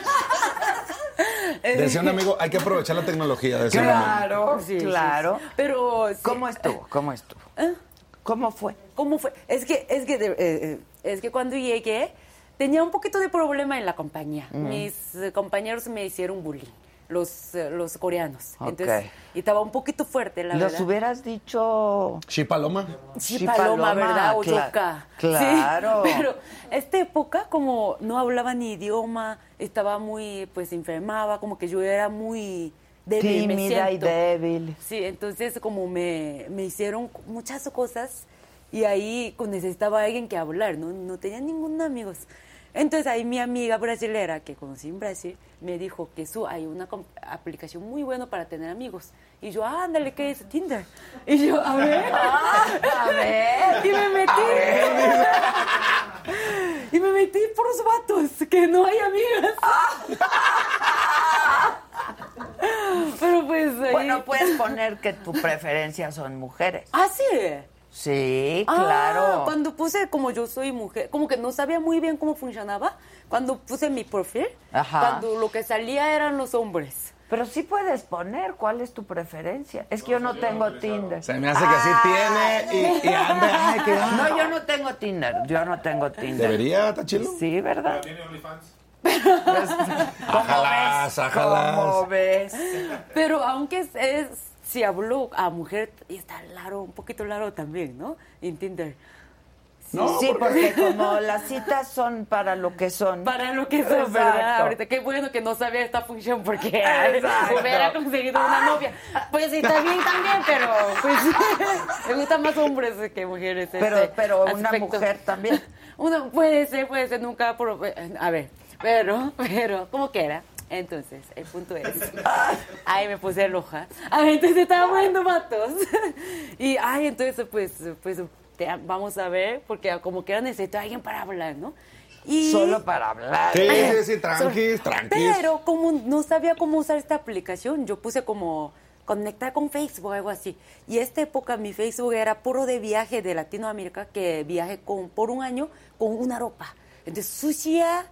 Decía un amigo, hay que aprovechar la tecnología. Decía un amigo.
Claro,
Sí, sí, sí.
claro.
Pero sí.
¿Cómo estuvo? ¿Cómo estuvo?
¿Eh?
¿Cómo fue?
¿Cómo fue? Es que, es que, de- eh, eh, es que cuando llegué tenía un poquito de problema en la compañía. Mis eh, compañeros me hicieron bullying, los, eh, los coreanos. Entonces, y estaba un poquito fuerte, la
Los
verdad.
hubieras dicho.
Sí, Paloma.
Sí,
Sí,
Paloma,
Paloma,
¿verdad? O
cla-
Yuca.
claro.
Sí, pero esta época, como no hablaba ni idioma, estaba muy, pues, enfermaba, como que yo era muy débil. me
Tímida y
siento.
débil.
Sí, entonces como me, me hicieron muchas cosas y ahí pues, necesitaba alguien que hablar, no, no tenía ningún amigos. Entonces ahí mi amiga brasilera que conocí en Brasil me dijo que su, hay una com- aplicación muy buena para tener amigos. Y yo, ah, ándale, ¿qué es Tinder? Y yo, a ver, Ah, a ver. Y me metí. Y me metí por los vatos, que no hay amigas. Pero pues ahí...
Bueno, puedes poner que tu preferencia son mujeres.
Ah, sí.
Sí,
Ah,
claro.
cuando puse, como yo soy mujer, como que no sabía muy bien cómo funcionaba, cuando puse mi perfil,
Ajá.
cuando lo que salía eran los hombres.
Pero sí puedes poner cuál es tu preferencia. Es que yo no tengo Tinder. Ah.
Se me hace que sí tiene y, y anda. Ay, que
No, yo no tengo Tinder. Yo no tengo Tinder.
Debería, está chilo.
Sí, ¿verdad?
¿Tiene OnlyFans?
Ajalas,
Pues, ¿Cómo
ajalas.
ves?
Pero aunque es, es- si hablo a mujer, y está largo, un poquito largo también, ¿no? En Tinder.
sí, porque como las citas son para lo que son.
Para lo que es
Exacto.
verdad, ahorita qué bueno que no sabía esta función porque
Exacto. Ah.
hubiera conseguido una novia. Pues sí, también, también, pero pues me gustan más hombres que mujeres.
Pero,
este
pero una
aspecto.
mujer también.
Una, puede ser, puede ser, nunca, probé. a ver, pero, pero, como quiera. Entonces, el punto es, ay, me puse roja. Ay, entonces estaba poniendo matos. Y, ay, entonces, pues, pues, te- vamos a ver, porque como quiera necesito a alguien para hablar, ¿no? Y,
Solo para hablar.
Sí, sí, sí, tranquis, tranquis.
pero como no sabía cómo usar esta aplicación, yo puse como conectar con Facebook, algo así. Y esta época mi Facebook era puro de viaje de Latinoamérica, que viaje con, por un año con una ropa. Entonces, sucia,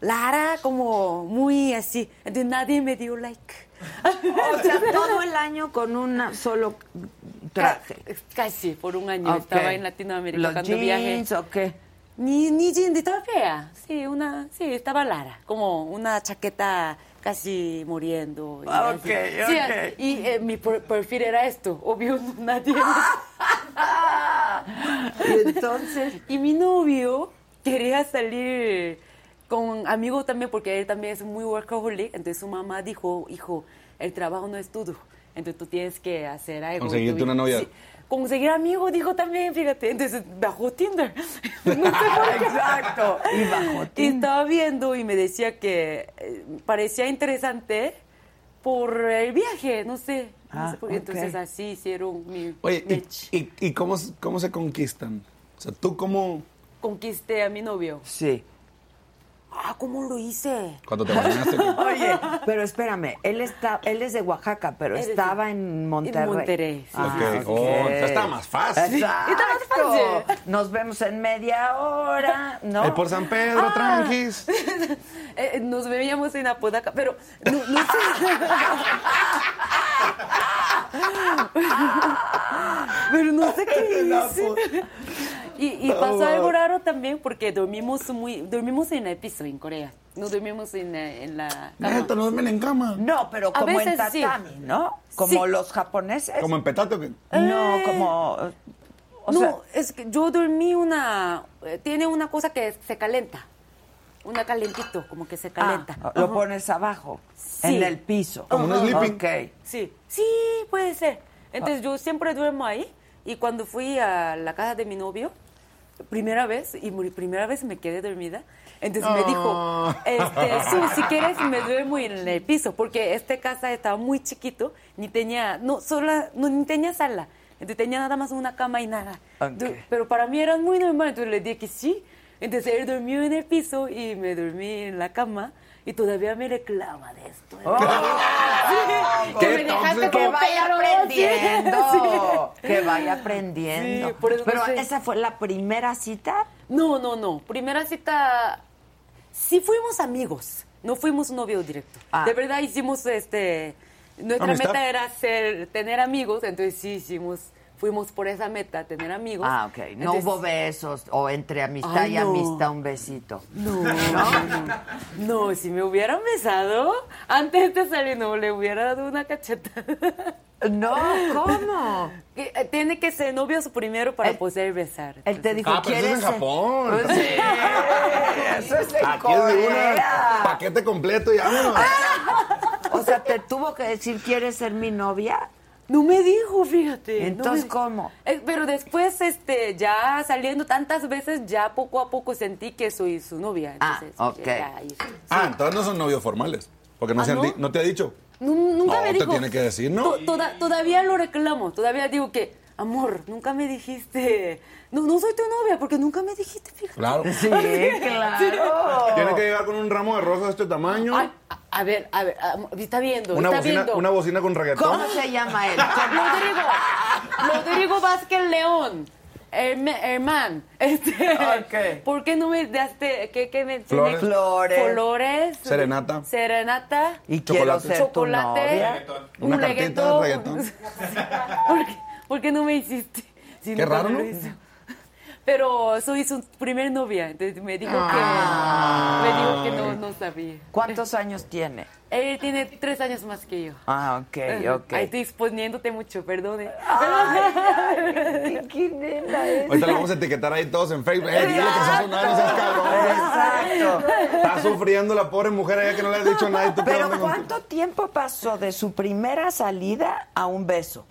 Lara, como muy así. Entonces, nadie me dio like.
O sea, todo el año con un solo traje.
Casi, por un año estaba en Latinoamérica
¿Los
cuando viajé.
jeans o qué?
Ni, ni jeans, estaba fea. Sí, una, sí, estaba Lara, como una chaqueta casi muriendo. y
Ah,
así.
ok,
Sí,
ok.
y eh, mi per- perfil era esto, obvio, nadie.
¡Ah!
Ah.
Y entonces,
y mi novio quería salir con amigos también, porque él también es muy workaholic. Entonces su mamá dijo, hijo, el trabajo no es todo. Entonces tú tienes que hacer algo.
Conseguirte
Tú-
una novia.
Sí. Conseguir amigos, dijo también, fíjate. Entonces bajó Tinder. No sé por qué.
exacto. Y bajo
Y
Tinder.
estaba viendo y me decía que eh, parecía interesante por el viaje, no sé. no
Ah,
sé por qué.
ok.
Entonces así hicieron mi
Oye,
match.
¿y, y, y cómo, se- cómo se conquistan? O sea, tú cómo.
Conquisté a mi novio.
Sí.
Ah, ¿cómo lo hice?
Cuando te bañaste.
Oye, pero espérame, él está, él es de Oaxaca, pero
Él es
estaba
de-
en Monterrey. Ah,
en Monterrey, sí.
Ok, oh, entonces está más fácil.
Exacto.
Está más fácil.
Nos vemos en media hora, ¿no?
Ahí por San
Ah.
Pedro, tranquis.
Eh, nos veíamos en Apodaca, pero no, no sé. pero no sé qué hice. Y, y pasó algo raro también porque dormimos muy, dormimos en el piso en Corea. No dormimos en, eh, en la cama.
Neta, no duermen en cama.
No, pero
A
como en
veces sí.
tatami, ¿no? Como
Sí.
los japoneses.
Como en petate. que-
No,
Eh.
como... eh, O
no,
sea,
es que yo dormí una, eh, tiene una cosa que se calenta. Una calentito, como que se calenta.
ah, lo
Ajá.
pones abajo,
Sí.
en el piso.
Como un
Ajá.
sleeping.
Ok.
Sí, sí, puede ser. Entonces yo siempre duermo ahí y cuando fui a la casa de mi novio, primera vez, y mi primera vez me quedé dormida, entonces me dijo,
Ah.
este, "Su, si quieres me duermo en el piso, porque esta casa estaba muy chiquito, ni tenía, no, sola, no, ni tenía sala, entonces tenía nada más una cama y nada.
Ok.
Du- Pero para mí era muy normal, entonces le dije que sí. Entonces él durmió en el piso y me dormí en la cama y todavía me reclama de esto. Sí,
¡Qué
que me dejaste
Oh,
tóxico!
Que
como
vaya
perro,
aprendiendo.
sí.
Que vaya aprendiendo.
Sí, por eso no
Pero
sé.
esa fue la primera cita.
No, no, no. Primera cita, sí fuimos amigos, no fuimos novio directo.
Ah.
De verdad hicimos, este, nuestra
Amistad.
meta era ser, tener amigos, entonces sí hicimos, fuimos por esa meta, tener amigos.
Ah, ok. No
Entonces-
hubo besos o entre amistad
Ay,
y
no.
amistad un besito.
No, no, no. No, si me hubieran besado, antes de salir no le hubiera dado una cachetada.
No, ¿cómo?
Que, eh, Tiene que ser novios primero para
El-
poder besar.
Él te dijo,
Ah, pero eso
¿quieres
es en
ser-
Japón. Ah,
Pues sí, eso es en
Aquí es de una
Corea.
paquete completo y vámonos.
Ah, O sea, te tuvo que decir, ¿quieres ser mi novia?
No me dijo, fíjate. no
Entonces,
me-
¿cómo?
Eh, pero después, este, ya saliendo tantas veces, ya poco a poco sentí que soy su novia.
Ah,
Entonces,
ok.
ya ahí.
Ah, entonces no son novios formales. Porque no,
Ah,
se han di-
¿no?
no te ha dicho.
Nu- Nunca
No,
me
te
dijo.
tiene que decir, ¿no?
To- toda- todavía lo reclamo, todavía digo que, amor, nunca me dijiste. No, no soy tu novia porque nunca me dijiste, fíjate.
Claro.
Sí, claro.
Tiene que llegar con un ramo de rosas de este tamaño.
Ay, a, a ver, a ver, a- está viendo,
una,
está
bocina,
viendo.
una bocina con reggaetón.
¿Cómo se llama él?
Rodrigo, Rodrigo Vázquez León. Herme- Herman, este,
Ah,
Ok.
¿por qué no me daste qué, qué me
Flores.
Flores.
Flores,
Serenata.
serenata,
Y quiero
Chocolate.
ser tu novia.
chocolate, un
Una cartita de
reggaetón?
reggaetón.
¿Por, qué, por qué no me hiciste? Si
Qué
nunca me
raro,
lo
¿no?
hizo. Pero soy su primer novia, entonces me dijo
Ah.
que, me dijo que no, no sabía.
¿Cuántos años tiene?
Él tiene tres años más que yo.
Ah, ok, ok.
Ahí estoy exponiéndote mucho, perdone.
¿Qué nena es?
Ahorita lo vamos a etiquetar ahí todos en Facebook. Eh, dile que seas una, no seas cabrón.
Exacto.
Está sufriendo la pobre mujer allá que no le has dicho nada y tú qué onda
Pero
con-
¿cuánto tiempo pasó de su primera salida a un beso?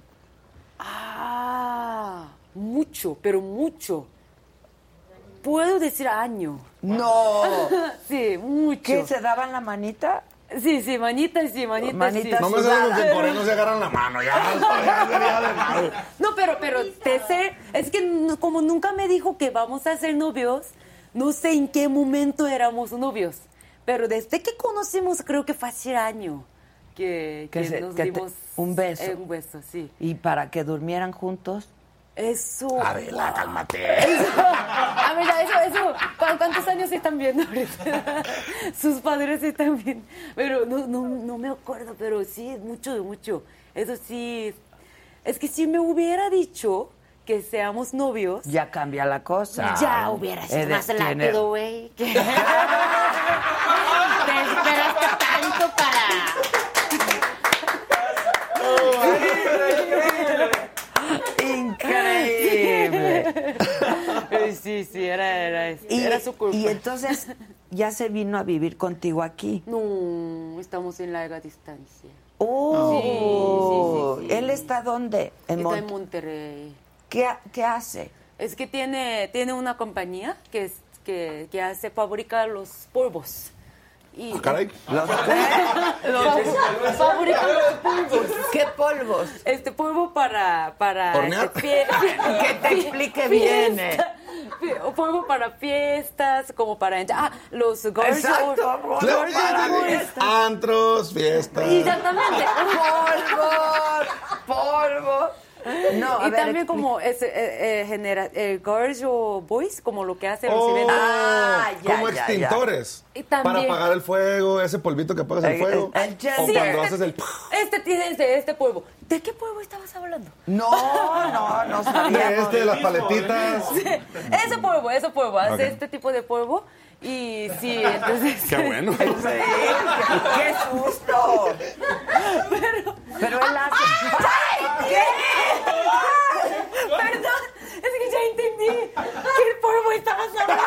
Ah, mucho, pero mucho. Puedo decir año.
No.
Sí, mucho.
¿Qué? ¿Se daban la manita?
Sí, sí, manita, sí, manita,
Manita
No
sí.
me sale con que por ahí no se agarran la mano. Ya, ya sería de mal.
No, pero, pero, tercer, es que no- como nunca me dijo que vamos a ser novios, no sé en qué momento éramos novios. Pero desde que conocimos, creo que fue hace año que,
Que
que
se-
nos
que te-
dimos
un beso.
eh, un beso, sí.
¿Y para que durmieran juntos?
Eso.
Adela, cálmate.
Ah, mira, eso, eso. ¿cu- ¿Cuántos años están viendo ahorita? Sus padres están viendo. Pero no, no, no me acuerdo, pero sí, mucho, mucho. Eso sí. Es que si me hubiera dicho que seamos novios,
Ya cambia la cosa.
ya hubiera sido
He de
más
tener-
rápido, güey. que- Te esperaste tanto para.
Increíble.
Eh, Sí, sí, era, era, eso.
Y,
era su culpa.
y entonces ya se vino a vivir contigo aquí.
No, estamos en larga distancia.
Oh.
Sí, sí, sí, sí.
¿Él está dónde? En
Está
Mon-
en Monterrey.
¿Qué, ha- qué hace?
Es que tiene, tiene una compañía que, es- que, que hace fabrica los polvos. Y
Ah, Caray.
Los- fabrica los polvos.
¿Qué polvos?
Este polvo para para
¿Hornear?
este, fie- fie-
Que te explique
fiesta.
bien, eh.
Fie- o polvo para fiestas, como para ah, los girls
Exacto.
or-
polvos.
Claro, Antros, fiestas.
Exactamente.
Polvos. Polvos. No, a
y
ver,
también
expli-
como ese, eh, eh, genera, eh, girls o boys, como lo que hacen los
Oh,
eventos.
Ah, ya,
como
ya, ya.
extintores.
Y también-
Para apagar el fuego, ese polvito que apagas
Eh,
el fuego.
eh, el jet.
o
Sí,
cuando
este-
haces el.
Este tiene este, este polvo. ¿De qué polvo estabas hablando?
No, no, no
De
sabíamos.
este, de las paletitas.
Ese polvo, ese polvo. Hace
Ok.
este tipo de polvo. Y sí, entonces.
Qué bueno.
Sí, qué, qué susto. Pero, él hace. ¡Ay!
Perdón, es que ya entendí. ¿Qué polvo estabas hablando?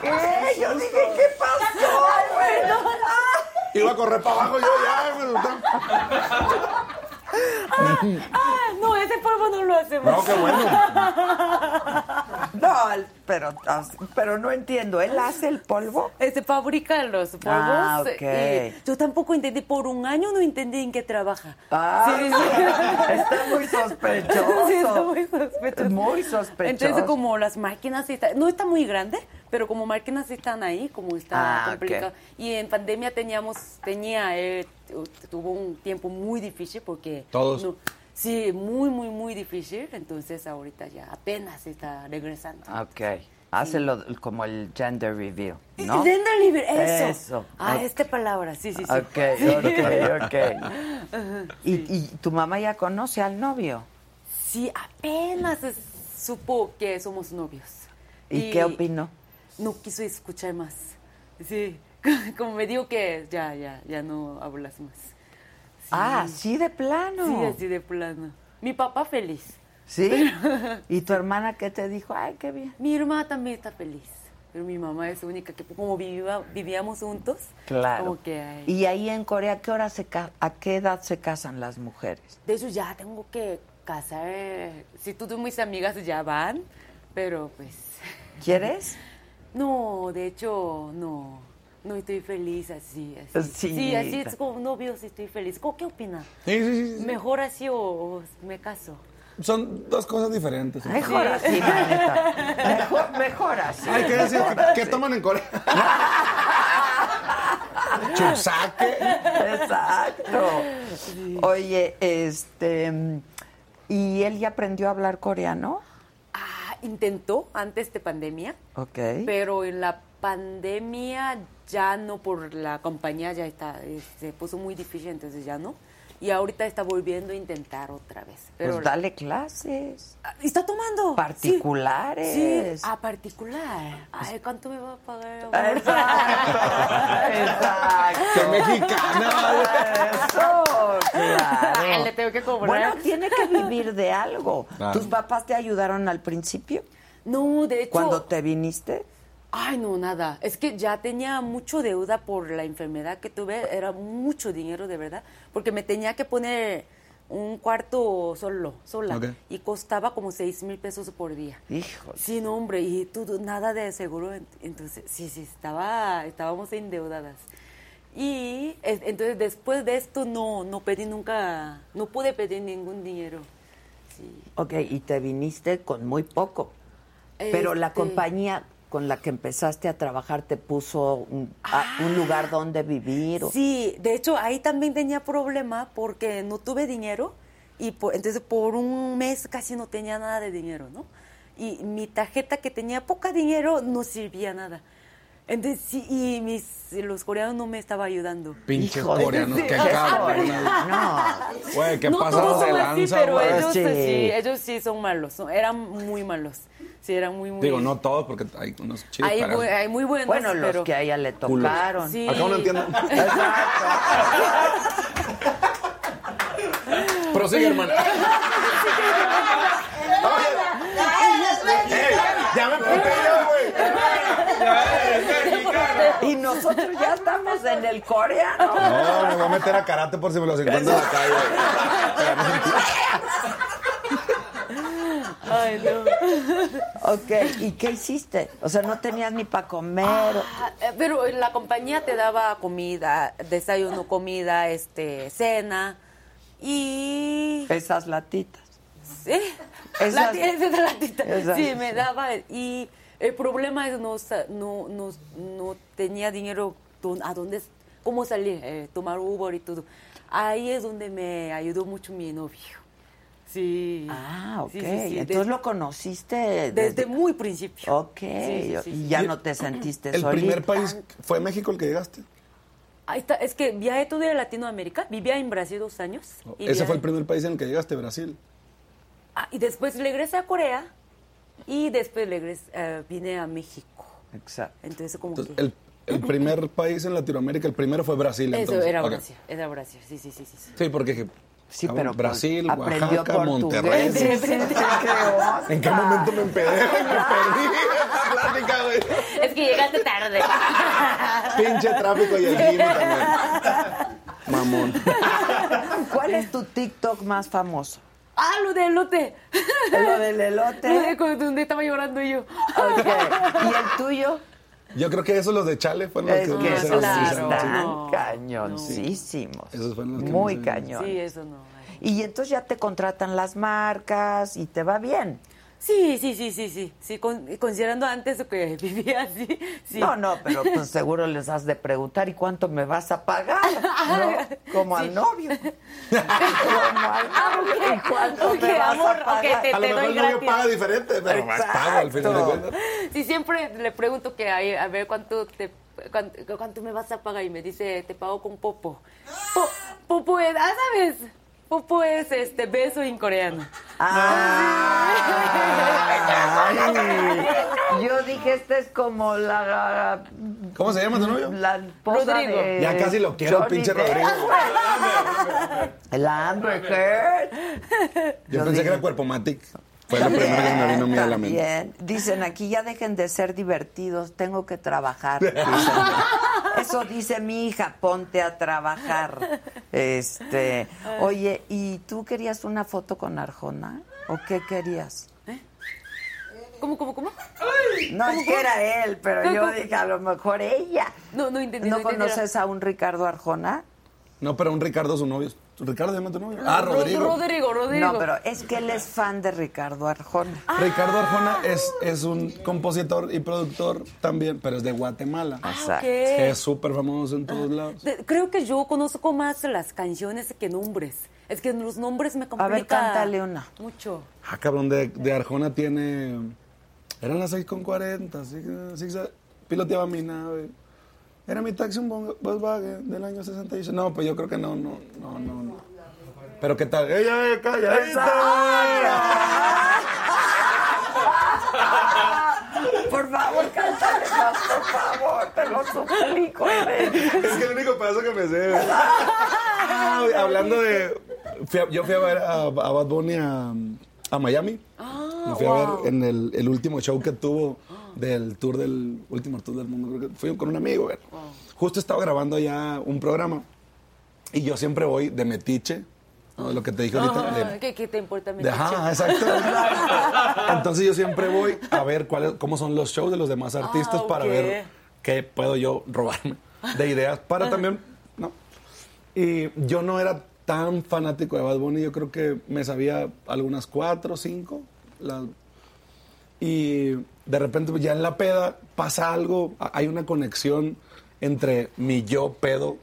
¿Qué? Yo dije, ¿qué pasó? güey?
Iba a correr para abajo yo ya, güey. está-
Ah, no, ese polvo no lo hacemos.
No, qué bueno.
No, pero, pero no entiendo. ¿Él hace el polvo?
Este fabrica los polvos.
Ah, ok.
eh, yo tampoco entendí, por un año no entendí en qué trabaja.
Ah,
Sí, sí.
Está muy sospechoso.
Sí, está muy sospechoso.
Muy sospechoso.
Entonces, como las máquinas están, no está muy grande, pero como máquinas están ahí, como está
Ah,
complicado. Y en pandemia teníamos, tenía, eh, tu- tuvo un tiempo muy difícil porque...
Todos.
no- sí, muy, muy, muy difícil. Entonces, ahorita ya apenas está regresando.
Ah, Ok. Hácelo como el gender review, ¿no?
Gender libre, eso.
Eso.
Ah,
Ok.
esta palabra, sí, sí, sí.
Ok, ok, ok. ¿Y, y tu mamá ya conoce al novio?
Sí, apenas es- supo que somos novios.
¿Y, qué opinó?
No quiso escuchar más. Sí, como me dijo que ya, ya, ya no hablas más.
Ah, sí, de plano.
Sí, así de plano. Mi papá feliz.
¿Sí? ¿Y tu hermana qué te dijo? Ay, qué bien.
Mi hermana también está feliz. Pero mi mamá es única que como viviva- vivíamos juntos.
Claro.
Como que ay,
Y ahí en Corea, ¿qué hora se ca- ¿a qué edad se casan las mujeres?
De hecho, ya tengo que casar. Si tú, mis amigas ya van, pero pues...
¿Quieres?
No, de hecho, no. No estoy feliz así. así.
Sí.
así es como novio, sí estoy feliz. ¿Cómo- ¿Qué opina?
Sí, sí, sí, sí.
¿Mejor así o, o me caso?
Son dos cosas diferentes.
Mejor así, manita. Mejor, mejor así.
Ay, ¿qué decir? ¿Qué toman en Corea? Chusaque.
Exacto. Oye, este. mm, ¿Y él ya aprendió a hablar coreano?
Ah, intentó antes de pandemia,
Ok.
pero en la pandemia ya no por la compañía ya está eh, se puso muy difícil, entonces ya no. Y ahorita está volviendo a intentar otra vez. Pero
pues dale clases.
Ah, está tomando.
Particulares.
Sí, sí, a particular. Ay, ¿cuánto me va a pagar? amor?
Exacto.
¡Qué mexicana!
Eso, claro.
Ay, le tengo que cobrar.
Bueno, tiene que vivir de algo.
Claro.
¿Tus papás te ayudaron al principio?
No, de hecho.
Cuando te viniste.
Ay, no, nada. Es que ya tenía mucho deuda por la enfermedad que tuve. Era mucho dinero, de verdad. Porque me tenía que poner un cuarto solo, sola.
Ok.
Y costaba como seis mil pesos por día.
Híjole.
Sin hombre, y tú nada de seguro. Ent- Entonces, sí, sí, estaba, estábamos endeudadas. Y es- entonces después de esto no, no pedí nunca, no pude pedir ningún dinero. Sí.
Ok, y te viniste con muy poco. Pero la
Este,
compañía con la que empezaste a trabajar te puso un, a- un lugar donde vivir. o-
Ah. Sí, de hecho ahí también tenía problema porque no tuve dinero y por- entonces por un mes casi no tenía nada de dinero, ¿no? Y mi tarjeta que tenía poca dinero no servía nada. Entonces, sí, y mis, los coreanos no me estaban ayudando.
Pinches
Hijo de-
coreanos,
Sí,
qué
o sea,
cabrón.
No,
Güey, qué
no todos
pasados de
son así,
lanza,
pero
güey.
Pues,
ellos sí.
Sí.
ellos sí son malos, son- eran muy malos. Sí, eran muy, muy
Digo, no todos, porque hay unos chidos.
Hay,
para-
bu- hay muy buenos,
bueno, los
pero
que a ella le tocaron.
Sí.
Acá uno entiende.
Prosigue, hermano. Ya me puté yo, güey.
Y nosotros ya estamos en el coreano.
No, me voy a meter a karate por si me los encuentro en la calle.
Ay, no.
Ok, ¿y qué hiciste? O sea, no tenías ni para comer. o-
Ah, eh, Pero la compañía te daba comida, desayuno, comida, este, cena y
Esas latitas.
sí,
Esas-
lati- esa es la latita.
esas-
Sí, me daba y el problema es no sa- no no, no tenía dinero don- a dónde cómo salir, eh, tomar Uber y todo. Ahí es donde me ayudó mucho mi novio. Sí.
Ah, ok.
Sí, sí, sí,
Entonces
des-
lo conociste
desde, muy principio.
Ok,
Sí, sí, sí,
y
sí.
ya no te sentiste
El
solito.
primer país fue México el que llegaste.
Ahí está, es que viajé todo de Latinoamérica, vivía en Brasil dos años. y
Ese
viajé-
fue el primer país en el que llegaste, Brasil.
Ah, y después regresé a Corea y después regresé, eh, vine a México.
Exacto.
Entonces como
Entonces,
que...
el, el primer país en Latinoamérica, el primero fue Brasil.
eso
entonces.
era
Ok.
Brasil, era Brasil, sí, sí, sí. sí, sí.
Sí, porque dije,
Sí,
cabrón,
pero pues,
Brasil,
aprendió
Oaxaca,
portugués.
Monterrey.
Sí, sí, sí,
¿En qué momento me empedé? Me perdí esa plática, güey.
Es que llegaste tarde.
Pinche tráfico y el gym también. Mamón.
¿Cuál es tu TikTok más famoso?
Ah, lo del elote.
Lo del
Lo de
elote.
con- donde estaba llorando yo.
Ok. ¿Y el tuyo?
Yo creo que esos los de Chale fueron los
Es
que...
que
no sé,
esos
sí,
sí
sí,
están
sí.
No,
cañoncísimos.
Esos fueron los que
Muy
más-
cañón.
Sí, eso no. ay.
Y entonces ya te contratan las marcas y te va bien.
Sí, sí, sí, sí, sí. sí con- considerando antes que vivía así. Sí.
No, no, pero pues seguro les has de preguntar ¿y cuánto me vas a pagar? ¿No? Como al novio. Como al novio. ¿Y cuánto
Ah, ok,
me vas
amor,
a
ok,
pagar?
te-
A lo mejor el novio paga diferente, pero más pago al final de
Exacto.
cuentas.
Sí, siempre le pregunto que ay, a ver cuánto te cuánto, cuánto me vas a pagar y me dice te pago con popo. Po- popo es, ah, sabes, popo es este beso en coreano.
Ay, yo dije, esta es como la...
¿Cómo se llama tu novio?
La esposa
Rodrigo.
de
Ya casi lo quiero,
Johnny
pinche
Depp,
Rodrigo.
güey. El Amber Heard.
Yo
Yo
pensé
dije-
que era Cuerpomatic. Fue la primera que me vino a mí a la mente.
También. Dicen aquí ya dejen de ser divertidos, tengo que trabajar. dicen. Eso dice mi hija, ponte a trabajar. Este, oye, ¿y tú querías una foto con Arjona o qué querías?
¿Cómo, cómo, cómo?
No es que era él, pero yo dije a lo mejor ella.
No, no entendí.
¿No
entendí.
conoces a un Ricardo Arjona?
No, pero un Ricardo, su novio. ¿Ricardo se llama tu novio? Ah,
Ro-
Rodrigo.
Rodrigo, Rodrigo.
No, pero es que él es fan de Ricardo Arjona.
Ricardo Arjona es, es un compositor y productor también, pero es de Guatemala.
Ah,
Exacto.
¿Qué?
Es súper famoso en todos lados.
De- Creo que yo conozco más las canciones que nombres. Es que los nombres me complican.
ver, cántale una.
Mucho.
Ah, cabrón, de, de Arjona tiene. Eran las 6.40, sig- zigzag, piloteaba mi nave. Era mi taxi un Vol- Volkswagen del año 66. No, pues yo creo que no, no, no, no. no. Pero qué tal. ¡Ella es calladita!
Por favor, cántale más, por favor, te lo suplico. Eden.
Es que el único pedazo que me sé. Ah, hablando de. fui a- yo fui a ver a, a Bad Bunny a, a Miami. Lo fui a ver en el, el último show que tuvo del tour del último tour del mundo. Creo que Fui con un amigo. ver. Justo estaba grabando ya un programa y yo siempre voy de metiche, ¿no? lo que te dije ahorita, de
Ah, ¿Qué, qué te importa? mi
de- ajá, exacto. Entonces yo siempre voy a ver cuáles, cómo son los shows de los demás artistas
Ah,
para
ok.
ver qué puedo yo robarme de ideas para también, ¿no? Y yo no era tan fanático de Bad Bunny, yo creo que me sabía algunas cuatro, cinco. las- y de repente pues, ya en la peda pasa algo, a- hay una conexión entre mi yo pedo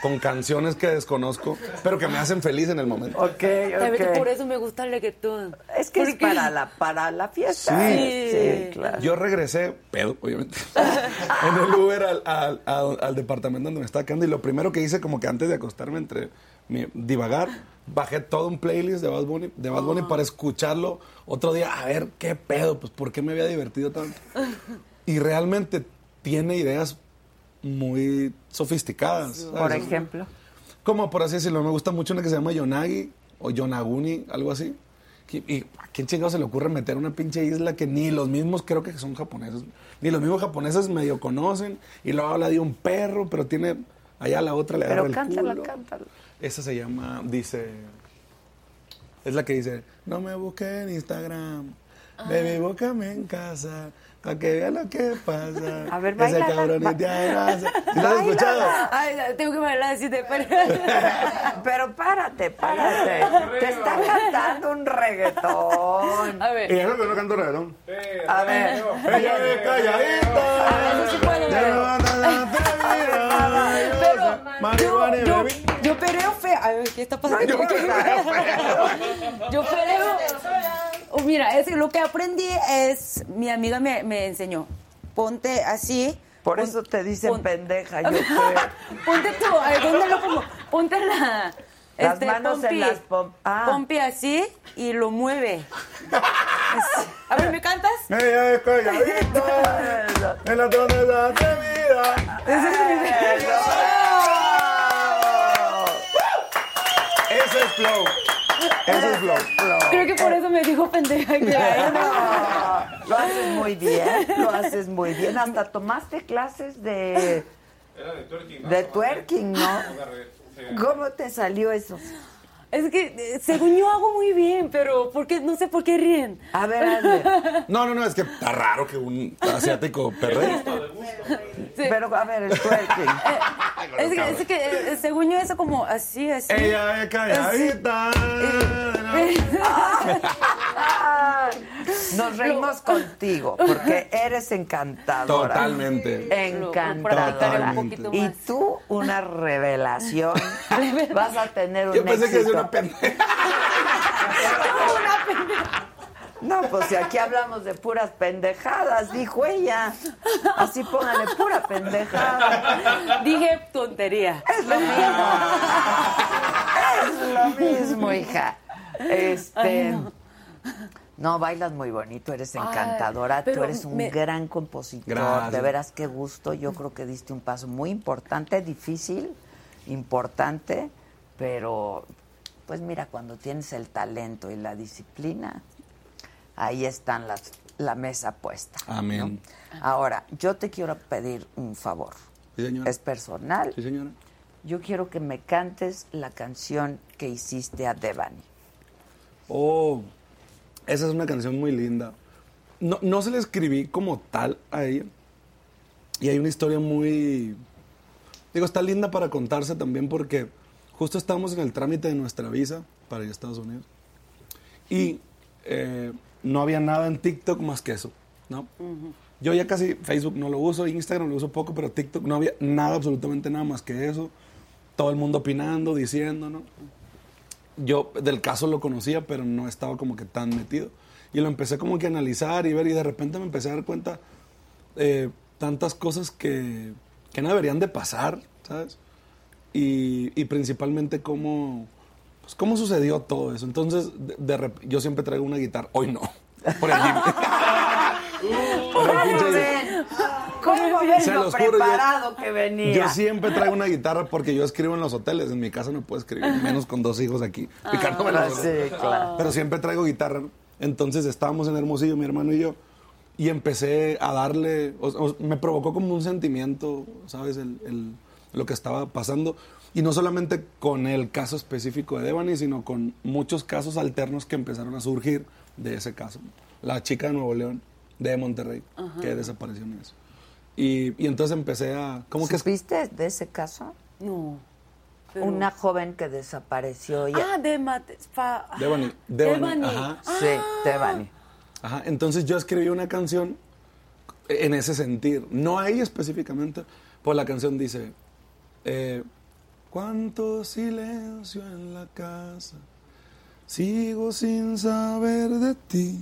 con canciones que desconozco, pero que me hacen feliz en el momento.
Ok,
También Por
ok.
eso me gusta el reggaetón.
Es que es
Porque-
para la, para la fiesta.
Sí.
sí claro.
Yo regresé, pedo, obviamente, en el Uber al, al- al- al departamento donde me estaba quedando. Y lo primero que hice, como que antes de acostarme, entre mi- divagar, bajé todo un playlist de Bad Bunny, de Bad Bunny
Ah.
para escucharlo otro día. A ver, qué pedo, pues, ¿por qué me había divertido tanto? Y realmente tiene ideas muy sofisticadas. ¿sabes?
Por ejemplo.
Como por así decirlo, me gusta mucho una que se llama Yonagi o Yonaguni, algo así. Y, y a quién chingado se le ocurre meter una pinche isla que ni los mismos, creo que son japoneses, ni los mismos japoneses medio conocen. Y luego habla de un perro, pero tiene allá la otra le agarra
Pero
el
cántala,
culo.
cántala.
Esa se llama, dice, es la que dice, no me busques en Instagram,
Ah.
baby, búscame en casa, para que vea lo que pasa.
A ver,
Ese
bailala,
cabrón
ba-
te abraza. ¿Sí ¿Lo has escuchado?
Ay, no, tengo que bailar así de para.
Pero párate, párate. Te está cantando un reggaetón.
A ver.
Y es lo que no canto reggaetón.
A ver.
Ella es calladita.
Ah, Eso sí puede,
Ya
pero-
no van a la atrevida,
Pero
maravillosa, marihuana y
yo, yo,
bebida.
yo pereo feo. A ver, ¿qué está pasando?
yo
yo pereo. Oh, mira, es que lo que aprendí es, mi amiga me, me enseñó, ponte así.
Por
pon-
eso te dicen
pon-
pendeja, yo creo.
ponte tú, a ver, ¿dónde lo pongo? Ponte la...
Las manos en las pom- ah.
Este, Pompi así y lo mueve. Es- A ver, ¿me cantas?
Ella es calladita. En la tona de la atrevida. Ese es flow. Ese es flow.
Creo que
Eh.
por eso me dijo pendeja que
No, Lo haces muy bien, lo haces muy bien. Hasta tomaste clases de,
Era de twerking. ¿no?
de twerking, ¿no?
Sí.
¿Cómo te salió eso?
Es que eh, según yo hago muy bien, pero ¿por qué? no sé por qué ríen.
A ver, hazle.
No, no, no, es que está raro que un asiático perre.
Pero a ver, el twerking.
Es que, es que eh, eh, según yo eso como así, así.
Ella es calladita.
Nos reímos contigo porque eres encantadora.
Totalmente.
Encantadora.
Lo- lo practicaré un poquito
Y
más.
tú, una revelación. Vas a tener un
Yo pensé que es
éxito.
una pendeja.
No, pues si aquí hablamos de puras pendejadas, dijo ella. Así póngale pura pendejada.
Dije tontería.
Es lo mismo. Es lo mismo, hija. Este. No, bailas muy bonito, eres encantadora, tú
pero
eres un
me-
gran compositor,
Gracias.
de veras qué gusto, yo creo que diste un paso muy importante, difícil, importante, pero pues mira, cuando tienes el talento y la disciplina, ahí están las, la mesa puesta. ¿no?
Amén.
Ahora, yo te quiero pedir un favor,
Sí, señora.
es personal,
Sí, señora.
yo quiero que me cantes la canción que hiciste a Devani.
Oh, esa es una canción muy linda. No, no se la escribí como tal a ella. Y hay una historia muy... Digo, está linda para contarse también porque Justo estamos en el trámite de nuestra visa para ir a Estados Unidos. Y eh, no había nada en TikTok más que eso, ¿no? Yo ya casi Facebook no lo uso, Instagram lo uso poco, pero TikTok no había nada, absolutamente nada más que eso. Todo el mundo opinando, diciendo, ¿no? Yo del caso lo conocía, pero no estaba como que tan metido. Y lo empecé como que a analizar y ver, y de repente me empecé a dar cuenta eh, tantas cosas que, que no deberían de pasar, ¿sabes? y, y principalmente cómo, pues, cómo sucedió todo eso. Entonces, de, de rep- yo siempre traigo una guitarra. Hoy no. Por el gym. Por el pinche-
¿Cómo ves
Se
lo
los juro, yo-
preparado que venía?
yo siempre traigo una guitarra porque yo escribo en los hoteles. En mi casa no puedo escribir, menos con dos hijos aquí. picándome las
Ah, sí,
orejas.
claro.
Pero siempre traigo guitarra. ¿no? Entonces estábamos en Hermosillo, mi hermano y yo, y empecé a darle. o- o- me provocó como un sentimiento, ¿sabes? El- el- lo que estaba pasando. Y no solamente con el caso específico de Devani, sino con muchos casos alternos que empezaron a surgir de ese caso. La chica de Nuevo León, de Monterrey, que desapareció en eso. Y, y entonces empecé a. Como que es-
¿Supiste de ese caso?
No. pero-
Una joven que desapareció y...
Ah, de Mate. fa- ah,
Devani, Devani,
Devani.
ajá.
sí, Devani.
Ajá, entonces yo escribí una canción en ese sentir, no ahí específicamente, pues la canción dice, eh, cuánto silencio en la casa, sigo sin saber de ti,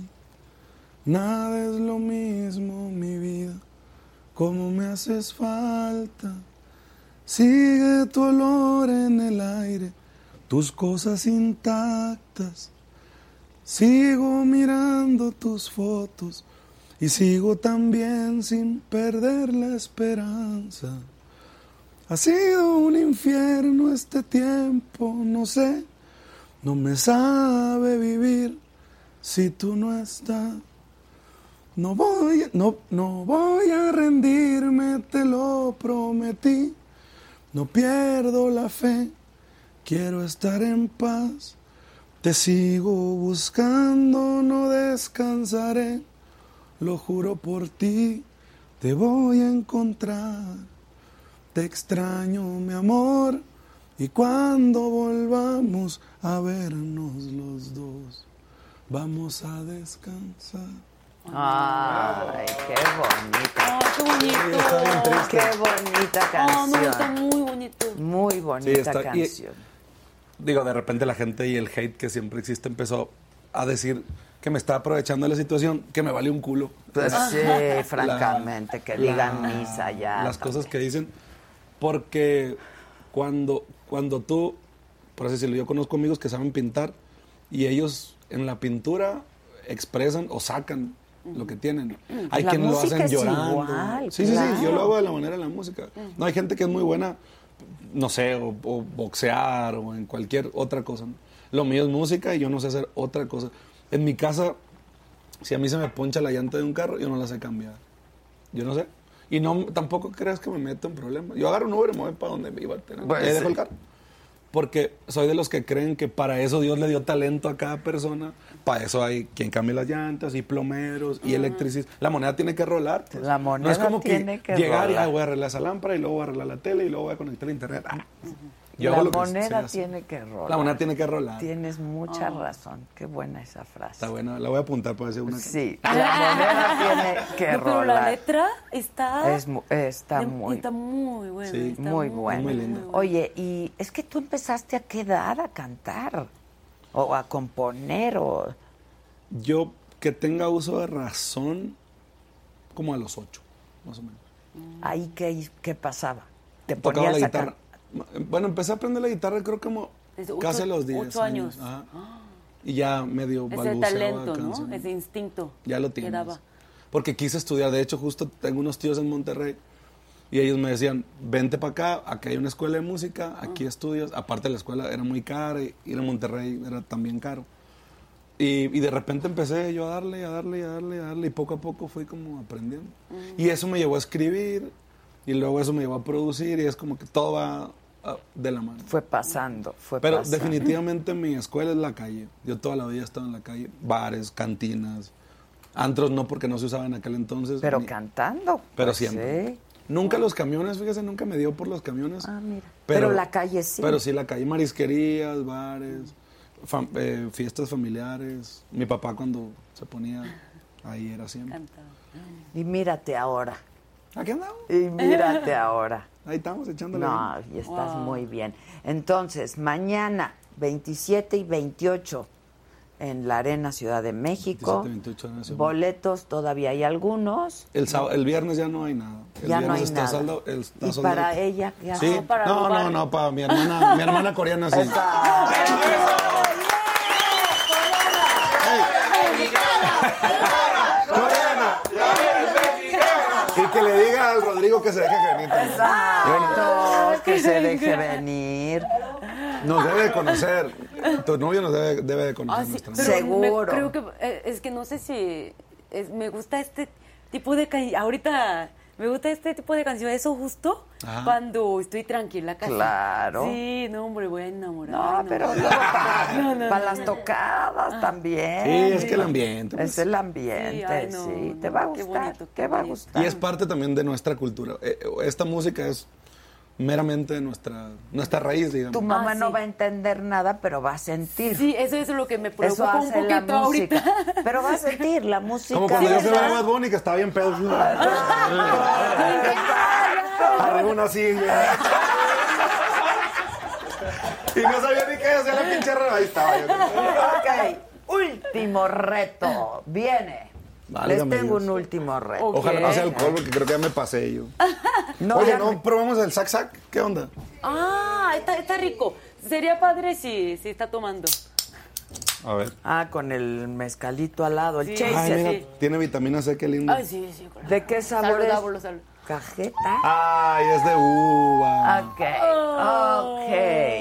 nada es lo mismo mi vida, como me haces falta, sigue tu olor en el aire, tus cosas intactas. Sigo mirando tus fotos y sigo también sin perder la esperanza. Ha sido un infierno este tiempo, no sé, no me sabe vivir si tú no estás. No voy, no, no voy a rendirme, te lo prometí. No pierdo la fe, quiero estar en paz. Te sigo buscando, no descansaré, lo juro por ti, te voy a encontrar. Te extraño, mi amor, y cuando volvamos a vernos los dos, vamos a descansar.
Ay, qué bonita.
ah, qué bonito.
Ah, Qué bonita
Ah, no, está
canción.
muy bonito.
Muy
Sí,
bonita
está- y-
canción.
Digo, de repente la gente y el hate que siempre existe empezó a decir que me está aprovechando de la situación, que me vale un culo.
Pues sí, francamente,
la-
que digan
la-
misa ya.
Las cosas que dicen. Porque cuando, cuando tú, por así decirlo, yo conozco amigos que saben pintar y ellos en la pintura expresan o sacan lo que tienen. Hay
La
quien lo
música
hacen
es
llorando.
igual,
sí, sí, sí, yo lo
claro.
hago de la manera de la música. No, hay gente que es muy buena, no sé, o, o boxear o en cualquier otra cosa. ¿no? Lo mío es música y yo no sé hacer otra cosa. En mi casa, si a mí se me poncha la llanta de un carro, yo no la sé cambiar. Yo no sé. Y no, tampoco creas que me meto en problemas. Yo agarro un Uber y me voy para donde iba a tener.
Pues
Ahí
sí.
dejo el carro. Porque soy de los que creen que para eso Dios le dio talento a cada persona. Para eso hay quien cambie las llantas y plomeros y electricistas. La moneda tiene que rolar. pues.
La
No
moneda
es como
tiene que
llegar y
rolar.
"Ah, voy a arreglar esa lámpara y luego voy a arreglar la tele y luego voy a conectar el internet. Ah, yo
la
hago lo que se
moneda
hace.
tiene que rolar.
La moneda tiene que rolar.
Tienes mucha razón. Qué buena esa frase.
Está buena. La voy a apuntar para hacer una.
Sí, la moneda tiene que
No, pero la
rolar.
letra está.
Es mu- está
de-
muy-
Está muy buena.
Sí.
está
Muy buena.
muy linda.
Oye, y es que tú empezaste a qué edad a cantar o a componer o
Yo que tenga uso de razón como a los ocho, más o menos.
ahí qué, qué pasaba. Te
Tocaba
ponías
la
a
guitarra.
cantar.
Bueno, empecé a aprender la guitarra creo como
Desde
casi a
ocho-
los 10
ocho años.
Ajá. Y ya medio
Es el
balbuceaba
talento, ¿no?
canciones.
Ese instinto.
Ya lo
que
tienes.
daba.
Porque quise estudiar. De hecho, justo tengo unos tíos en Monterrey y ellos me decían, vente para acá, aquí hay una escuela de música, aquí estudias. Aparte la escuela era muy cara y ir a Monterrey era también caro. Y, y de repente empecé yo a darle, y a darle, y a darle, y a darle, y poco a poco fui como aprendiendo. Y eso me llevó a escribir, y luego eso me llevó a producir, y es como que todo va ah, de la mano.
Fue pasando, fue
Pero
pasando.
definitivamente mi escuela es la calle. Yo toda la vida he estado en la calle. Bares, cantinas, antros no porque no se usaba en aquel entonces.
Pero
ni-
cantando.
Pero
pues,
siempre.
sí.
Nunca los camiones, fíjese, nunca me dio por los camiones.
Ah, mira. Pero la calle sí.
Pero sí, la calle, marisquerías, bares, fam- eh, fiestas familiares. Mi papá cuando se ponía ahí era siempre.
Y mírate ahora.
Aquí andamos,
Y mírate ahora.
ahí estamos echándole.
No,
ganas.
y estás muy bien. Entonces, mañana 27 y 28 en la Arena Ciudad de México.
27 y 28 Arena Ciudad de
Boletos todavía hay algunos.
El, sábado- el viernes ya no hay nada. El
Ya no
viernes
hay
está
nada.
saldo- el- está
Y
soldado.
para ella, ¿qué
Sí.
hago? Para
no, no,
robar.
no, para mi hermana, mi hermana coreana sí.
¡Coreana!
Y que le diga al Rodrigo que se deje Janita.
Exacto, que se deje venir.
Nos debe de conocer. Tu novio nos debe, debe de conocer.
Ah, sí,
nuestra
pero
novia.
Seguro.
me- creo que eh, es que no sé si es- me gusta este tipo de ca- ahorita me gusta este tipo de canción, eso justo
Ajá.
cuando estoy tranquila casi.
Ah. Claro.
Sí, no hombre, voy a enamorar.
No,
ay,
pero
no.
luego para,
No, no,
para
no,
las
no.
tocadas también.
Sí, es que el ambiente,
Es
pues.
el ambiente, sí.
Sí, ay, no,
Te
no,
va a
qué
gustar,
bonito,
te va
qué
a
bonito.
gustar.
Y es parte también de nuestra cultura. Eh, Esta música es meramente nuestra, nuestra raíz, digamos.
Tu mamá
Ah,
no
sí.
va a entender nada, pero va a sentir.
Sí, eso es lo que me
Eso
preocupa un
hace la
poquito ahorita.
música. Pero va a sentir la música.
Como cuando yo fui a ver a
¿verdad?
Bad Bunny que estaba bien pedo. Arriba una silla. Y no sabía ni qué hacer la pinche reba. Ahí estaba yo.
Ok, último reto. Viene.
Válgame
Les tengo
Dios.
un último reto.
Ok.
Ojalá no sea alcohol porque creo que ya me pasé yo.
No,
Oye,
ya
¿no
no.
probamos el sac sac? ¿Qué onda?
Ah, está, está rico. Sería padre si, si está tomando.
A ver.
Ah, con el mezcalito al lado, el
Sí.
chaser.
Ay,
Ese
mira,
sí.
tiene vitamina C, qué lindo.
Ay, sí, sí. claro.
¿De qué sabor
Salud,
es?
abuelo, salud.
¿Cajeta?
Ay, es de uva.
Ah,
Ok, ok.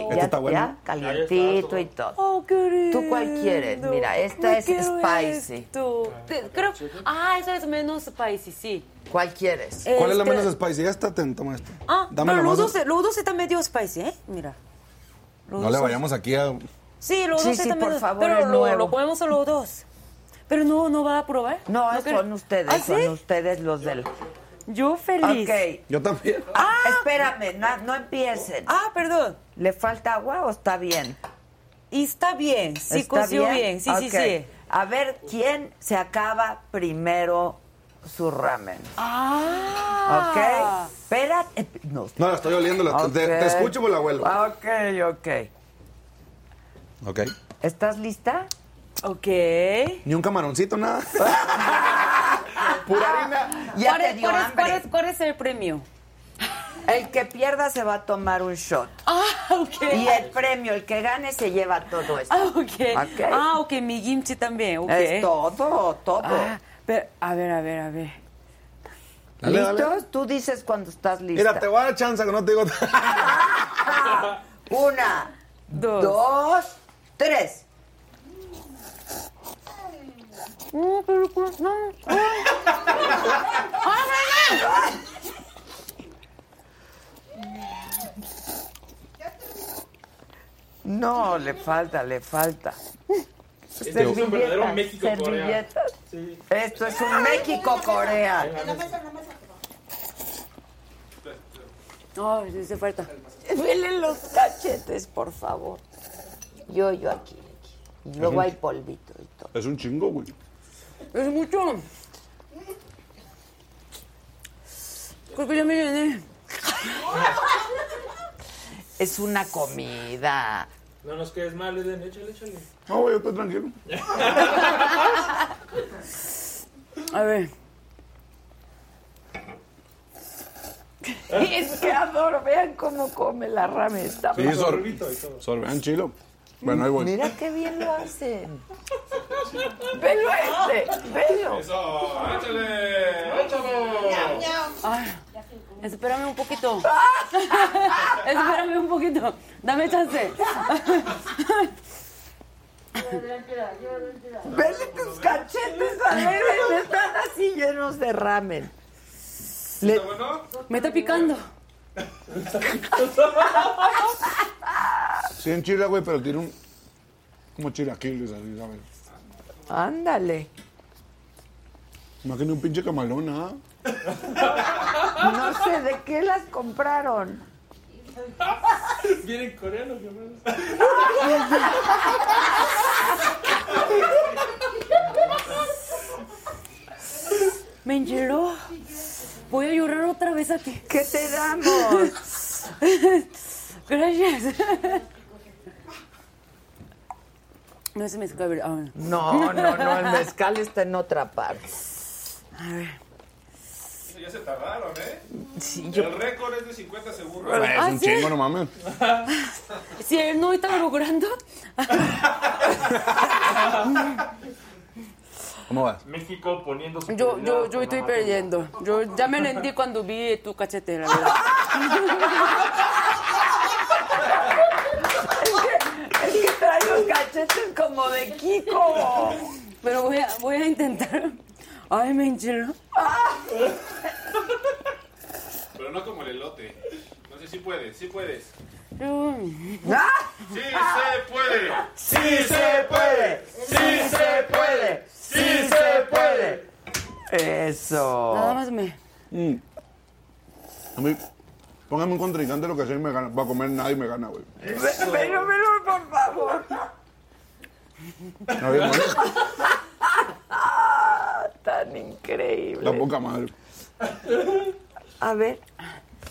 Este
Ya,
está bueno.
ya, calientito y todo.
Oh, qué lindo.
¿Tú cuál quieres? Mira, esta
Yo
es
quiero
spicy.
esto. Te- creo, ah, eso es menos spicy, sí.
¿Cuál quieres?
¿Cuál es la
Este-
menos spicy? Esta, ten, toma esta.
Ah,
Dame la
pero
más-
Ludo, Ludo está medio spicy, ¿eh? Mira.
No le vayamos aquí a...
Sí, Ludo
Sí,
está
sí, por
medio...
favor,
pero
es
lo,
nuevo.
lo comemos solo dos. Pero no, no va a probar.
No,
creo-
son ustedes,
¿Ah,
son
sí?
ustedes los del...
Yo feliz.
Ok.
Yo también.
Ah, espérame, no, no empiecen.
Ah, perdón.
¿Le falta agua o está bien?
Y está bien, sí
¿Está
coció bien. Sí, sí,
Ok.
sí.
A ver, ¿quién se acaba primero su ramen?
Ah.
¿Ok? Espérate. No.
No, la estoy oliendo. la-
Ok.
te, te escucho por la abuelo.
Ok, ok.
Ok.
¿Estás lista?
Ok.
Ni un camaroncito, nada. Pura harina.
Ya
¿Cuál, es-
te dio
cuál es,
hambre.
cuál es- cuál es el premio?
El que pierda se va a tomar un shot.
Ah, ok.
Y el premio, el que gane, se lleva todo esto.
Ah, ok.
Ok.
Ah, ok, mi kimchi también, ok.
Es todo, todo.
Ah, pero, a ver, a ver, a ver.
Dale, dale.
¿Listos? Tú dices cuando estás lista.
Mira, te voy a dar chance que no te digo.
Una,
Dos.
dos, tres.
No, Mm, pero cu- no. Oh, ¡Ay, ay, ay!
No, le falta, le falta.
Este es un verdadero México-Corea.
servilletas. Esto es un México-Corea.
Ay, sí, se falta.
Vele los cachetes, por favor. Yo, yo aquí, aquí. Y luego hay polvito y todo.
Es un chingo, güey.
Es mucho. Creo que ya me llené.
Es una comida.
No nos quedes mal, Eden, échale, échale.
No, güey, yo estoy tranquilo.
A ver.
Y es que adoro, vean cómo come la rame. Está
Sí, sor... sorbean Ah, chilo. Bueno, ahí voy.
Mira qué bien lo hacen. Velo este, velo.
Eso, échale, échalo.
Espérame un poquito. Espérame un poquito. Dame chance.
Vele tus cachetes a Eden, están así llenos de ramen. Le-
¿Está bueno?
Me está picando.
Sí, en chile, güey, pero tiene un. Como chilaquiles, así, ¿sabes?
Ándale.
Imagínate un pinche camalón, ¿ah?
No sé de qué las compraron.
Vienen coreanos, hermano.
Me engeló. Voy a llorar otra vez aquí.
¿Qué te damos?
Gracias. No se me escabe. Ah, bueno.
No, no, no, el mezcal está en otra parte.
Ya se tardaron, ¿eh?
Sí, yo-
El récord es de 50 segundos.
Güey, Es
Ah,
un
¿sí?
chingo, no mames.
Si él no está logrando,
¿Cómo vas?
México poniendo su
yo, yo, yo estoy perdiendo. Yo ya me rendí cuando vi tu cachete, la verdad.
Es que trae los cachetes como de Kiko.
Pero voy a, voy a intentar. Ay, me enchiló.
Pero no como el elote. No sé si puedes, si puedes.
¡Ah!
¡Sí se puede!
¡Sí se puede! ¡Sí se puede! ¡Sí se puede!
Eso. Ah.
Nada más me.
A mí, póngame un contrincante lo que sea y me gana. Para comer nadie me gana, güey.
Ve- Velo, velo, por favor.
Nadie me gana.
Tan
La
increíble.
poca madre.
A ver.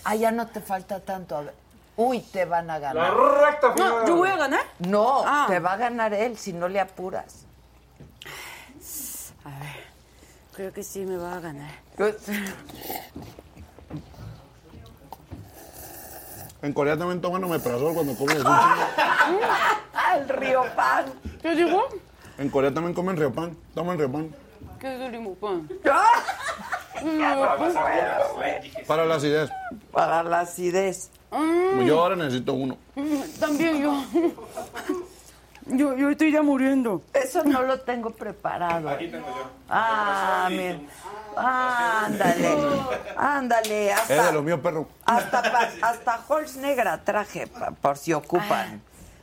Ah, ya no te falta tanto. A ver. Uy, te van a
La
ganar.
recta final.
No, yo voy a ganar.
No,
Ah.
te va a ganar él si no le apuras.
A ver. Creo que sí me va a ganar.
En Corea también toman omeprazol cuando comen.
Ah, el río pan.
¿Qué digo?
En Corea también comen riopan. Toman riopan.
¿Qué es el limón?
¡Ah!
Para las ideas.
Para la acidez.
Yo ahora necesito uno.
También yo. yo. Yo estoy ya muriendo.
Eso no lo tengo preparado.
Aquí tengo yo.
Ah, mira. Ah, Ándale. Ándale.
Es de
Hasta,
los míos, perro.
hasta, pa- hasta Halls Negra traje pa- por si
Ah.
ocupan.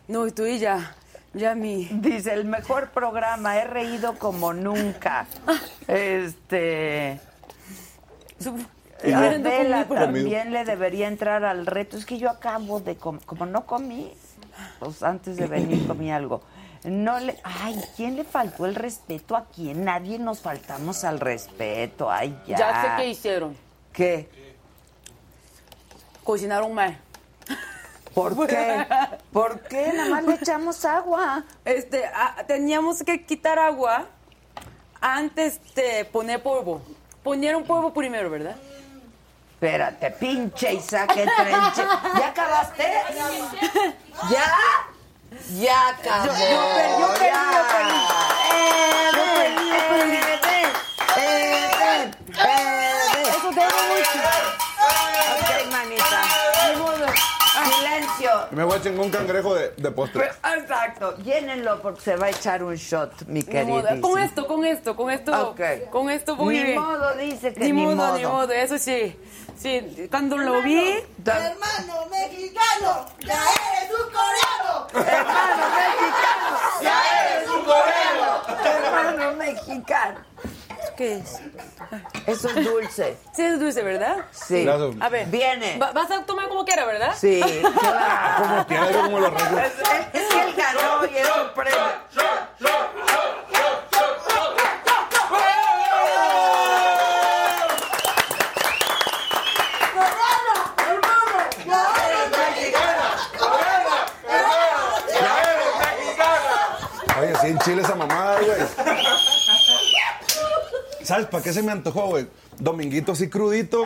No, estoy ya. Ya mi.
Dice, el mejor programa, he reído como nunca. Este...
Sub- Llorando
Adela
conmigo.
también le debería entrar al reto. Es que yo acabo de... com- como no comí, pues antes de venir comí algo. No le... Ay, ¿quién le faltó el respeto a quién? Nadie nos faltamos al respeto. Ay, ya.
Ya sé qué hicieron.
¿Qué?
Cocinaron mal.
¿Por qué? ¿Por qué? Nada más le echamos agua.
Este, ah, teníamos que quitar agua antes de poner polvo. Ponieron polvo primero, ¿verdad?
Espérate, pinche Isaac, qué trenche. ¿Ya acabaste? ¿Ya? Ya acabó.
Yo- yo perdí, yo perdí, yo perdí.
Yo perdí, yo perdí.
Eso debe mucho.
Ok, manita. Silencio.
Me voy a chingar un cangrejo de, de postre.
Exacto. Llénenlo porque se va a echar un shot, mi
Ni modo.
querido.
Con esto, con esto, con esto.
Ok.
Con esto voy
Ni
bien.
modo, dice que
Ni modo, ni modo, eso sí. Sí, cuando lo vi,
Hermano mexicano, ya eres un coreano.
Hermano mexicano. Ya eres un coreano. Hermano mexicano.
¿qué es?
Eso es dulce.
Sí, es dulce, ¿verdad?
Sí.
Gracias.
A ver.
Viene.
Va- vas a tomar como quiera, ¿verdad?
Sí, claro.
Que algo como los ricos.
Es, es que él ganó y es un premio.
Oye, sí, en Chile esa mamada, güey. ¿Sabes para qué se me antojó, güey? Dominguito así crudito,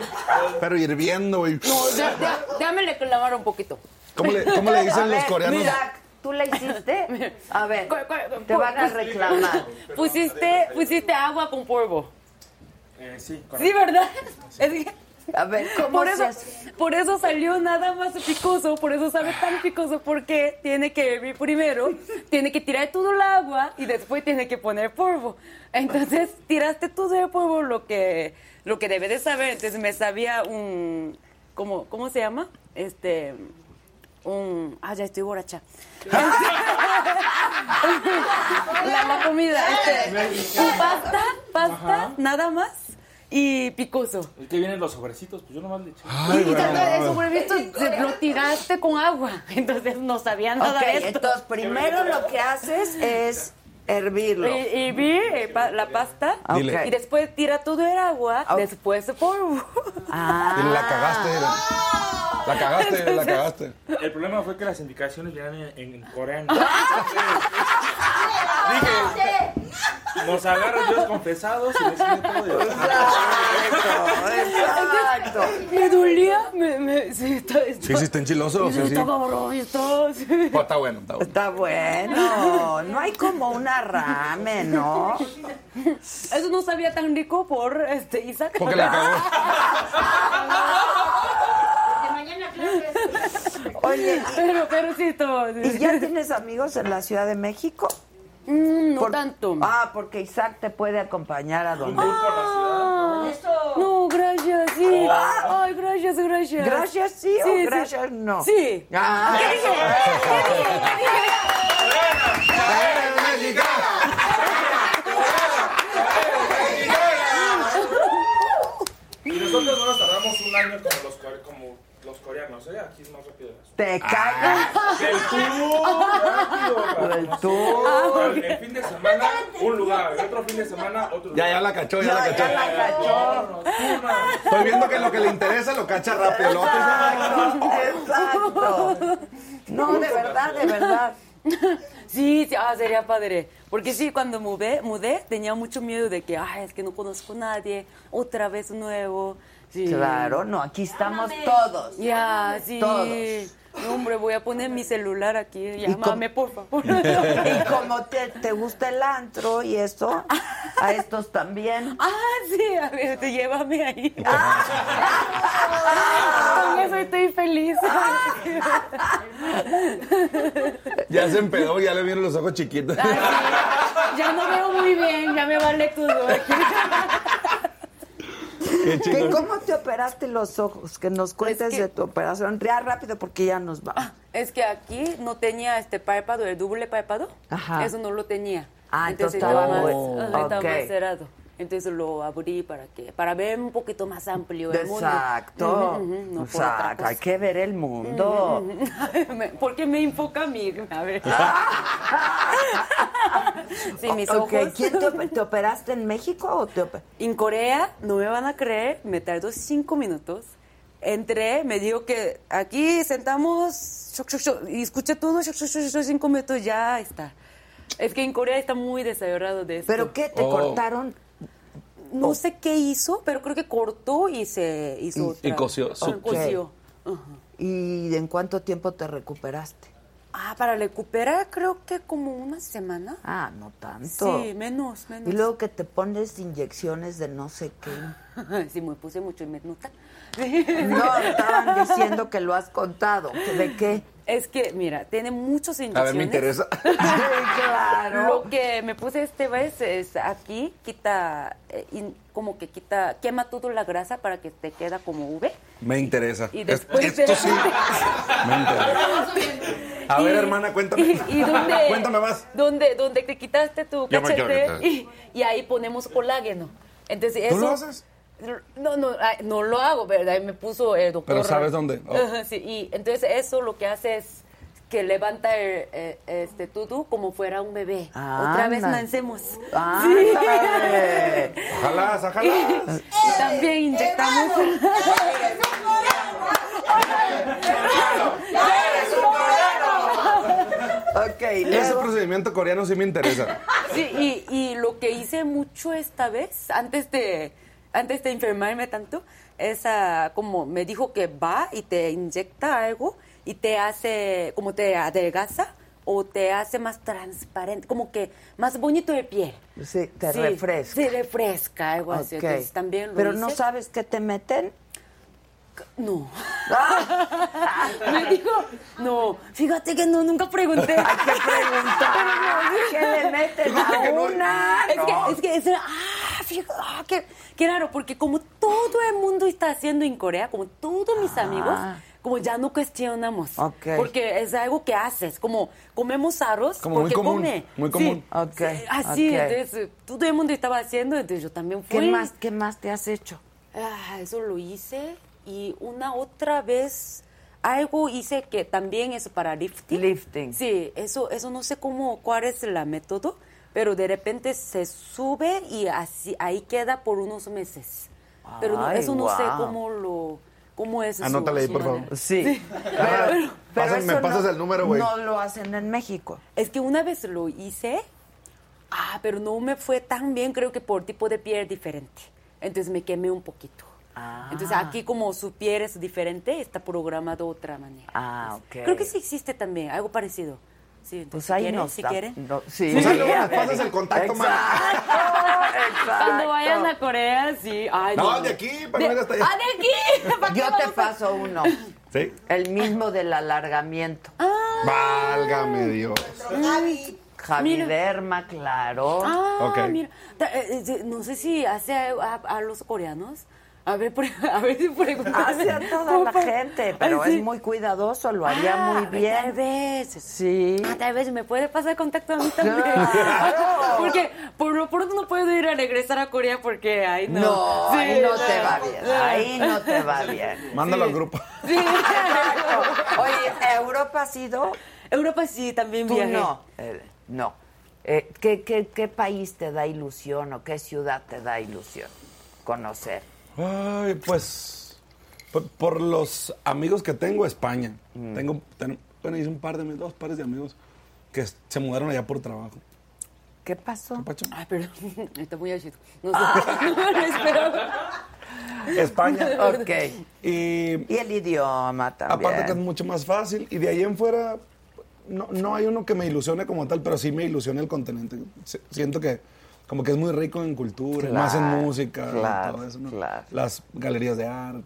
pero hirviendo, güey.
No, ya- ya- déjame reclamar un poquito.
¿Cómo le, cómo le
A
dicen los
ver,
coreanos?
Isaac, ¿tú la hiciste? A ver,
Cu- cu-
te van a
cu-
reclamar.
Pusiste, pusiste agua con polvo.
Eh, sí, correcto.
Sí, ¿verdad? Es que-
A ver, ¿cómo
por
se
eso,
hace?
por eso salió nada más picoso, por eso sabe tan picoso, porque tiene que hervir primero, tiene que tirar todo el agua y después tiene que poner polvo. Entonces tiraste todo el polvo lo que, lo que debe de saber. Entonces me sabía un, ¿cómo, cómo se llama? Este, un, ah, ya estoy borracha. la, la comida, este, un pasta, pasta, nada más. y picoso.
Es que vienen los sobrecitos, pues yo nomás le eché.
y tanto de sobrevisto, se lo tiraste con agua. Entonces no sabía nada
Ok,
de esto.
entonces primero lo que haces es hervirlo.
Y, y vi eh, pa- la pasta
Dile.
y después tira todo el agua,
Ah, ok. Ah.
después se polvo.
Y la cagaste. la- La cagaste, la cagaste.
El problema fue que las indicaciones vienen en, en coreano. Dije, nos agarran Dios confesados y les sigue todo de-
Exacto.
me dolía, me, me, sí, está, está,
Sí, sí, está enchiloso. Sí, sí.
estaba horroroso.
Oh, Está bueno, está bueno.
Está bueno. No hay como una rame, ¿no?
Eso no sabía tan rico por este, Isaac.
Porque la cagó.
Oye,
Pero, pero sí, todo.
¿y ya tienes amigos en la Ciudad de México?
Mm, no
Por-
tanto.
Ah, porque Isaac te puede acompañar a
Oh,
donde. Ah.
No, gracias, sí. Ay, gracias, gracias.
Gracias sí, o gracias no.
Sí.
Ah,
Y nosotros no nos tardamos un año como los, core- como los coreanos, ¿eh? Aquí es más rápido.
te cagas
El tú, rápido.
el tú.
El fin de semana, un lugar. El otro fin de semana, otro lugar.
Ya, ya la cachó, ya la
Ya,
cachó.
ya la cachó.
Estoy viendo que lo que le interesa lo cacha rápido.
Ah,
Lo otro es-
Exacto. No, de verdad, de verdad.
Sí, sí, ah, sería padre. Porque sí, cuando mudé, mudé, tenía mucho miedo de que, ay, es que no conozco a nadie, otra vez nuevo. Sí.
Claro, no, aquí estamos todos.
Ya, sí.
Todos.
No, hombre, voy a poner mi celular aquí. Llámame, por favor.
Y como te, te gusta el antro y eso, a estos también.
ah, sí, a ver, te llévame ahí.
Ah.
Con eso estoy feliz.
Ya se empedó, ya le vieron los ojos chiquitos.
Ay, ya no veo muy bien, ya me vale todo aquí.
Qué
¿Qué,
chido.
¿Cómo te operaste los ojos? Que nos cuentes
que- Ah,
de tu operación. Ya rápido porque ya nos va.
Es que aquí no tenía este párpado, el doble párpado.
Ajá.
Eso no lo tenía.
Ah, entonces
estaba
estaba
más,
bueno.
ajá, estaba
Ok.
más cerrado. Entonces lo abrí para que para ver un poquito más amplio el mundo.
Exacto.
Ujú, ujú, no por otra
Exacto. Hay que ver el mundo.
cosa. Me- ¿Por qué me enfoca a mí? A ver. sí, mis
Ok,
ojos.
¿quién te, op- te operaste en México o te op-
En Corea, no me van a creer, me tardó cinco minutos. Entré, me dijo que aquí sentamos, shoc, shoc, shoc, y escuché todo, shoc, shoc, shoc, shoc, cinco minutos, ya está. Es que en Corea está muy desagradable de esto.
¿Pero qué? Oh. ¿Te cortaron?
No sé qué hizo, pero creo que cortó y se hizo otra.
y cosió, su-
Ah, cosió. Ajá.
¿Y en cuánto tiempo te recuperaste?
Ah, para recuperar creo que como una semana.
Ah, no tanto.
Sí, menos, menos.
Y luego que te pones inyecciones de no sé qué.
Sí, me puse mucho en menuta.
No, estaban diciendo que lo has contado. ¿que ¿De qué?
Es que, mira, tiene muchos
A
inyecciones.
ver, me interesa.
Sí, claro.
Lo que me puse este vez es aquí, quita, eh, in- como que quita, quema toda la grasa para que te queda como V.
Me interesa.
Y después
Es- Esto
de-
sí. Me interesa. A ver,
Y-
hermana, cuéntame.
Y, y dónde,
Cuéntame más.
Donde, donde te quitaste tu
Ya me
cachete
lloré.
y, y ahí ponemos colágeno. Entonces,
¿Tú
eso,
lo haces?
No, no, ay, no lo hago, ¿verdad? Y Me puso el doctor.
Pero ¿sabes dónde? Oh.
Ajá, sí, y entonces eso lo que hace es que levanta el, eh, este tutú como fuera un bebé.
Ah,
Otra vez
anda.
nacemos.
Ah,
Ah,
Ándale.
Ojalá, ojalá.
Y también inyectamos.
Ok,
Ese
luego-
procedimiento coreano sí me interesa.
Sí, y, y lo que hice mucho esta vez, antes de, antes de enfermarme tanto, es ah, como me dijo que va y te inyecta algo y te hace, como te adelgaza o te hace más transparente, como que más bonito de piel.
Sí, te refresca.
Sí, refresca, algo así.
Ok.
Entonces también lo
Pero
hice.
no sabes qué te meten. Ah,
No. me dijo, no, fíjate que no, nunca pregunté. Hay que
¿Qué le meten a una?
Es que, es que, es- ah, fíjate, ah, qué, qué raro, porque como todo el mundo está haciendo en Corea, como todos mis amigos, como ya no cuestionamos.
Ok.
Porque es algo que haces, como comemos arroz
Como muy
porque
común,
come.
muy
Sí,
común.
Ok,
sí, Así,
ok.
entonces eh, todo el mundo estaba haciendo, entonces yo también fui.
¿Qué más, ¿Qué más te has hecho?
Ah, eso lo hice y una otra vez algo hice que también es para lifting.
Lifting.
Sí, eso eso no sé cómo cuál es la método, pero de repente se sube y así ahí queda por unos meses. Pero no-
Ay,
eso no sé
guau.
cómo lo cómo es su-
Anótale ahí,
su
por
manera.
favor.
Sí.
Ajá.
Pero, pero
Pasen- me
eso
pasas
no-
el número, güey.
No lo hacen en México.
Es que una vez lo hice, ah, pero no me fue tan bien, creo que por tipo de piel diferente. Entonces me quemé un poquito.
Ah,
Entonces aquí como su piel es diferente, está programado de otra manera.
Ah,
Entonces,
ok.
Creo que sí existe también, algo parecido. Sí, entonces,
Pues
si
ahí
quieren,
nos
si
da-
quieren.
no- sí.
Pues ahí luego
a
nos
ver.
pasas el contacto, mano.
Exacto, exacto.
Cuando vayan a Corea, sí. Ay,
No, de aquí, para no ir hasta allá.
Ah, de aquí. ¿Para qué
Yo te
vamos a-
paso uno.
Sí.
El mismo del alargamiento.
Válgame Dios.
Javi.
Javiderma, claro.
Ah,
Ok.
mira. Ta- eh, eh, No sé si hace a, a- a los coreanos. A ver, pre- a ver si preguntan.
Hace a toda la gente, pero es muy cuidadoso, lo haría muy
Tal
bien.
vez.
Sí.
Ah, tal vez me puede pasar contacto a mí también.
Claro.
Porque por lo pronto no puedo ir a regresar a Corea porque ahí no.
No,
Sí,
ahí no te va bien. Ahí no te va bien.
Mándalo al grupo.
Sí.
Oye, ¿a Europa ha sido?
Europa sí también
Tú
viajé.
no. Eh, no. Eh, ¿qué, qué, qué país te da ilusión o qué ciudad te da ilusión conocer?
Ay, pues. Por, por los amigos que tengo, España.
Mm.
Tengo. ten- bueno, hice un par de mis dos pares de amigos que s- se mudaron allá por trabajo.
¿Qué pasó?
Pacho.
Ay, perdón. Está muy achito. No sé.
Ah.
No lo esperaba.
España.
Ok.
Y
Y el idioma también.
Aparte que es mucho más fácil. Y de ahí en fuera, no, no hay uno que me ilusione como tal, pero sí me ilusiona el continente. Si- Siento que como que es muy rico en cultura,
Claro,
más en música,
claro,
todo eso, ¿no?
claro.
Las galerías de arte.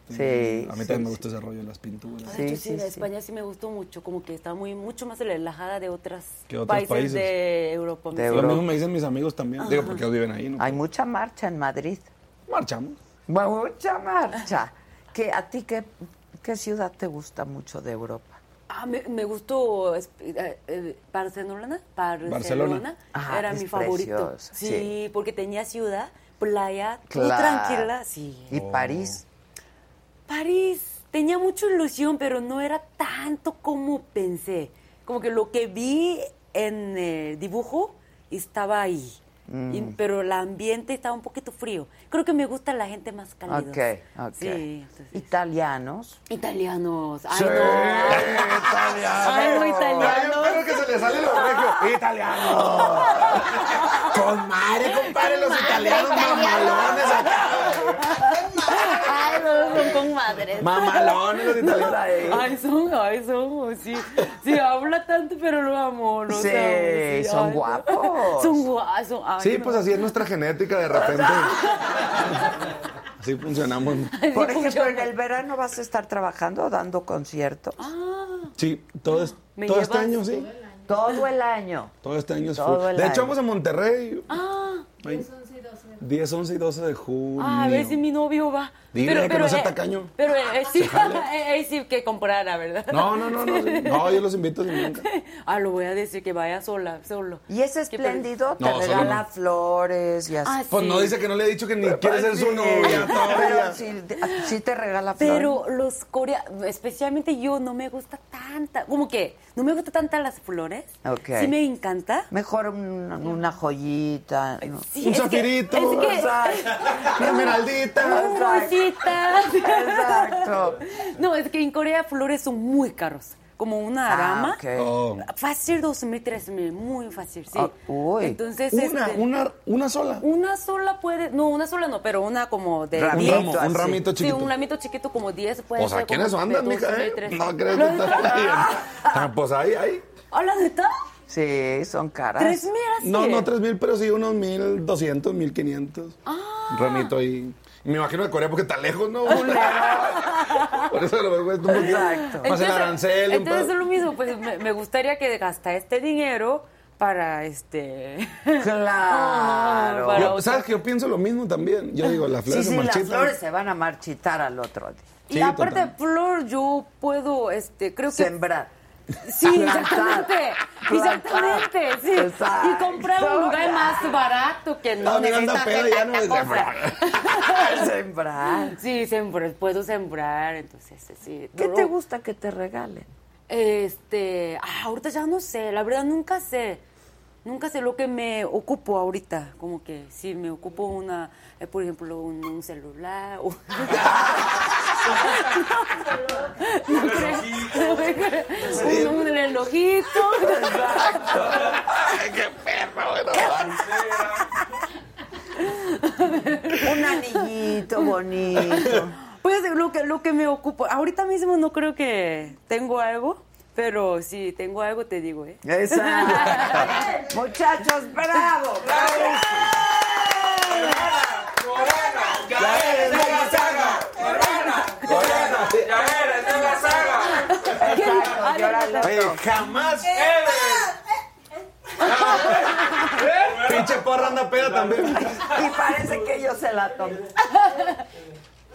Sí,
a mí
sí,
también
sí.
me gusta ese rollo de las pinturas.
Ay, yo
Sí,
sí,
sí,
de
sí.
España sí me gustó mucho, como que estaba muy mucho más relajada de otras
Que otros
países,
países.
de Europa.
De
Sí.
Lo
Europa.
mismo me dicen mis amigos también. Digo, porque ellos viven ahí, ¿no?
Hay mucha marcha en Madrid.
Marchamos.
Mucha marcha. ¿Qué, ¿A ti qué, qué ciudad te gusta mucho de Europa?
Ah, me, me gustó es- eh, eh, Barcelona. Barcelona,
Barcelona.
Ah,
era
es
mi favorito.
precioso,
Sí,
sí.
porque tenía ciudad, playa, muy
Claro.
tranquila. Sí.
¿Y París?
París tenía mucha ilusión, pero no era tanto como pensé. Como que lo que vi en el dibujo estaba ahí.
Mm.
Y- pero el ambiente estaba un poquito frío. Creo que me gusta la gente más cálida.
Ok, ok.
Oh. Sí, entonces-
¿Italianos?
Italianos. Ay,
Sí,
no.
italiano.
Ay, no, italianos.
Ay, espero que se le sale lo regio. Italiano. Con madre, compadre, los italianos mamalones acá.
Ay, no, son con madres.
Mamalones los italianos.
Ay, son, ay, son, sí. Sí, habla tanto, pero lo amo, lo
Sí,
amo,
son
ay, no.
guapos.
Son guapos, son- ay,
Sí,
no.
pues así es nuestra genética de repente.
Así funcionamos.
Por ejemplo, en el verano vas a estar trabajando, dando conciertos.
Ah.
Sí, todo, es-
¿Me
todo este
llevas?
año, sí.
Todo el año.
Todo este año es
Todo
full.
el
De hecho,
año.
vamos a Monterrey. Ahí. 10, 11 y 12 de junio.
Ah, a ver si mi novio va.
Dile que no sea
eh,
tacaño.
Pero eh, eh, sí, eh, eh, sí que comprara, ¿verdad?
No, no, no, no. sí. No, yo los invito sin nunca.
Ah, lo voy a decir que vaya sola, solo.
Y es
Qué pereza.
espléndido, te
No, solo
regala
no.
flores y así.
Ah,
Pues
sí.
no dice que no le he dicho que ni quiere ser su
Sí,
novia
Pero
todavía.
sí, sí te regala flores.
Pero los coreanos, especialmente yo, no me gusta tanta, como que no me gusta tanta las flores.
Ok.
Sí me encanta.
Mejor un- una joyita. ¿no?
Sí,
Un
es que-
zafirito.
es que-
Una esmeraldita.
Ay, rosita.
Exacto.
No, es que en Corea flores son muy caros. Como una
Ah,
rama.
ok.
Oh.
Fácil, dos mil, tres mil. Muy fácil, sí.
Ah, uy.
Entonces,
Una,
este,
una, una sola.
una sola puede. No, una sola no, pero una como de
Un
Ramito,
10.
ramo, un
así.
ramito
Sí,
chiquito.
un ramito chiquito como 10 puede
O sea,
ser como
¿quiénes
de
andan,
dos
mija?
mil,
eh?
tres
No
mil.
crees que está Ah, Pues ahí, ahí.
¿A la neta?
Sí, son caras.
¿Tres mil así?
No, no 3000, pero sí unos 1200, 1500. Ah. Ramito ahí. Me imagino de Corea porque está lejos, ¿no? Por eso lo veo cuesta un poquito.
Exacto.
Más el arancel. y un
entonces
pedo.
es lo mismo, pues me, me gustaría que gastara este dinero para este.
Claro.
para
Yo-
otro.
¿Sabes que Yo pienso lo mismo también. Yo digo, las
Sí,
flores
sí,
se
las
marchitan.
flores se van a marchitar al otro día.
Sí,
y aparte de
total.
flor, yo puedo, este, creo que...
Sembrar.
Sí,
Plantar.
exactamente. Exactamente, sí.
Exacto.
Y comprar un lugar más barato que no
No, mira, anda
necesita
pedo,
tanta
ya no me
cosa.
Sembrar.
Sí, sembrar, puedo sembrar, entonces, sí.
¿Qué
Ro-
te gusta que te regalen?
Este, ah, ahorita ya no sé, la verdad nunca sé. Nunca sé lo que me ocupo ahorita, como que si me ocupo una, eh, por ejemplo, un, un celular o... no, no creo. un, un relojito.
Un anillito bonito.
Pues lo que, lo que me ocupo, ahorita mismo no creo que tengo algo, pero si tengo algo te digo, ¿eh?
Exacto. Muchachos, bravo.
Ya eres de la saga. Corona,
¡Ya eres de la saga!
Exacto, llórale.
Oye, jamás. Pinche porra anda peda también.
Y parece que yo se la tomo.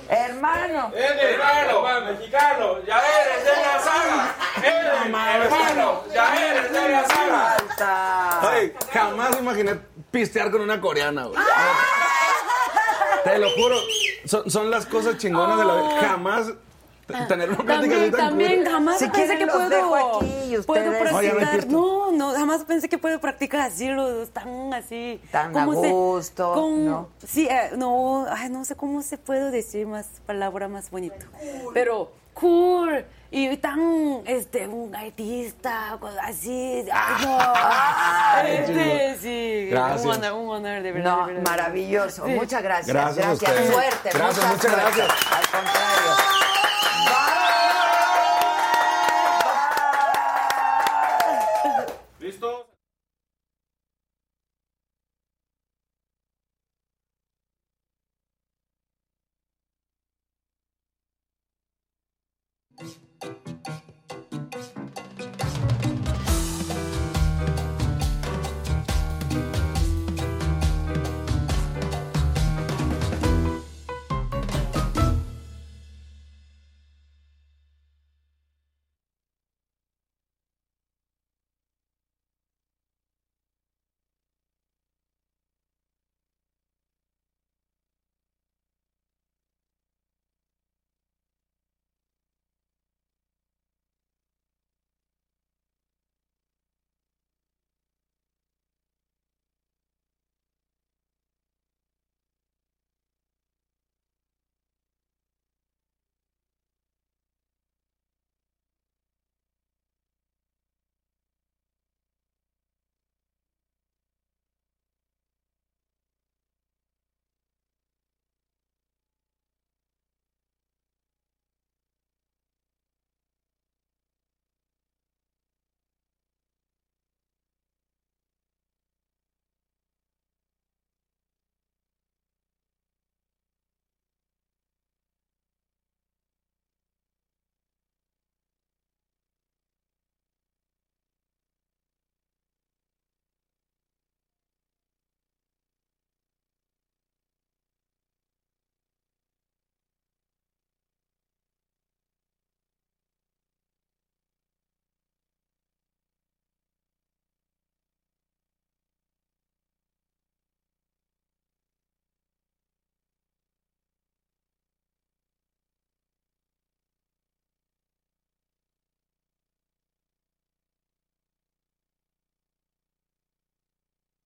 Hermano,
¡Eres hermano mexicano! ¡Ya eres de la saga! ¡Eres hermano! ¡Ya eres de la saga!
falta.
Ay, jamás imaginé pistear con una coreana, güey. Te lo juro, son, son las cosas chingonas de la vida. Jamás t- tener una plática
También,
así tan cool.
también, jamás
Si
pensé
quieren
que
los
puedo,
dejo aquí y ustedes-
puedo
No, ya no hay
practicar.
fiesta.
No, no, jamás pensé que puedo practicar así, los dos tan así.
Tan a
se-
gusto,
con-
¿no?
Sí, eh, no, ay, no sé cómo se puede decir más palabra más bonito. Pero cool y tan este un artista co- así ay, no. este, sí
Gracias.
un honor un honor de verdad
Ah, No,
de verdad.
maravilloso.
Sí.
Muchas gracias.
Gracias a ustedes.
Suerte.
Gracias,
mucha
muchas
suerte.
gracias.
Al contrario. Bye. Bye.
¿Listo?